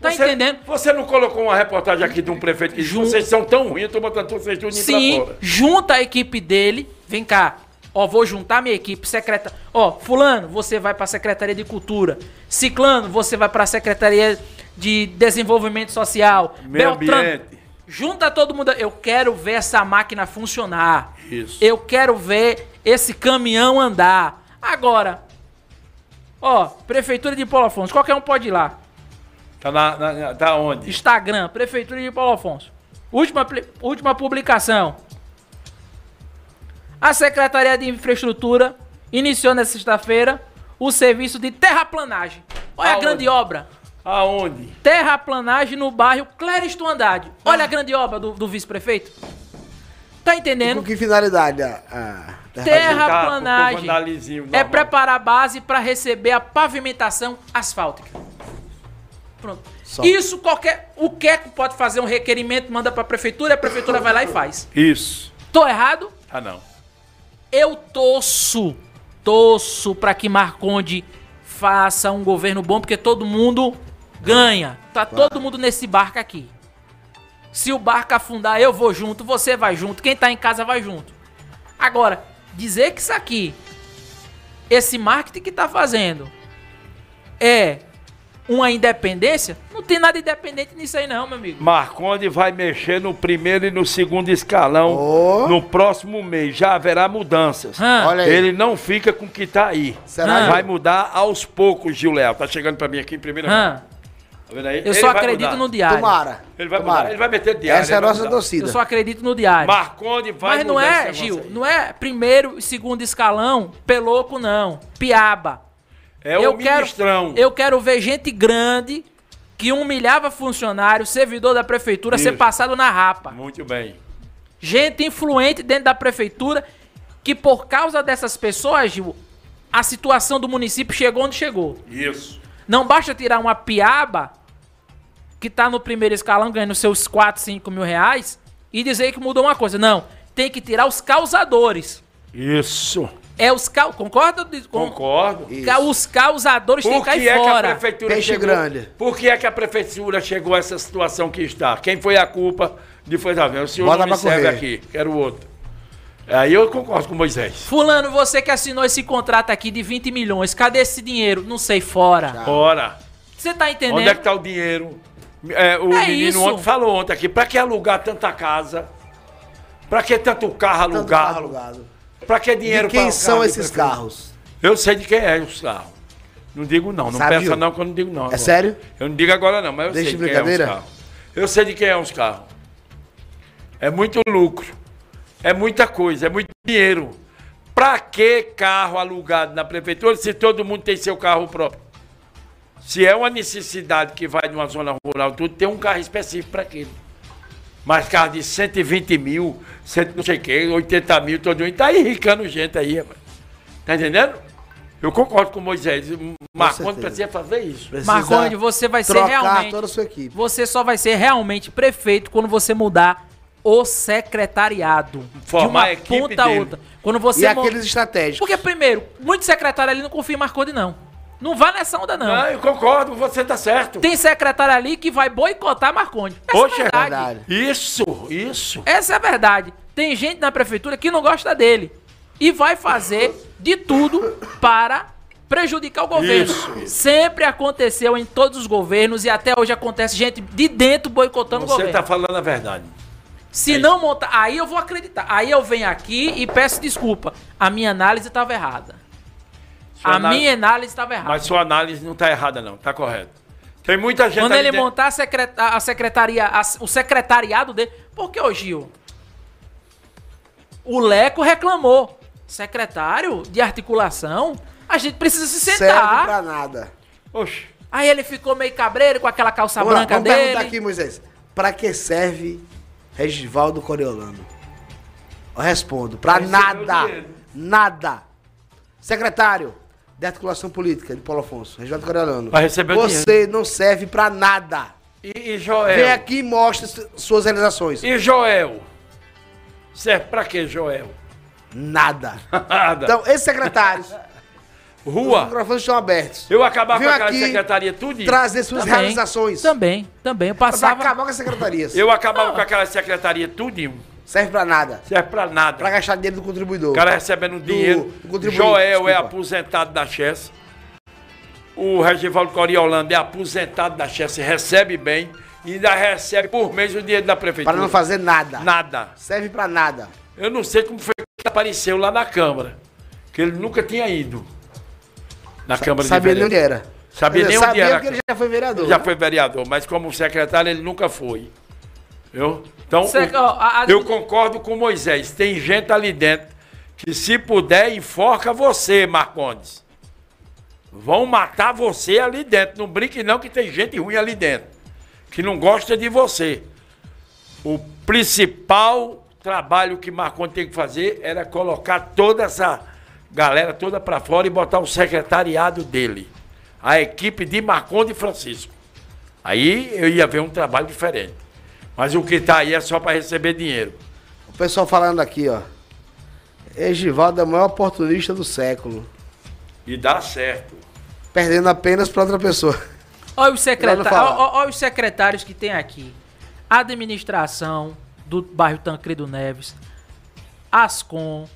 Speaker 3: Tá
Speaker 5: Você-
Speaker 3: entendendo?
Speaker 5: Você não colocou uma reportagem aqui de um prefeito que disse,
Speaker 3: Jun-
Speaker 5: vocês são tão ruins, eu tô botando vocês tudo em
Speaker 3: Sim,
Speaker 5: fora.
Speaker 3: junta a equipe dele. Vem cá. Ó, vou juntar minha equipe secreta. Ó, fulano, você vai pra Secretaria de Cultura. Ciclano, você vai pra Secretaria de Desenvolvimento Social.
Speaker 5: Meio ambiente.
Speaker 3: Junta todo mundo. Eu quero ver essa máquina funcionar.
Speaker 5: Isso.
Speaker 3: Eu quero ver esse caminhão andar. Agora, ó, Prefeitura de Paulo Afonso, qualquer um pode ir lá.
Speaker 5: Tá, na, na- na- tá onde?
Speaker 3: Instagram, Prefeitura de Paulo Afonso. Última, pli- última publicação. A Secretaria de Infraestrutura iniciou nesta sexta-feira o serviço de terraplanagem. Olha
Speaker 5: Aonde?
Speaker 3: a grande obra.
Speaker 5: Aonde?
Speaker 3: Terraplanagem no bairro Clériston Andrade. Olha a grande obra do, do vice-prefeito. Tá
Speaker 4: Com
Speaker 3: entendendo?
Speaker 4: que finalidade Ah, a, a terra-
Speaker 5: Tá,
Speaker 3: Terraplanagem
Speaker 5: com vandalizinho,
Speaker 3: é
Speaker 5: normal.
Speaker 3: preparar a base para receber a pavimentação asfáltica. Pronto.
Speaker 4: Só.
Speaker 3: Isso qualquer. O Queco pode fazer um requerimento, manda pra prefeitura, a prefeitura vai lá e faz.
Speaker 5: Isso.
Speaker 3: Tô errado?
Speaker 5: Ah, não.
Speaker 3: Eu torço, torço pra que Marconde faça um governo bom, porque todo mundo ganha. Tá todo mundo nesse barco aqui. Se o barco afundar, eu vou junto, você vai junto, quem tá em casa vai junto. Agora, dizer que isso aqui, esse marketing que tá fazendo, é uma independência, não tem nada independente nisso aí não, meu amigo.
Speaker 5: Marconde vai mexer no primeiro e no segundo escalão
Speaker 4: Oh.
Speaker 5: no próximo mês. Já haverá mudanças.
Speaker 3: Hã?
Speaker 4: Olha aí.
Speaker 5: Ele não fica com o que tá aí.
Speaker 4: Será,
Speaker 5: Vai
Speaker 4: Gil?
Speaker 5: mudar aos poucos, Gil Leal. Tá chegando pra mim aqui em primeira mão.
Speaker 3: Hã?
Speaker 5: Tá vendo aí?
Speaker 3: Ah. eu só
Speaker 5: vai
Speaker 3: acredito
Speaker 5: mudar.
Speaker 3: no diário.
Speaker 4: Tomara.
Speaker 5: Ele vai
Speaker 4: tomara.
Speaker 5: mudar. Ele vai meter diário.
Speaker 4: Essa é a
Speaker 5: ele vai
Speaker 4: nossa
Speaker 5: mudar.
Speaker 4: torcida.
Speaker 3: Eu só acredito no diário.
Speaker 5: Marconde vai
Speaker 3: Mas não
Speaker 5: mudar
Speaker 3: é,
Speaker 5: esse negócio
Speaker 3: Gil,
Speaker 5: aí.
Speaker 3: não é primeiro e segundo escalão, peloco não, piaba.
Speaker 5: É o ministrão.
Speaker 3: Quero, eu quero ver gente grande que humilhava funcionário, servidor da prefeitura, ser
Speaker 5: Isso.
Speaker 3: passado na rapa.
Speaker 5: Muito bem.
Speaker 3: Gente influente dentro da prefeitura que por causa dessas pessoas, Gil, a situação do município chegou onde chegou.
Speaker 5: Isso.
Speaker 3: Não basta tirar uma piaba que tá no primeiro escalão ganhando seus 4, 5 mil reais e dizer que mudou uma coisa. Não, tem que tirar os causadores.
Speaker 5: Isso.
Speaker 3: É os cau... Concorda? Com...
Speaker 5: Concordo.
Speaker 3: Ca- Os causadores têm
Speaker 5: Por
Speaker 3: que
Speaker 5: que
Speaker 3: cair
Speaker 5: é que a
Speaker 3: fora.
Speaker 5: prefeitura
Speaker 4: Peixe
Speaker 5: chegou?
Speaker 4: grande.
Speaker 5: Por que é que a prefeitura chegou a essa situação que está? Quem foi a culpa de fazer a venda? O senhor
Speaker 4: Bota
Speaker 5: não me
Speaker 4: pra
Speaker 5: serve
Speaker 4: correr.
Speaker 5: aqui, quero outro. Aí eu concordo com o Moisés.
Speaker 3: Fulano, você que assinou esse contrato aqui de 20 milhões, cadê esse dinheiro? Não sei, fora.
Speaker 5: Ora,
Speaker 3: Você tá entendendo?
Speaker 5: onde é que tá o dinheiro? É, o
Speaker 3: É
Speaker 5: menino
Speaker 3: isso.
Speaker 5: ontem falou ontem aqui, pra que alugar tanta casa? Pra que tanto carro
Speaker 4: Tanto
Speaker 5: alugado?
Speaker 4: carro alugado.
Speaker 5: Pra um que
Speaker 4: E
Speaker 5: dinheiro para
Speaker 4: quem são esses carros?
Speaker 5: Eu sei de quem é os carros. Não digo não, não
Speaker 4: Sabe,
Speaker 5: peça
Speaker 4: Gil?
Speaker 5: não que eu não digo não.
Speaker 4: É sério?
Speaker 5: Eu não digo agora não, mas eu
Speaker 4: Deixa
Speaker 5: sei
Speaker 4: de
Speaker 5: de quem é os
Speaker 4: brincadeira?
Speaker 5: carros. Eu sei de quem é os carros. É muito lucro. É muita coisa, é muito dinheiro. Pra que carro alugado na prefeitura se todo mundo tem seu carro próprio? Se é uma necessidade que vai de uma zona rural, tudo, tem um carro específico para aquilo. Mas carro de 120 mil, 100, não sei o quê, 80 mil, todo mundo. Tá irricando gente aí, rapaz. Tá entendendo? Eu concordo com o Moisés. O Marcondes
Speaker 4: certeza.
Speaker 5: precisa fazer isso.
Speaker 4: Precisa
Speaker 3: Marconde, você vai ser
Speaker 4: trocar
Speaker 3: realmente.
Speaker 4: toda a sua equipe.
Speaker 3: Você só vai ser realmente prefeito quando você mudar o secretariado.
Speaker 5: Formar a equipe dele.
Speaker 3: Quando
Speaker 4: E
Speaker 3: você mon-
Speaker 4: aqueles estratégicos.
Speaker 3: Porque, primeiro, muito secretário ali não confia em Marconi, não. Não vá nessa onda, não.
Speaker 5: Ah, eu concordo, você tá certo.
Speaker 3: Tem secretário ali que vai boicotar Marconi. Essa
Speaker 5: Poxa,
Speaker 3: é
Speaker 5: é
Speaker 3: a verdade.
Speaker 4: verdade.
Speaker 5: Isso, isso.
Speaker 3: Essa é a verdade. Tem gente na prefeitura que não gosta dele. E vai fazer de tudo para prejudicar o governo.
Speaker 5: Isso, isso.
Speaker 3: Sempre aconteceu em todos os governos e até hoje acontece gente de dentro boicotando o
Speaker 5: Você
Speaker 3: governo.
Speaker 5: tá É falando a verdade.
Speaker 3: Se não montar, aí eu vou acreditar. Aí eu venho aqui e peço desculpa. A minha análise estava errada.
Speaker 5: Sua
Speaker 3: a
Speaker 5: análise-
Speaker 3: minha análise estava errada.
Speaker 5: Mas sua análise não tá errada, não. Tá correto. Tem muita gente
Speaker 3: Quando
Speaker 5: ali
Speaker 3: ele
Speaker 5: dentro-
Speaker 3: montar a, secreta- a secretaria, a- o secretariado dele. Porque, ô Gil, o Leco reclamou. Secretário de articulação, a gente precisa se
Speaker 4: Serve
Speaker 3: sentar.
Speaker 4: pra nada.
Speaker 5: Oxe,
Speaker 3: Aí ele ficou meio cabreiro com aquela calça
Speaker 4: Vamos lá,
Speaker 3: Tá branca
Speaker 4: vamos
Speaker 3: dele.
Speaker 4: perguntar aqui, Moisés. Pra que serve Regivaldo Coriolano? Eu respondo. Pra
Speaker 5: Recebeu
Speaker 4: nada.
Speaker 5: é dinheiro.
Speaker 4: Nada. Secretário de Articulação Política de Paulo Afonso, Regivaldo Coriolano.
Speaker 5: Pra receber o
Speaker 4: Você não serve pra nada.
Speaker 5: E, e
Speaker 4: Vem
Speaker 5: Joel?
Speaker 4: aqui e mostra su- suas realizações.
Speaker 5: E Joel? Serve pra quê, Joel?
Speaker 4: Nada.
Speaker 5: Nada.
Speaker 4: Então, esses secretários, os
Speaker 5: Rua.
Speaker 4: microfones estão abertos.
Speaker 5: Eu acabar
Speaker 4: Vem
Speaker 5: com aquela
Speaker 4: aqui
Speaker 5: secretaria tudo
Speaker 4: Trazer suas
Speaker 3: Também,
Speaker 4: realizações.
Speaker 3: Também, também. Eu
Speaker 4: Pra
Speaker 3: passava.
Speaker 4: acabar com as secretarias.
Speaker 5: Eu acabava
Speaker 4: Ah.
Speaker 5: com aquela secretaria tudinho.
Speaker 4: Serve pra nada.
Speaker 5: Serve pra nada.
Speaker 4: Pra gastar dinheiro do contribuidor.
Speaker 5: O cara recebendo um dinheiro.
Speaker 4: do contribuinte,
Speaker 5: Joel é
Speaker 4: desculpa.
Speaker 5: aposentado da Chess. O Regivaldo Coriolando é aposentado da Chess, recebe bem. E ainda recebe por mês o dinheiro da prefeitura.
Speaker 4: Para não fazer nada.
Speaker 5: nada.
Speaker 4: Serve pra nada.
Speaker 5: Eu não sei como foi que apareceu lá na Câmara. Que ele nunca tinha ido. Na Câmara
Speaker 4: Sabia
Speaker 5: de
Speaker 4: nem onde é?
Speaker 5: Vereadores.
Speaker 4: era.
Speaker 5: Sabia
Speaker 4: Quer dizer,
Speaker 5: nem onde
Speaker 4: sabia
Speaker 5: era,
Speaker 4: que ele
Speaker 5: cara.
Speaker 4: já foi vereador.
Speaker 5: Já foi vereador, mas como secretário ele nunca foi. Eu, então,
Speaker 3: Você-
Speaker 5: o-
Speaker 3: ó, a- a-
Speaker 5: eu concordo com o Moisés. Tem gente ali dentro que, se puder, enforca você, Marcondes. Vão matar você ali dentro. Não brinque, não, que tem gente ruim ali dentro. Que não gosta de você. O principal trabalho que Marcondes tem que fazer era colocar toda essa galera toda para fora e botar o secretariado dele. A equipe de Marcondes e Francisco. Aí eu ia ver um trabalho diferente. Mas o que tá aí é só para receber dinheiro.
Speaker 4: O pessoal falando aqui, ó. Egivaldo é o maior oportunista do século.
Speaker 5: E dá certo.
Speaker 4: Perdendo apenas pra outra pessoa.
Speaker 3: Olha os, secretar-
Speaker 4: Pra não falar.
Speaker 3: ó- ó- ó os secretários que tem aqui. Administração do bairro Tancredo Neves, Ascom,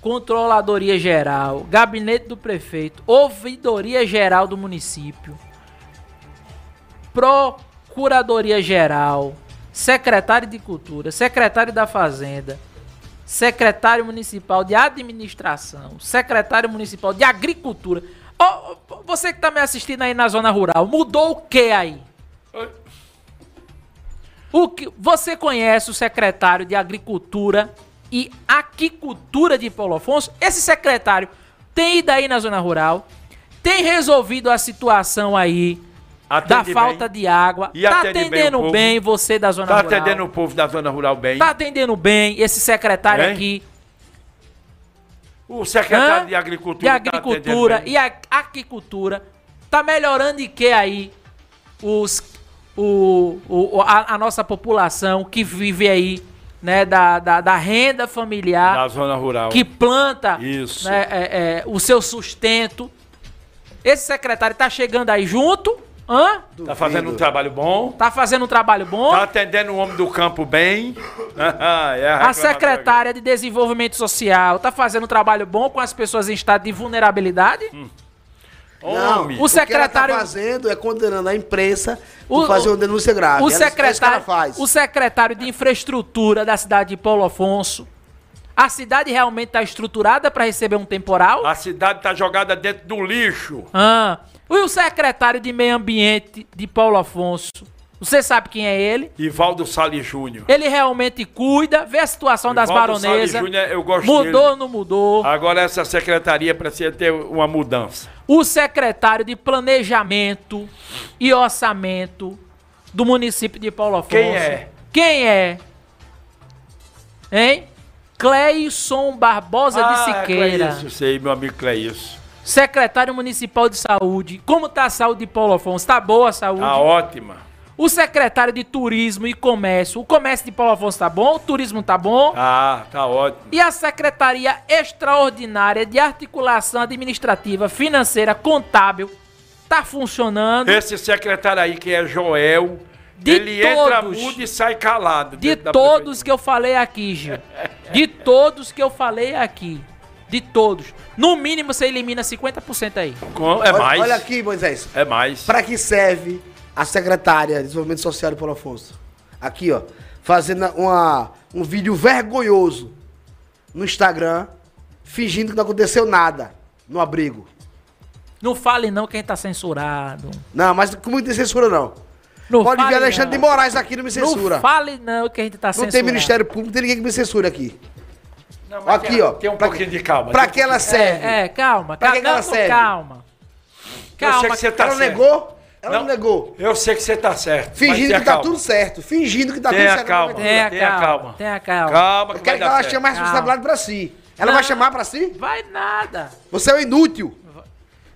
Speaker 3: Controladoria Geral, Gabinete do Prefeito, Ouvidoria Geral do Município, Procuradoria Geral, Secretário de Cultura, Secretário da Fazenda, Secretário Municipal de Administração, Secretário Municipal de Agricultura. Ó, ó, você que tá me assistindo aí na zona rural, mudou o que aí? O que você conhece o secretário de Agricultura e Aquicultura de Paulo Afonso? Esse secretário tem ido aí na zona rural, tem resolvido a situação aí da
Speaker 5: Atende bem.
Speaker 3: falta de água,
Speaker 5: E
Speaker 3: tá
Speaker 5: atende bem o
Speaker 3: atendendo
Speaker 5: povo.
Speaker 3: bem, você da zona
Speaker 5: Tá
Speaker 3: rural.
Speaker 5: atendendo o povo da zona rural bem.
Speaker 3: Tá atendendo bem esse secretário
Speaker 5: Hein?
Speaker 3: aqui.
Speaker 5: O secretário
Speaker 3: Hã?
Speaker 5: de agricultura.
Speaker 3: de
Speaker 5: tá
Speaker 3: agricultura
Speaker 5: atendendo bem.
Speaker 3: e a aquicultura. Tá melhorando em que aí os, o, o, a, a nossa população que vive aí, né, da, da, da renda familiar,
Speaker 5: da zona rural.
Speaker 3: que planta
Speaker 5: Isso.
Speaker 3: né, é, é, o seu sustento. Esse secretário tá chegando aí junto, hã?
Speaker 5: Tá fazendo um
Speaker 4: Duvido.
Speaker 5: trabalho bom.
Speaker 3: tá fazendo um trabalho bom.
Speaker 5: Tá atendendo o homem do campo bem. É
Speaker 3: A
Speaker 5: reclamação
Speaker 3: secretária de Desenvolvimento Social tá fazendo um trabalho bom com as pessoas em estado de vulnerabilidade.
Speaker 5: aqui. Homem.
Speaker 3: O
Speaker 4: que
Speaker 3: secretário-
Speaker 4: ela tá fazendo é condenando a imprensa
Speaker 3: O-
Speaker 4: por fazer
Speaker 3: o-
Speaker 4: uma denúncia grave.
Speaker 3: o
Speaker 4: Ah, Ela- esse cara
Speaker 3: secretário,
Speaker 4: faz.
Speaker 3: o secretário de infraestrutura da cidade de Paulo Afonso. A cidade realmente está estruturada para receber um temporal?
Speaker 5: A cidade tá jogada dentro do lixo.
Speaker 3: Ah. E o secretário de meio ambiente de Paulo Afonso? Você sabe quem é ele?
Speaker 5: Ivaldo Salles Júnior.
Speaker 3: Ele realmente cuida, vê a situação das
Speaker 5: Ivaldo Salles
Speaker 3: baronesas.
Speaker 5: Júnior, eu gosto
Speaker 3: Mudou ou
Speaker 5: dele. Ah,
Speaker 3: não mudou?
Speaker 5: Agora essa secretaria precisa ter uma mudança.
Speaker 3: O secretário de planejamento e orçamento do município de Paulo Afonso.
Speaker 5: Quem é?
Speaker 3: Quem é? Hein? Cleison Barbosa
Speaker 5: Ah,
Speaker 3: de
Speaker 5: é
Speaker 3: Siqueira.
Speaker 5: Cleício, sei, meu amigo é Cleício.
Speaker 3: Secretário Municipal de Saúde. Como tá a saúde de Paulo Afonso? Tá boa a saúde?
Speaker 5: Tá ótima.
Speaker 3: O secretário de Turismo e Comércio. O comércio de Paulo Afonso tá bom? O turismo tá bom?
Speaker 5: Ah, tá ótimo.
Speaker 3: E a Secretaria Extraordinária de Articulação Administrativa, Financeira, Contábil tá funcionando.
Speaker 5: Esse secretário aí, que é Joel,
Speaker 3: De
Speaker 5: ele entra
Speaker 3: todos.
Speaker 5: mudo e sai calado.
Speaker 3: De
Speaker 5: dentro da
Speaker 3: todos
Speaker 5: prefeitura.
Speaker 3: que eu falei aqui, Gil. De todos que eu falei aqui. De todos. No mínimo você elimina 50% aí.
Speaker 5: Com-
Speaker 4: olha,
Speaker 5: É mais.
Speaker 4: olha aqui, Moisés.
Speaker 5: É mais.
Speaker 4: Pra que serve a secretária de Desenvolvimento Social de Paulo Afonso? Aqui, ó. Fazendo uma, um vídeo vergonhoso no Instagram, fingindo que não aconteceu nada no abrigo.
Speaker 3: Não fale não quem tá censurado.
Speaker 4: Não, mas com muita censura, não.
Speaker 3: Não
Speaker 4: Pode
Speaker 3: fale
Speaker 4: vir Alexandre de
Speaker 3: não.
Speaker 4: Moraes aqui, não me censura.
Speaker 3: Não fale não que a gente tá
Speaker 4: Não
Speaker 3: censurado.
Speaker 4: tem Ministério Público, não tem ninguém que me censure aqui.
Speaker 5: Não, mas
Speaker 4: Aqui,
Speaker 5: tem,
Speaker 4: ó.
Speaker 5: Tem um
Speaker 4: pra-
Speaker 5: pouquinho de calma.
Speaker 4: Pra
Speaker 5: Tem-
Speaker 4: que ela serve?
Speaker 3: É, é, calma.
Speaker 4: Pra
Speaker 3: Calma,
Speaker 4: que que ela
Speaker 3: não,
Speaker 4: serve?
Speaker 3: calma.
Speaker 5: Eu sei
Speaker 3: Calma.
Speaker 5: que você tá
Speaker 4: ela
Speaker 5: certo.
Speaker 4: negou? Ela não, negou.
Speaker 5: Eu sei que você tá certo. mas
Speaker 4: Fingindo
Speaker 5: tenha
Speaker 4: que tá
Speaker 5: calma.
Speaker 4: tudo certo. Fingindo que tá
Speaker 5: Tenha
Speaker 4: tudo certo.
Speaker 5: calma.
Speaker 4: Ela vai-
Speaker 3: Tenha,
Speaker 5: Tenha
Speaker 3: calma,
Speaker 5: calma.
Speaker 3: Tenha calma.
Speaker 5: Calma,
Speaker 4: Eu
Speaker 5: que vai
Speaker 4: quero que
Speaker 5: dar
Speaker 4: ela
Speaker 5: certo.
Speaker 4: chame a responsabilidade pra si. Ela
Speaker 3: Não.
Speaker 4: vai chamar pra si?
Speaker 3: Vai nada.
Speaker 4: Você é um inútil.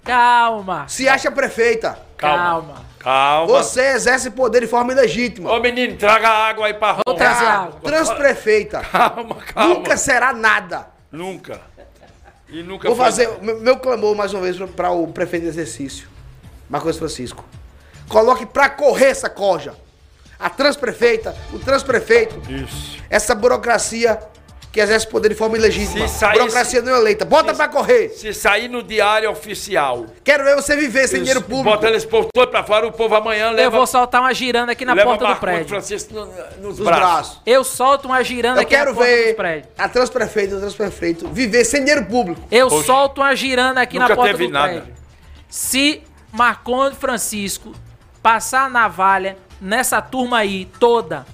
Speaker 3: Calma.
Speaker 4: Se acha prefeita.
Speaker 5: Calma.
Speaker 3: Calma.
Speaker 5: Calma. Calma.
Speaker 4: Você exerce poder de forma ilegítima. é
Speaker 5: Ô menino, traga água aí pra Rômulo.
Speaker 3: Vou trazer água.
Speaker 4: Transprefeita.
Speaker 5: Calma, calma.
Speaker 4: Nunca será nada.
Speaker 5: Nunca. E nunca
Speaker 4: Vou
Speaker 5: foi.
Speaker 4: fazer meu, meu clamor mais uma vez para o prefeito de exercício, Marcos Francisco. Coloque pra correr essa corja. A transprefeita, o transprefeito,
Speaker 5: Isso.
Speaker 4: essa burocracia que exerce poder de forma ilegítima.
Speaker 5: Se saísse-
Speaker 4: burocracia não é eleita. Bota pra correr.
Speaker 5: Se sair no diário oficial.
Speaker 4: Quero ver você viver sem dinheiro público.
Speaker 5: Bota eles por todo pra fora, o povo amanhã
Speaker 3: Eu
Speaker 5: leva.
Speaker 3: vou soltar uma giranda aqui na
Speaker 5: leva
Speaker 3: porta do
Speaker 5: Marcondes
Speaker 3: prédio.
Speaker 5: Francisco no- nos,
Speaker 4: nos
Speaker 5: braços.
Speaker 4: braços.
Speaker 3: Eu solto uma giranda
Speaker 4: Eu
Speaker 3: aqui
Speaker 4: quero
Speaker 3: na porta
Speaker 4: ver
Speaker 3: do prédio.
Speaker 4: a transprefeita, o transprefeito viver sem dinheiro público.
Speaker 3: Eu
Speaker 5: Poxa.
Speaker 3: solto uma giranda aqui na
Speaker 5: Nunca
Speaker 3: porta
Speaker 5: teve
Speaker 3: do
Speaker 5: nada.
Speaker 3: prédio. Se Marconde Francisco passar a navalha nessa turma aí toda,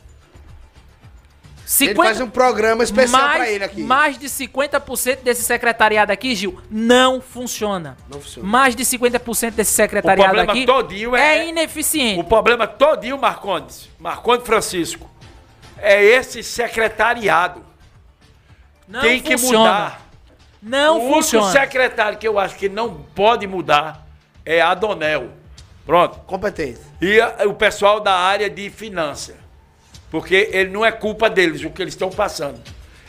Speaker 4: Ele faz
Speaker 3: 50
Speaker 4: um programa especial
Speaker 3: mais,
Speaker 4: pra ele aqui.
Speaker 3: mais de 50% desse secretariado aqui, Gil, não funciona.
Speaker 4: Não funciona.
Speaker 3: Mais de 50% desse secretariado
Speaker 5: problema
Speaker 3: aqui
Speaker 5: todinho é-
Speaker 3: é ineficiente.
Speaker 5: O problema todinho, Marcondes, Marcondes Francisco, é esse secretariado.
Speaker 3: Não
Speaker 5: Tem que
Speaker 3: funciona.
Speaker 5: mudar.
Speaker 3: Não
Speaker 5: o
Speaker 3: funciona.
Speaker 5: único secretário que eu acho que não pode mudar é Adonel. Pronto.
Speaker 4: Competente.
Speaker 5: E a- o pessoal da área de finança. Porque ele não é culpa deles, o que eles estão passando.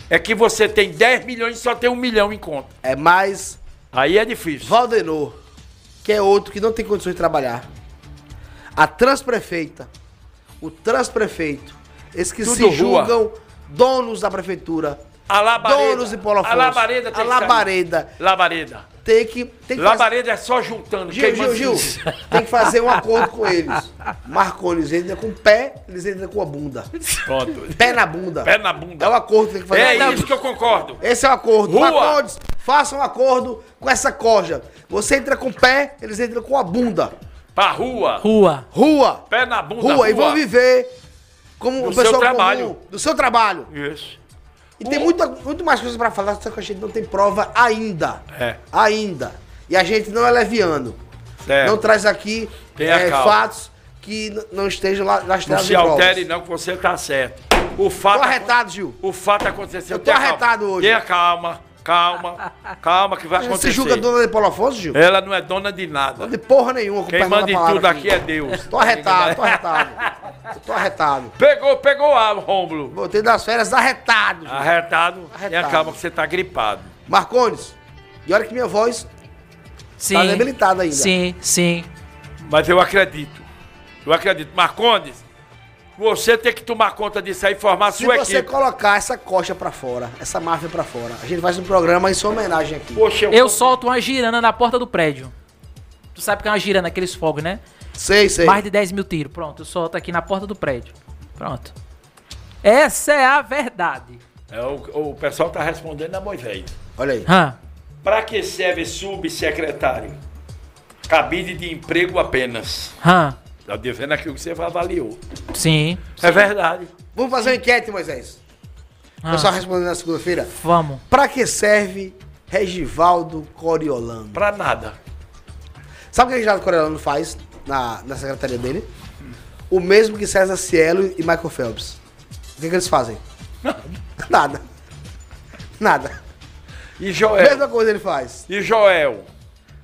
Speaker 5: É que você tem 10 milhões e só tem um milhão em conta.
Speaker 4: É mais
Speaker 5: Aí é difícil.
Speaker 4: Valdenor, que é outro que não tem condições de trabalhar. A transprefeita, o transprefeito, esses que
Speaker 5: Tudo
Speaker 4: se
Speaker 5: rua.
Speaker 4: julgam donos da prefeitura,
Speaker 5: A labareda.
Speaker 4: donos e polofones.
Speaker 5: A labareda tem
Speaker 4: A
Speaker 5: que sair.
Speaker 4: labareda
Speaker 5: Labareda.
Speaker 4: tem que, tem que fazer...
Speaker 5: Labareda é só juntando.
Speaker 4: Gil,
Speaker 5: queimando
Speaker 4: Gil, Gil,
Speaker 5: isso.
Speaker 4: tem que fazer um acordo com eles. Marcones entra com o pé, eles entram com a bunda.
Speaker 5: Pronto.
Speaker 4: Pé na bunda.
Speaker 5: Pé na bunda.
Speaker 4: É o acordo que tem que fazer.
Speaker 5: É
Speaker 4: Não,
Speaker 5: isso que eu concordo.
Speaker 4: Esse é o acordo.
Speaker 5: Rua.
Speaker 4: Marcondes, faça um acordo com essa corja. Você entra com o pé, eles entram com a bunda.
Speaker 5: Pra rua.
Speaker 3: Rua.
Speaker 4: Rua.
Speaker 5: Pé na bunda.
Speaker 4: rua, e vão viver como
Speaker 5: Do
Speaker 4: pessoa
Speaker 5: seu
Speaker 4: comum,
Speaker 5: trabalho.
Speaker 4: do seu trabalho.
Speaker 5: Isso.
Speaker 4: E tem muita, muito mais coisas pra falar, só que a gente não tem prova ainda.
Speaker 5: É.
Speaker 4: Ainda. E a gente não é leviano.
Speaker 5: Certo.
Speaker 4: Não traz aqui
Speaker 5: Tenha
Speaker 4: eh,
Speaker 5: calma.
Speaker 4: fatos que n- não estejam lá
Speaker 5: Não
Speaker 4: lastrados
Speaker 5: se altere, não, que você tá certo. O fato.
Speaker 4: Tô arretado, Gil.
Speaker 5: O fato aconteceu.
Speaker 4: Eu tô
Speaker 5: Tenha calma.
Speaker 4: arretado hoje.
Speaker 5: Tenha calma, calma, calma, que vai acontecer.
Speaker 4: Você julga dona de Paulo Afonso, Gil?
Speaker 5: Ela não é dona de nada.
Speaker 4: De porra nenhuma com
Speaker 5: Quem
Speaker 4: perdão da
Speaker 5: manda em
Speaker 4: palavra
Speaker 5: tudo aqui é Deus.
Speaker 4: Tô arretado, tô arretado. tô arretado.
Speaker 5: Pegou, pegou a Rômulo.
Speaker 4: Voltei das férias arretado. Gil.
Speaker 5: Arretado. Tenha
Speaker 4: Arretado.
Speaker 5: calma que você tá gripado.
Speaker 4: Marcones, e olha que minha voz
Speaker 3: Sim.
Speaker 4: tá debilitada ainda.
Speaker 3: Sim, sim.
Speaker 5: Mas eu acredito. Eu acredito. Marcondes, você tem que tomar conta disso aí, formar a
Speaker 4: Se
Speaker 5: sua
Speaker 4: você
Speaker 5: equipe.
Speaker 4: colocar essa coxa pra fora, essa máfia pra fora, a gente faz um programa em sua homenagem aqui.
Speaker 5: Poxa,
Speaker 3: Eu solto uma girana na porta do prédio. Tu sabe o que é uma girana, aqueles fogos, né?
Speaker 4: Sei, sei.
Speaker 3: Mais de 10 mil tiros. Pronto, eu solto aqui na porta do prédio. Pronto. Essa é a verdade.
Speaker 5: É, o, o pessoal tá respondendo a Moisés.
Speaker 4: Olha aí.
Speaker 3: Hã?
Speaker 5: Para que serve subsecretário? Cabide de emprego apenas.
Speaker 3: Hã?
Speaker 5: Tá dizendo aqui o que você avaliou.
Speaker 3: Sim.
Speaker 5: É verdade.
Speaker 4: Vamos fazer uma enquete, Moisés.
Speaker 5: Ah.
Speaker 3: Hã?
Speaker 4: Pessoal respondendo na segunda-feira.
Speaker 3: Vamos.
Speaker 4: Pra que serve Regivaldo Coriolano?
Speaker 5: Pra nada.
Speaker 4: Sabe o que o Regivaldo Coriolano faz na, na secretaria dele? O mesmo que César Cielo e Michael Phelps. O que, que eles fazem? Nada. Nada.
Speaker 5: E Joel?
Speaker 4: Mesma coisa ele faz.
Speaker 5: E Joel?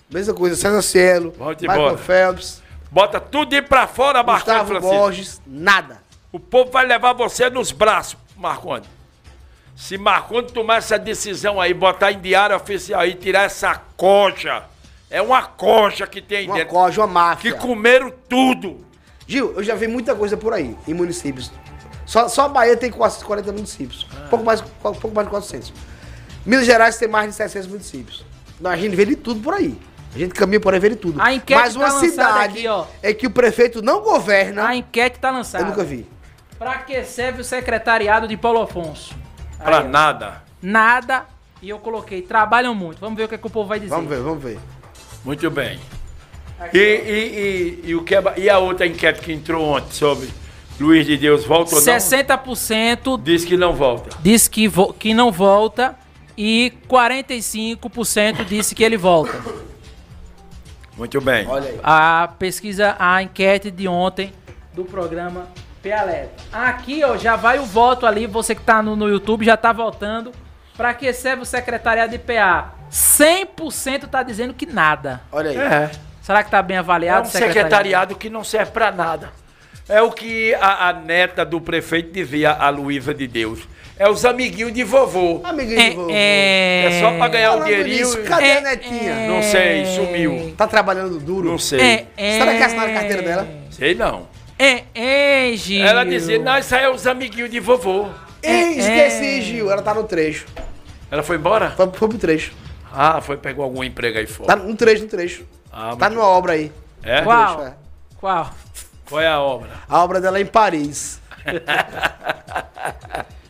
Speaker 4: Mesma coisa, César Cielo,
Speaker 5: Volte
Speaker 4: Michael
Speaker 5: embora.
Speaker 4: Phelps,
Speaker 5: Bota tudo de pra fora, Marconi
Speaker 4: Gustavo
Speaker 5: Francisco.
Speaker 4: Borges, nada.
Speaker 5: O povo vai levar você nos braços, Marconi. Se Marconi tomar essa decisão aí, botar em diário oficial e tirar essa concha. É uma concha que tem aí
Speaker 4: Uma
Speaker 5: dentro.
Speaker 4: coja, uma máfia.
Speaker 5: Que comeram tudo.
Speaker 4: Gil, eu já vi muita coisa por aí, em municípios. Só, só a Bahia tem 440 municípios.
Speaker 5: Ah.
Speaker 4: Pouco, mais, pouco mais de 400. Minas Gerais tem mais de 700 municípios. Não, a gente vê de tudo por aí. A gente caminha por aí vê de tudo.
Speaker 3: A enquete
Speaker 4: Mas
Speaker 3: tá
Speaker 4: uma
Speaker 3: lançada
Speaker 4: cidade
Speaker 3: aqui, ó.
Speaker 4: é que o prefeito não governa.
Speaker 3: A enquete tá lançada.
Speaker 4: eu nunca vi.
Speaker 3: Pra que serve o secretariado de Paulo Afonso?
Speaker 5: Pra
Speaker 3: Aí, ó.
Speaker 5: nada.
Speaker 3: Nada. E eu coloquei. Trabalham muito. Vamos ver o que, é que o povo vai dizer.
Speaker 4: Vamos ver, vamos ver.
Speaker 5: Muito bem. E, e, e, e o que é ba- e a outra enquete que entrou ontem sobre Luiz de Deus volta ou não?
Speaker 3: 60%
Speaker 5: Diz que não volta.
Speaker 3: disse que, vo- que não volta e 45% disse que ele volta.
Speaker 5: Muito bem.
Speaker 4: Olha aí.
Speaker 3: A pesquisa, a enquete de ontem do programa Pialeta. Aqui, ó, já vai o voto ali, você que tá no, no YouTube já tá votando. Pra que serve o secretariado de PA? 100% tá dizendo que nada.
Speaker 4: Olha aí.
Speaker 5: É.
Speaker 3: Será que tá bem
Speaker 5: É um
Speaker 3: avaliado?
Speaker 5: secretariado que não serve para nada. É o que a, a neta do prefeito dizia, a Luísa de Deus. É os amiguinhos de vovô.
Speaker 4: Amiguinho,
Speaker 3: É,
Speaker 4: vovô.
Speaker 5: É só pra ganhar o
Speaker 4: Falando
Speaker 5: dinheirinho.
Speaker 4: nisso, cadê
Speaker 3: É,
Speaker 4: a netinha?
Speaker 3: é.
Speaker 5: Não sei, sumiu.
Speaker 4: Tá trabalhando duro?
Speaker 5: Não sei.
Speaker 3: É, é,
Speaker 4: Será que assinaram a carteira dela?
Speaker 5: Sei não.
Speaker 3: É, é, Gil.
Speaker 5: Ela dizia, não, isso aí é os amiguinhos de vovô.
Speaker 4: Ih, esqueci, Gil. Ela tá no trecho.
Speaker 5: Ela foi embora?
Speaker 4: Foi, foi pro trecho.
Speaker 5: Ah, foi pegou algum emprego aí fora.
Speaker 4: Tá no trecho, no trecho.
Speaker 5: Ah,
Speaker 4: tá
Speaker 5: muito
Speaker 4: numa obra aí.
Speaker 5: É?
Speaker 4: Uau.
Speaker 3: Qual?
Speaker 4: Deixa, é.
Speaker 3: Qual?
Speaker 5: Qual é a obra?
Speaker 4: A obra dela é em Paris.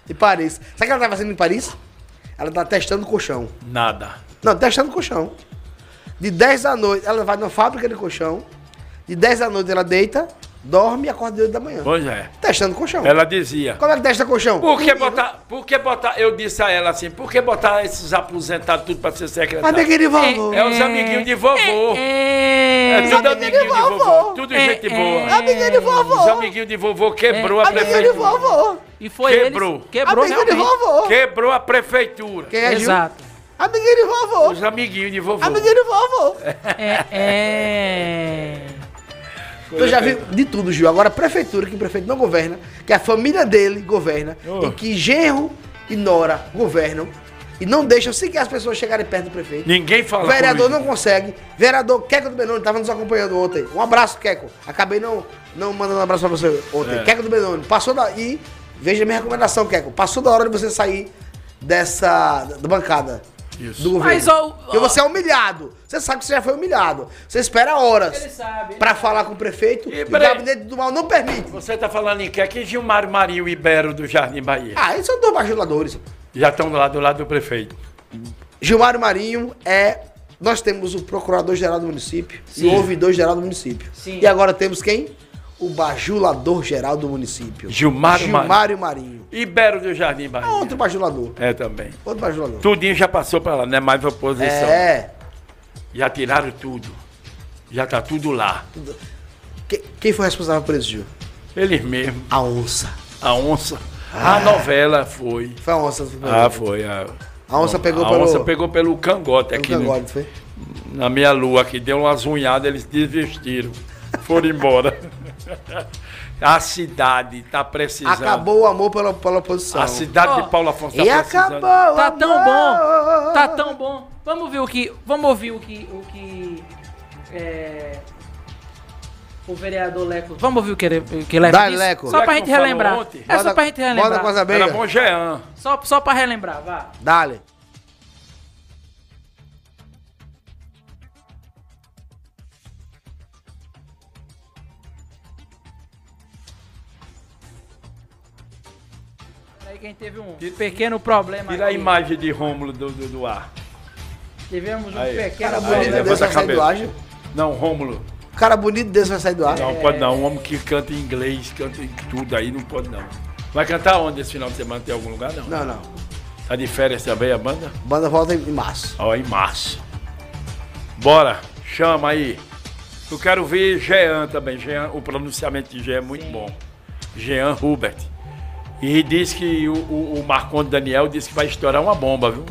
Speaker 4: em Paris. Sabe o que ela tá fazendo em Paris? Ela tá testando colchão.
Speaker 5: Nada.
Speaker 4: Não, testando colchão. De 10 da noite, ela vai numa fábrica de colchão. De 10 da noite ela deita, dorme e acorda de 8 da manhã.
Speaker 5: Pois é.
Speaker 4: Testando colchão.
Speaker 5: Ela dizia.
Speaker 4: Como é que testa colchão?
Speaker 5: Por que
Speaker 4: Menino.
Speaker 5: botar. Por que botar. Eu disse a ela assim, por que botar esses aposentados tudo pra ser secretário?
Speaker 4: Amiguinho de vovô.
Speaker 5: É os amiguinhos de vovô. É
Speaker 3: É,
Speaker 5: tudo
Speaker 4: Amiguinho
Speaker 5: amiguinho de
Speaker 4: de vovô.
Speaker 5: vovô. Tudo
Speaker 3: É,
Speaker 5: gente
Speaker 3: é.
Speaker 5: boa.
Speaker 4: Amiguinho de
Speaker 5: Os
Speaker 4: vovô.
Speaker 5: amiguinhos de vovô quebrou a
Speaker 4: Amiguinho de
Speaker 5: prefeitura.
Speaker 4: vovô.
Speaker 3: E foi eles-
Speaker 5: Quebrou.
Speaker 3: Quebrou
Speaker 4: Amiguinho de
Speaker 3: realmente.
Speaker 4: vovô.
Speaker 5: Quebrou a prefeitura.
Speaker 4: Quem é Gil?
Speaker 3: Exato.
Speaker 4: Amiguinho de vovô.
Speaker 5: Os amiguinhos de vovô.
Speaker 4: Amiguinho de vovô.
Speaker 3: É, é.
Speaker 4: Eu já vi de tudo, Gil. Agora, a prefeitura, que o prefeito não governa, que a família dele governa,
Speaker 5: Oh.
Speaker 4: e que genro e nora governam, e não deixam sequer as pessoas chegarem perto do prefeito.
Speaker 5: Ninguém fala
Speaker 4: O vereador
Speaker 5: comigo.
Speaker 4: não consegue. Vereador Queco do Benoni estava nos acompanhando ontem. Um abraço, Queco. Acabei não, não mandando um abraço pra você ontem.
Speaker 5: É.
Speaker 4: Queco do Benoni. Passou da. E veja a minha recomendação, Queco. Passou da hora de você sair dessa. da bancada.
Speaker 5: Isso.
Speaker 4: Do governo.
Speaker 3: Mas, ó,
Speaker 4: Porque
Speaker 3: ó.
Speaker 4: você é humilhado. Você sabe que você já foi humilhado. Você espera horas
Speaker 3: Ele sabe, ele
Speaker 4: pra falar com o prefeito
Speaker 5: E
Speaker 4: e o
Speaker 5: peraí.
Speaker 4: gabinete do mal não permite.
Speaker 5: Você tá falando em quem? Que Gilmar Marinho Ibero do Jardim Bahia.
Speaker 4: Ah, eles são dois bajuladores.
Speaker 5: Já estão lá do lado do prefeito.
Speaker 4: Gilmário Marinho é. Nós temos o procurador-geral do município e
Speaker 3: Sim.
Speaker 4: o ouvidor-geral do município.
Speaker 3: Sim.
Speaker 4: E agora temos quem? O bajulador-geral do município.
Speaker 5: Gilmário
Speaker 4: Gilmário Marinho.
Speaker 5: Ibero do Jardim
Speaker 4: É
Speaker 5: Bahia.
Speaker 4: outro bajulador.
Speaker 5: É também.
Speaker 4: Outro bajulador.
Speaker 5: Tudinho já passou pra lá, não é mais oposição.
Speaker 4: É.
Speaker 5: Já tiraram tudo. Já tá tudo lá.
Speaker 4: Que- quem foi responsável por esse Gil?
Speaker 5: Eles mesmo.
Speaker 4: A onça.
Speaker 5: A onça.
Speaker 4: Ah.
Speaker 5: A novela foi.
Speaker 4: Foi a onça. Foi
Speaker 5: Ah, foi. A,
Speaker 4: A onça pegou
Speaker 5: a
Speaker 4: pelo-
Speaker 5: onça pegou pelo cangote
Speaker 4: O
Speaker 5: aqui. né?
Speaker 4: Cangolho, foi?
Speaker 5: Na minha lua aqui, deu umas unhadas, eles desvestiram. Foram embora. a cidade tá precisando.
Speaker 4: Acabou o amor pela, pela oposição.
Speaker 5: A cidade
Speaker 3: Ó,
Speaker 5: de Paulo Afonso Ah, tá
Speaker 4: E
Speaker 5: precisando.
Speaker 4: acabou. o
Speaker 3: Tá tão
Speaker 4: amor.
Speaker 3: bom, tá tão bom. Vamos ver o que, vamos ouvir o que, o que é, o vereador Leco. Vamos ouvir o que ele, o que Leco
Speaker 4: Dá,
Speaker 3: disse?
Speaker 4: Leco.
Speaker 3: Só pra
Speaker 5: Leco
Speaker 3: gente
Speaker 5: falou
Speaker 3: relembrar.
Speaker 5: ontem.
Speaker 3: É só
Speaker 4: Bota-
Speaker 3: pra gente
Speaker 4: bota com as
Speaker 3: relembrar.
Speaker 4: abelhas.
Speaker 5: Era bom Jean.
Speaker 3: Só, só pra relembrar, vá.
Speaker 4: Dale.
Speaker 3: Aí quem teve um pequeno problema
Speaker 5: Tira a
Speaker 3: aqui.
Speaker 5: imagem de Rômulo do, do, do ar.
Speaker 3: Tivemos um
Speaker 5: Aí.
Speaker 3: pequeno
Speaker 4: Cara
Speaker 5: Aí,
Speaker 4: bonito
Speaker 5: levanta
Speaker 3: problema.
Speaker 4: desse
Speaker 5: a
Speaker 4: vai sair
Speaker 5: cabeça.
Speaker 4: do ar, Gil.
Speaker 5: Não, Rômulo.
Speaker 4: Cara bonito desse vai sair do ar.
Speaker 5: Não, pode não. Um homem que canta em inglês, canta em tudo aí, não pode não. Vai cantar onde esse final de semana? Tem algum lugar? Não.
Speaker 4: Não, não.
Speaker 5: Tá de férias também a banda?
Speaker 4: Banda volta em em março.
Speaker 5: Ó, em março. Bora, chama aí. Eu quero ver Jean também. Jean, o pronunciamento de Jean é muito bom. Jean Hubert. E diz que o, o, o Marconde Daniel disse que vai estourar uma bomba, viu?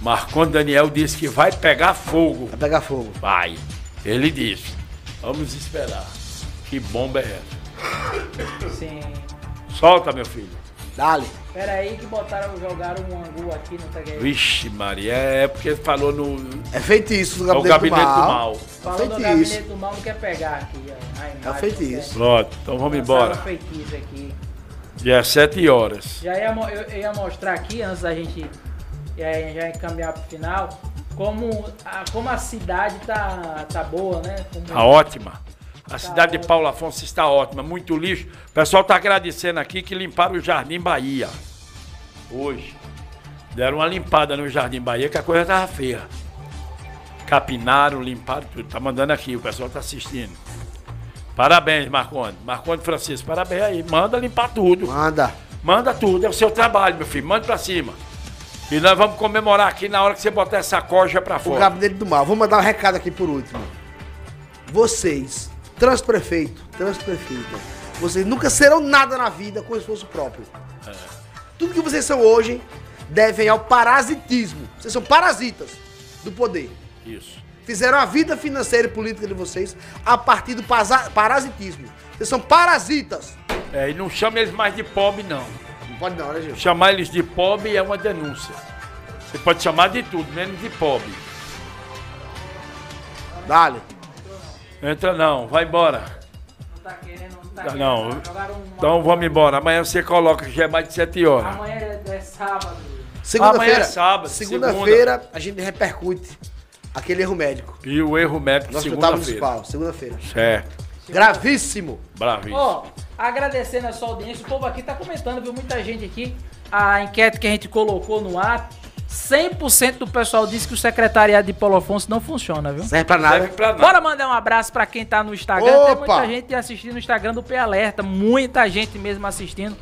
Speaker 5: Marconde Daniel disse que vai pegar fogo.
Speaker 4: Vai pegar fogo.
Speaker 5: Vai. Ele disse. Vamos esperar. Que bomba é essa?
Speaker 3: Sim.
Speaker 5: Solta, meu filho.
Speaker 4: Dale.
Speaker 3: Pera aí que botaram, jogaram um angu aqui no Taguei.
Speaker 5: Vixe, Maria. É porque ele falou no,
Speaker 4: É feitiço do
Speaker 5: no
Speaker 4: gabinete,
Speaker 5: gabinete
Speaker 4: do mal.
Speaker 5: do mal.
Speaker 4: É
Speaker 3: Falou do
Speaker 4: feitiço.
Speaker 3: gabinete do mal, não quer pegar aqui, ó. a imagem,
Speaker 4: feitiço.
Speaker 5: Pronto, então vamos
Speaker 3: Lançaram
Speaker 5: embora.
Speaker 3: feitiço aqui.
Speaker 5: Já é 7 horas.
Speaker 3: Já ia, mo- eu, eu ia mostrar aqui, antes da gente é, já encaminhar pro final, como a, como a cidade tá, tá boa, né? Como-
Speaker 5: Tá ótima. A cidade de Paulo Afonso está ótima, muito lixo. O pessoal está agradecendo aqui que limparam o Jardim Bahia. Hoje. Deram uma limpada no Jardim Bahia que a coisa estava feia. Capinaram, limparam tudo. Tá mandando aqui, o pessoal está assistindo. Parabéns, Marconde. Marconde Francisco, parabéns aí. Manda limpar tudo.
Speaker 4: Manda.
Speaker 5: Manda tudo, é o seu trabalho, meu filho. Manda pra cima. E nós vamos comemorar aqui na hora que você botar essa coja pra
Speaker 4: O
Speaker 5: fora.
Speaker 4: gabinete do mal. Vou mandar um recado aqui por último. Vocês, transprefeito, transprefeita, vocês nunca serão nada na vida com esforço próprio. Tudo que vocês são hoje devem ao parasitismo. Vocês são parasitas do poder.
Speaker 5: Isso.
Speaker 4: Fizeram a vida financeira e política de vocês a partir do pasa- parasitismo. Vocês são parasitas.
Speaker 5: É, e não chama eles mais de pobre, não.
Speaker 4: Não pode não, né, Gil?
Speaker 5: Chamar eles de pobre é uma denúncia. Você pode chamar de tudo, menos de pobre.
Speaker 4: Dale.
Speaker 5: Entra não, vai embora.
Speaker 3: tá
Speaker 5: Não, então vamos embora. Amanhã você coloca, já é mais de 7 horas.
Speaker 3: Amanhã é sábado.
Speaker 4: Segunda-feira.
Speaker 5: Amanhã é sábado,
Speaker 4: Segunda-feira a gente repercute aquele erro médico.
Speaker 5: E o erro médico
Speaker 4: No Hospital
Speaker 5: segunda-feira.
Speaker 4: Municipal, segunda-feira.
Speaker 5: Certo,
Speaker 4: Gravíssimo.
Speaker 5: bravíssimo.
Speaker 3: Ó, agradecendo a sua audiência, o povo aqui tá comentando, viu? Muita gente aqui. A enquete que a gente colocou no ar, 100% do pessoal disse que o secretariado de Paulo Afonso não funciona, viu?
Speaker 4: Serve pra
Speaker 5: Serve
Speaker 4: nada.
Speaker 5: pra nada.
Speaker 3: Bora mandar um abraço pra quem tá no Instagram. Tem
Speaker 4: Opa!
Speaker 3: muita gente assistindo no Instagram do P Alerta, muita gente mesmo assistindo.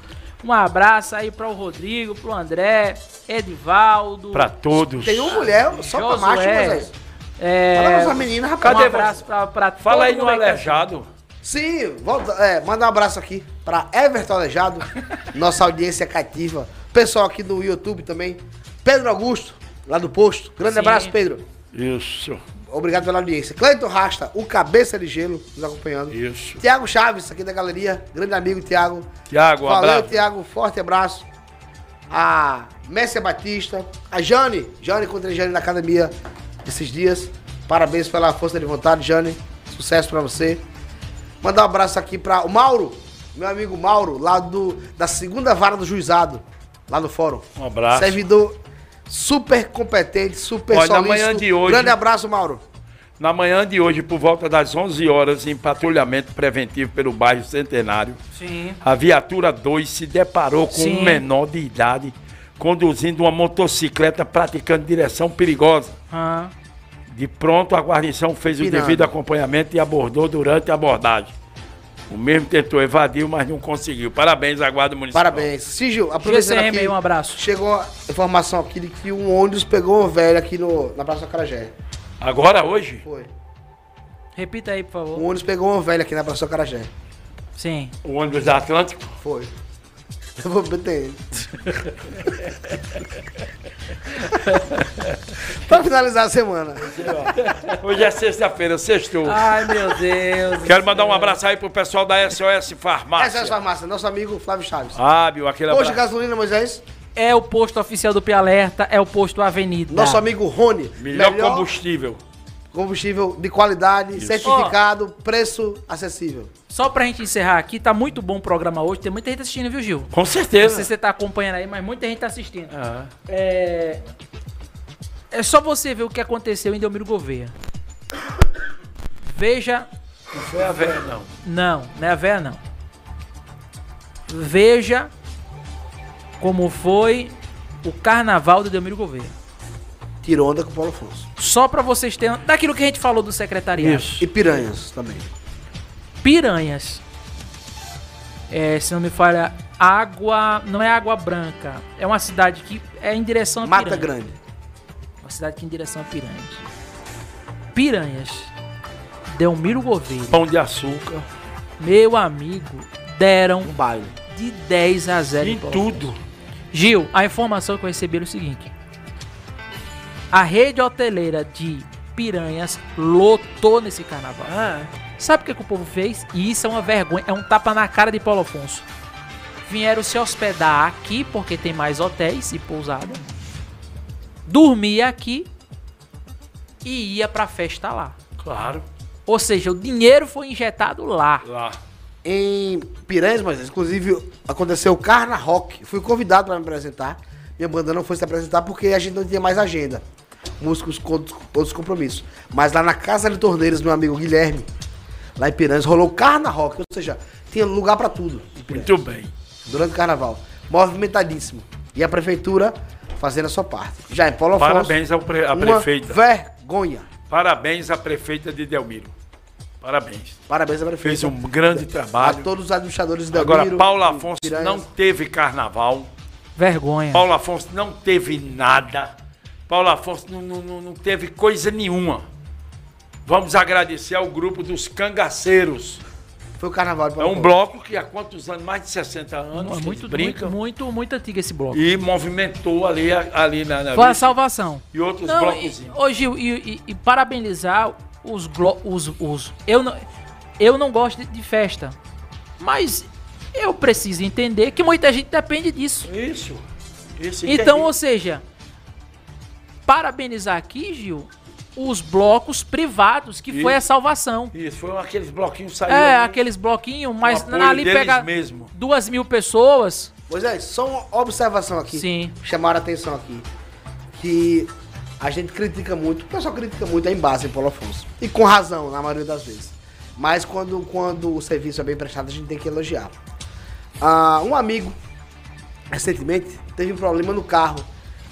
Speaker 3: Um abraço aí para o Rodrigo, pro André, Edivaldo.
Speaker 5: Pra todos.
Speaker 4: Tem uma mulher só pra macho,
Speaker 3: Josué.
Speaker 4: mas é.
Speaker 3: É,
Speaker 4: Fala pra essa menina, rapaz.
Speaker 3: um
Speaker 5: Cadê
Speaker 3: abraço pra, pra
Speaker 5: Fala
Speaker 3: todo
Speaker 5: aí no
Speaker 3: mundo que tá
Speaker 5: aleijado.
Speaker 4: Sim, volta, é, manda um abraço aqui pra Everton Alejado, nossa audiência cativa. Pessoal aqui do YouTube também. Pedro Augusto, lá do posto. Grande
Speaker 3: Sim.
Speaker 4: abraço, Pedro.
Speaker 5: Isso,
Speaker 4: Obrigado pela audiência. Cleiton Rasta, o Cabeça de Gelo, nos acompanhando.
Speaker 5: isso.
Speaker 4: Tiago Chaves, aqui da galeria. Grande amigo, Tiago.
Speaker 5: Tiago, um
Speaker 4: Valeu,
Speaker 5: abraço.
Speaker 4: Tiago. Forte abraço. A Messia Batista. A Jane. Jane, encontrei Jane na academia esses dias. Parabéns pela força de vontade, Jane. Sucesso pra você. Mandar um abraço aqui pra o Mauro. Meu amigo Mauro, lá do, da segunda vara do juizado. Lá no fórum.
Speaker 5: Um abraço.
Speaker 4: Servidor super competente, super
Speaker 5: Olha, na
Speaker 4: solícito.
Speaker 5: manhã de hoje-
Speaker 4: Grande abraço, Mauro.
Speaker 5: Na manhã de hoje, por volta das 11 horas, em patrulhamento preventivo pelo bairro Centenário,
Speaker 3: Sim.
Speaker 5: a viatura 2 se deparou com
Speaker 3: Sim.
Speaker 5: um menor de idade conduzindo uma motocicleta praticando direção perigosa.
Speaker 3: Ah,
Speaker 5: De pronto, a guarnição fez o
Speaker 4: Pirando.
Speaker 5: devido acompanhamento e abordou durante a abordagem. O mesmo tentou evadir, mas não conseguiu. Parabéns à Guarda Municipal.
Speaker 4: Parabéns. Sigil, aproveitando
Speaker 3: GCM
Speaker 4: aqui,
Speaker 3: aí, um abraço.
Speaker 4: Chegou a informação aqui de que um ônibus pegou uma velha aqui no, na Praça Carajé.
Speaker 5: Agora, hoje,
Speaker 4: Foi.
Speaker 3: repita aí, por favor.
Speaker 4: Um ônibus pegou uma velha aqui na Praça Carajé.
Speaker 3: Sim.
Speaker 5: o ônibus da Atlântico.
Speaker 4: Foi. Eu vou meter ele. pra finalizar a semana.
Speaker 5: Hoje é sexta-feira, sextou.
Speaker 3: Ai, meu Deus.
Speaker 5: Quero mandar um abraço aí pro pessoal da SOS
Speaker 4: Essa é a
Speaker 5: Farmácia.
Speaker 4: farmácia, nosso amigo Flávio Chaves.
Speaker 5: Fábio, aquele
Speaker 4: Posto
Speaker 5: abraço.
Speaker 4: de gasolina, Moisés.
Speaker 3: É o posto oficial do P Alerta, é o posto Avenida.
Speaker 4: Nosso amigo Rony.
Speaker 5: Melhor, combustível.
Speaker 4: combustível de qualidade, certificado, preço acessível.
Speaker 3: Só pra gente encerrar aqui, tá muito bom o programa hoje. Tem muita gente assistindo, viu, Gil?
Speaker 5: Com
Speaker 3: Não sei
Speaker 5: certeza.
Speaker 3: se você tá acompanhando aí, mas muita gente tá assistindo.
Speaker 5: Ah,
Speaker 3: É. É só você ver o que aconteceu em Delmiro Gouveia. Veja.
Speaker 5: não foi a velha, não.
Speaker 3: Não, não é a véia, não. Veja como foi o carnaval de Delmiro Gouveia.
Speaker 4: Tirou onda com o Paulo Afonso.
Speaker 3: Só pra vocês terem. Daquilo que a gente falou do secretariado.
Speaker 4: E piranhas também.
Speaker 3: Piranhas. É, se não me falha, água. Não é água branca. É uma cidade que é em direção a
Speaker 4: Mata
Speaker 3: Piranhas.
Speaker 4: Grande.
Speaker 3: Uma cidade que é em direção a Piranhas. Piranhas. Delmiro Gouveia.
Speaker 5: Pão de açúcar.
Speaker 3: Meu amigo, deram
Speaker 4: Um baile.
Speaker 3: de 10 a 0 em
Speaker 5: Em
Speaker 3: Paulo Afonso.
Speaker 5: tudo.
Speaker 3: Gil, a informação que eu recebi era o seguinte: a rede hoteleira de Piranhas lotou nesse carnaval. Sabe o que, que o povo fez? E isso é uma vergonha, é um tapa na cara de Paulo Afonso. Vieram se hospedar aqui porque tem mais hotéis e pousada. Dormia aqui e ia pra festa lá.
Speaker 5: Claro.
Speaker 3: Ou seja, o dinheiro foi injetado lá.
Speaker 5: Lá.
Speaker 4: em Piranhas, mas inclusive aconteceu o Carna Rock. Fui convidado para me apresentar. Minha banda não foi se apresentar porque a gente não tinha mais agenda. Músicos com outros- outros compromissos. Mas lá na Casa de Torneiras, meu amigo Guilherme, lá em Piranhas, rolou Carna Rock. Ou seja, tinha lugar para tudo em Piranhas,
Speaker 5: Muito bem.
Speaker 4: durante o carnaval. Movimentadíssimo. E a prefeitura fazendo a sua parte. Já em Paulo Afonso,
Speaker 5: Parabéns ao pre- à
Speaker 4: uma
Speaker 5: prefeita.
Speaker 4: vergonha.
Speaker 5: Parabéns à prefeita de Delmiro. Parabéns.
Speaker 4: Parabéns à prefeita.
Speaker 5: Fez um grande
Speaker 4: A
Speaker 5: trabalho.
Speaker 4: todos os administradores da
Speaker 5: Agora, Paulo Afonso não teve carnaval.
Speaker 3: Vergonha.
Speaker 5: Paulo Afonso não teve nada. Paulo Afonso não, não- não- não teve coisa nenhuma. Vamos agradecer ao grupo dos cangaceiros.
Speaker 4: Foi o carnaval de
Speaker 5: É um bloco que há quantos anos? Mais de 60
Speaker 3: é
Speaker 5: anos.
Speaker 3: Muito,
Speaker 5: que
Speaker 3: muito,
Speaker 5: brinca.
Speaker 3: muito, muito, muito antiga esse bloco.
Speaker 5: E movimentou ali, ali na, na
Speaker 3: Foi a salvação.
Speaker 5: E outros
Speaker 3: Não, e,
Speaker 5: blocos.
Speaker 3: ô Gil, e, e- e parabenizar os, glo- os, os- eu não Eu não gosto de, de festa, mas eu preciso entender que muita gente depende disso.
Speaker 5: Isso. é Isso.
Speaker 3: Então,
Speaker 5: entendi.
Speaker 3: ou seja, parabenizar aqui, Gil, os blocos privados, que
Speaker 5: Isso.
Speaker 3: foi a salvação.
Speaker 5: Isso, foi um- aqueles bloquinhos saindo.
Speaker 3: É, aqueles bloquinhos, mas
Speaker 5: apoio
Speaker 3: ali
Speaker 5: deles
Speaker 3: pega
Speaker 5: mesmo.
Speaker 3: duas mil pessoas.
Speaker 4: Pois é, só uma observação aqui.
Speaker 3: Sim.
Speaker 4: Chamaram a atenção aqui. Que a gente critica muito, o pessoal critica muito a base em Paulo Afonso. E com razão, na maioria das vezes. Mas quando, quando o serviço é bem prestado, a gente tem que elogiar. Ah, um amigo, recentemente, teve um problema no carro.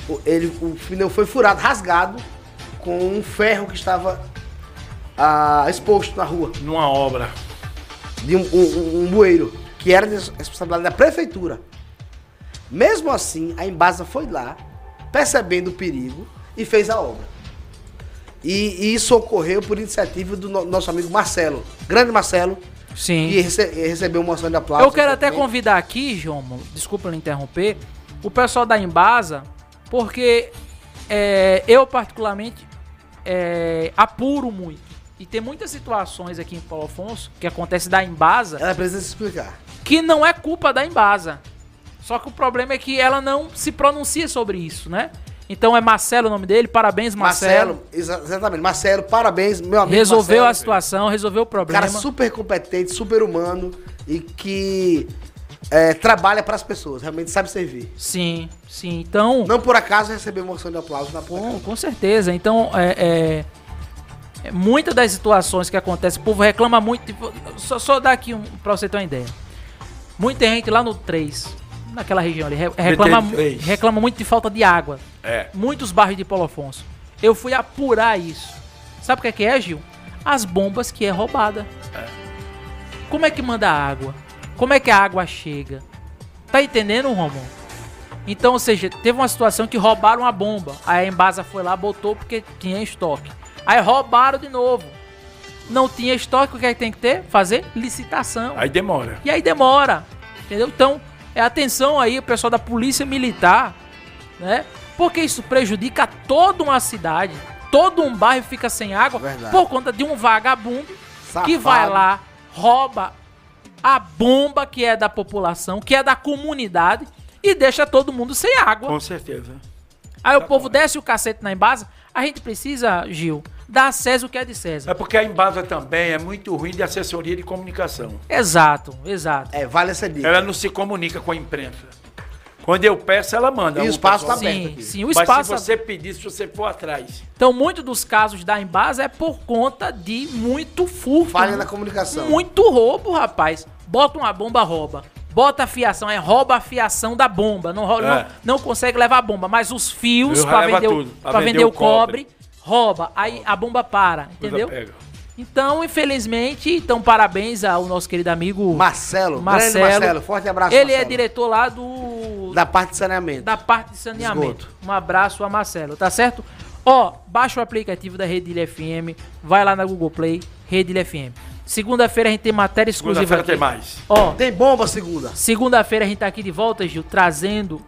Speaker 4: O- Ele, o pneu foi furado, rasgado, com um ferro que estava ah, exposto na rua
Speaker 5: Numa obra.
Speaker 4: de um, um, um- um bueiro, que era de responsabilidade da prefeitura. Mesmo assim, a Embasa foi lá, percebendo o perigo, e fez a obra. E, e isso ocorreu por iniciativa do no- nosso amigo Marcelo, grande Marcelo,
Speaker 3: Sim.
Speaker 4: que rece- recebeu uma moção de aplauso.
Speaker 3: Eu quero até
Speaker 4: recentemente.
Speaker 3: convidar aqui, João, desculpa eu interromper, o pessoal da Embasa, porque é, eu particularmente é, apuro muito. E tem muitas situações aqui em Paulo Afonso que acontece da Embasa
Speaker 4: Ela precisa se explicar.
Speaker 3: que não é culpa da Embasa. Só que o problema é que ela não se pronuncia sobre isso, né? Então é Marcelo o nome dele, parabéns Marcelo.
Speaker 4: Marcelo, exa- exatamente. Marcelo, parabéns, meu amigo.
Speaker 3: resolveu a
Speaker 4: Marcelo.
Speaker 3: situação, resolveu o
Speaker 4: Um cara
Speaker 3: problema.
Speaker 4: super competente, super humano e que é, trabalha para as pessoas, realmente sabe servir.
Speaker 3: Sim, sim. Então,
Speaker 4: Não por acaso recebeu moção de aplauso na ponta.
Speaker 3: Com, com certeza. Então, é, é, é, muitas das situações que acontecem, o povo reclama muito. tipo, só, só dar aqui um, pra você ter uma ideia. Muita gente lá no 3, naquela região ali, re- reclama, mu-
Speaker 5: 3.
Speaker 3: reclama muito de falta de água.
Speaker 5: É.
Speaker 3: Muitos bairros de Paulo Afonso. Eu fui apurar isso. Sabe o que é que é, Gil? As bombas que é roubada. Como é que manda a água? Como é que a água chega? Tá entendendo, Romulo? Então, ou seja, teve uma situação que roubaram a bomba. Aí a Embasa foi lá, botou porque tinha em estoque. Aí roubaram de novo. Não tinha estoque, o que é que tem que ter? Fazer licitação.
Speaker 5: Aí demora.
Speaker 3: E aí demora. Entendeu? Então, é atenção aí, o pessoal da polícia militar, né? Porque isso prejudica toda uma cidade. Todo um bairro fica sem água
Speaker 4: Verdade.
Speaker 3: por conta de um vagabundo que
Speaker 4: Safado.
Speaker 3: vai lá, rouba a bomba que é da população, que é da comunidade, e deixa todo mundo sem água.
Speaker 5: Com certeza.
Speaker 3: Aí o povo desce o cacete na embasa. A gente precisa, Gil, dar a César o que é de
Speaker 5: É
Speaker 3: César.
Speaker 5: porque a Embasa também é muito ruim de assessoria de comunicação.
Speaker 3: Exato, exato.
Speaker 4: É, vale essa dica.
Speaker 5: Ela não se comunica com a imprensa. Quando eu peço, ela manda.
Speaker 4: E o espaço tá aberto
Speaker 3: Sim,
Speaker 4: aqui.
Speaker 3: sim, o
Speaker 5: Mas
Speaker 3: espaço.
Speaker 5: se você pedir, se você for atrás.
Speaker 3: Então, muito dos casos da Embasa é por conta de muito furto.
Speaker 4: Falha
Speaker 3: né?
Speaker 4: na comunicação.
Speaker 3: Muito roubo, rapaz. Bota uma bomba, rouba. Bota a fiação, é rouba a fiação da bomba. Não, rou-
Speaker 5: É.
Speaker 3: não, não consegue levar a bomba, mas os fios
Speaker 5: Eu
Speaker 3: pra
Speaker 5: leva
Speaker 3: vender, o,
Speaker 5: tudo, pra
Speaker 3: pra
Speaker 5: vender
Speaker 3: vender
Speaker 5: o
Speaker 3: o cobre, rouba. Aí a bomba para,
Speaker 5: coisa
Speaker 3: entendeu?
Speaker 5: Pega.
Speaker 3: Então, infelizmente, então parabéns ao nosso querido amigo
Speaker 4: Marcelo,
Speaker 3: Marcelo.
Speaker 4: grande Marcelo, forte abraço.
Speaker 3: Ele é
Speaker 4: Marcelo.
Speaker 3: diretor lá do
Speaker 4: da parte de saneamento.
Speaker 3: da parte de saneamento.
Speaker 4: Esgoto.
Speaker 3: Um abraço a Marcelo, tá certo? Ó, baixa o aplicativo da Redilha FM, vai lá na Google Play, Redilha FM. Segunda-feira a gente tem matéria exclusiva
Speaker 5: Segunda-feira
Speaker 3: aqui.
Speaker 5: tem mais.
Speaker 3: Ó,
Speaker 4: Tem bomba segunda.
Speaker 3: segunda-feira a gente tá aqui de volta, Gil, trazendo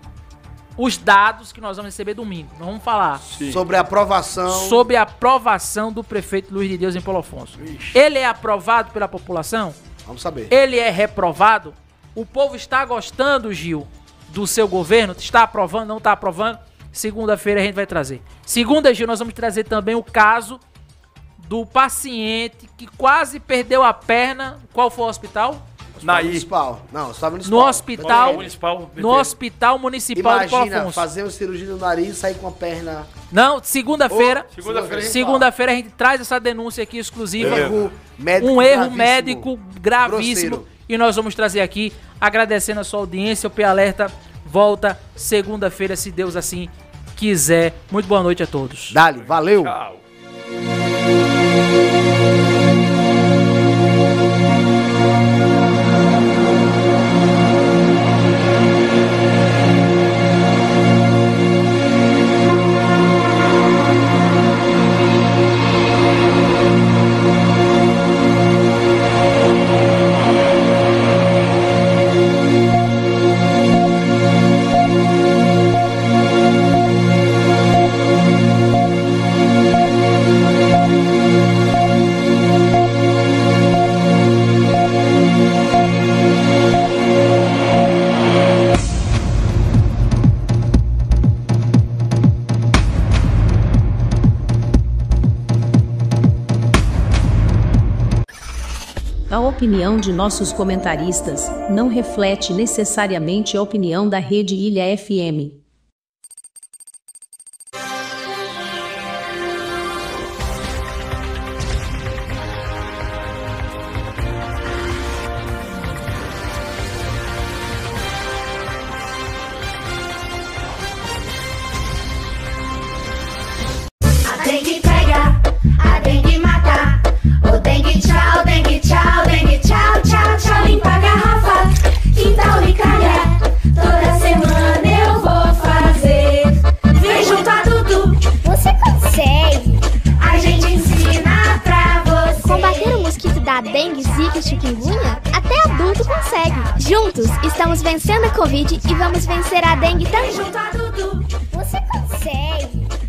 Speaker 3: os dados que nós vamos receber domingo. Nós vamos falar
Speaker 5: Sim.
Speaker 4: Sobre a aprovação.
Speaker 3: sobre a aprovação do prefeito Luiz de Deus em Paulo Afonso.
Speaker 5: Ixi.
Speaker 3: Ele é aprovado pela população?
Speaker 4: Vamos saber. Tá
Speaker 3: Ele é reprovado? O povo está gostando, Gil, do seu governo? Está aprovando, não está aprovando? Segunda-feira a gente vai trazer. Segunda, Gil, nós vamos trazer também o caso do paciente que quase perdeu a perna. Qual foi o hospital?
Speaker 5: Naí.
Speaker 4: Municipal. Não, estava
Speaker 3: No
Speaker 4: municipal.
Speaker 3: hospital.
Speaker 5: Municipal, PT.
Speaker 3: No hospital municipal de Paulo
Speaker 4: Imagina,
Speaker 3: Afonso.
Speaker 4: fazer uma cirurgia no nariz e sair com a perna.
Speaker 3: Não, segunda-feira.
Speaker 5: Ô, segunda-feira a gente
Speaker 3: Segunda-feira a gente traz essa denúncia aqui exclusiva.
Speaker 5: Beleza.
Speaker 4: Erro médico
Speaker 3: um erro
Speaker 4: gravíssimo.
Speaker 3: médico gravíssimo.
Speaker 4: Grosseiro.
Speaker 3: E nós vamos trazer aqui, agradecendo a sua audiência. O P Alerta volta segunda-feira, se Deus assim quiser. Muito boa noite a todos.
Speaker 4: Dali, valeu.
Speaker 5: Tchau.
Speaker 6: opinião de nossos comentaristas não reflete necessariamente a opinião da Rede Ilha FM.
Speaker 2: A dengue pega, a dengue mata. O dengue tchau, dengue tchau, dengue tchau, tchau, tchau. Limpa a garrafa, quintal me calha. Toda semana eu vou fazer. Vem junto a Dudu,
Speaker 1: Você consegue
Speaker 2: a gente ensina pra você.
Speaker 1: combater o mosquito da dengue, zika e chikungunya? Até adulto consegue. Juntos, estamos vencendo a Covid e vamos vencer a dengue
Speaker 2: Vem
Speaker 1: também.
Speaker 2: junto a Dudu,
Speaker 1: Você consegue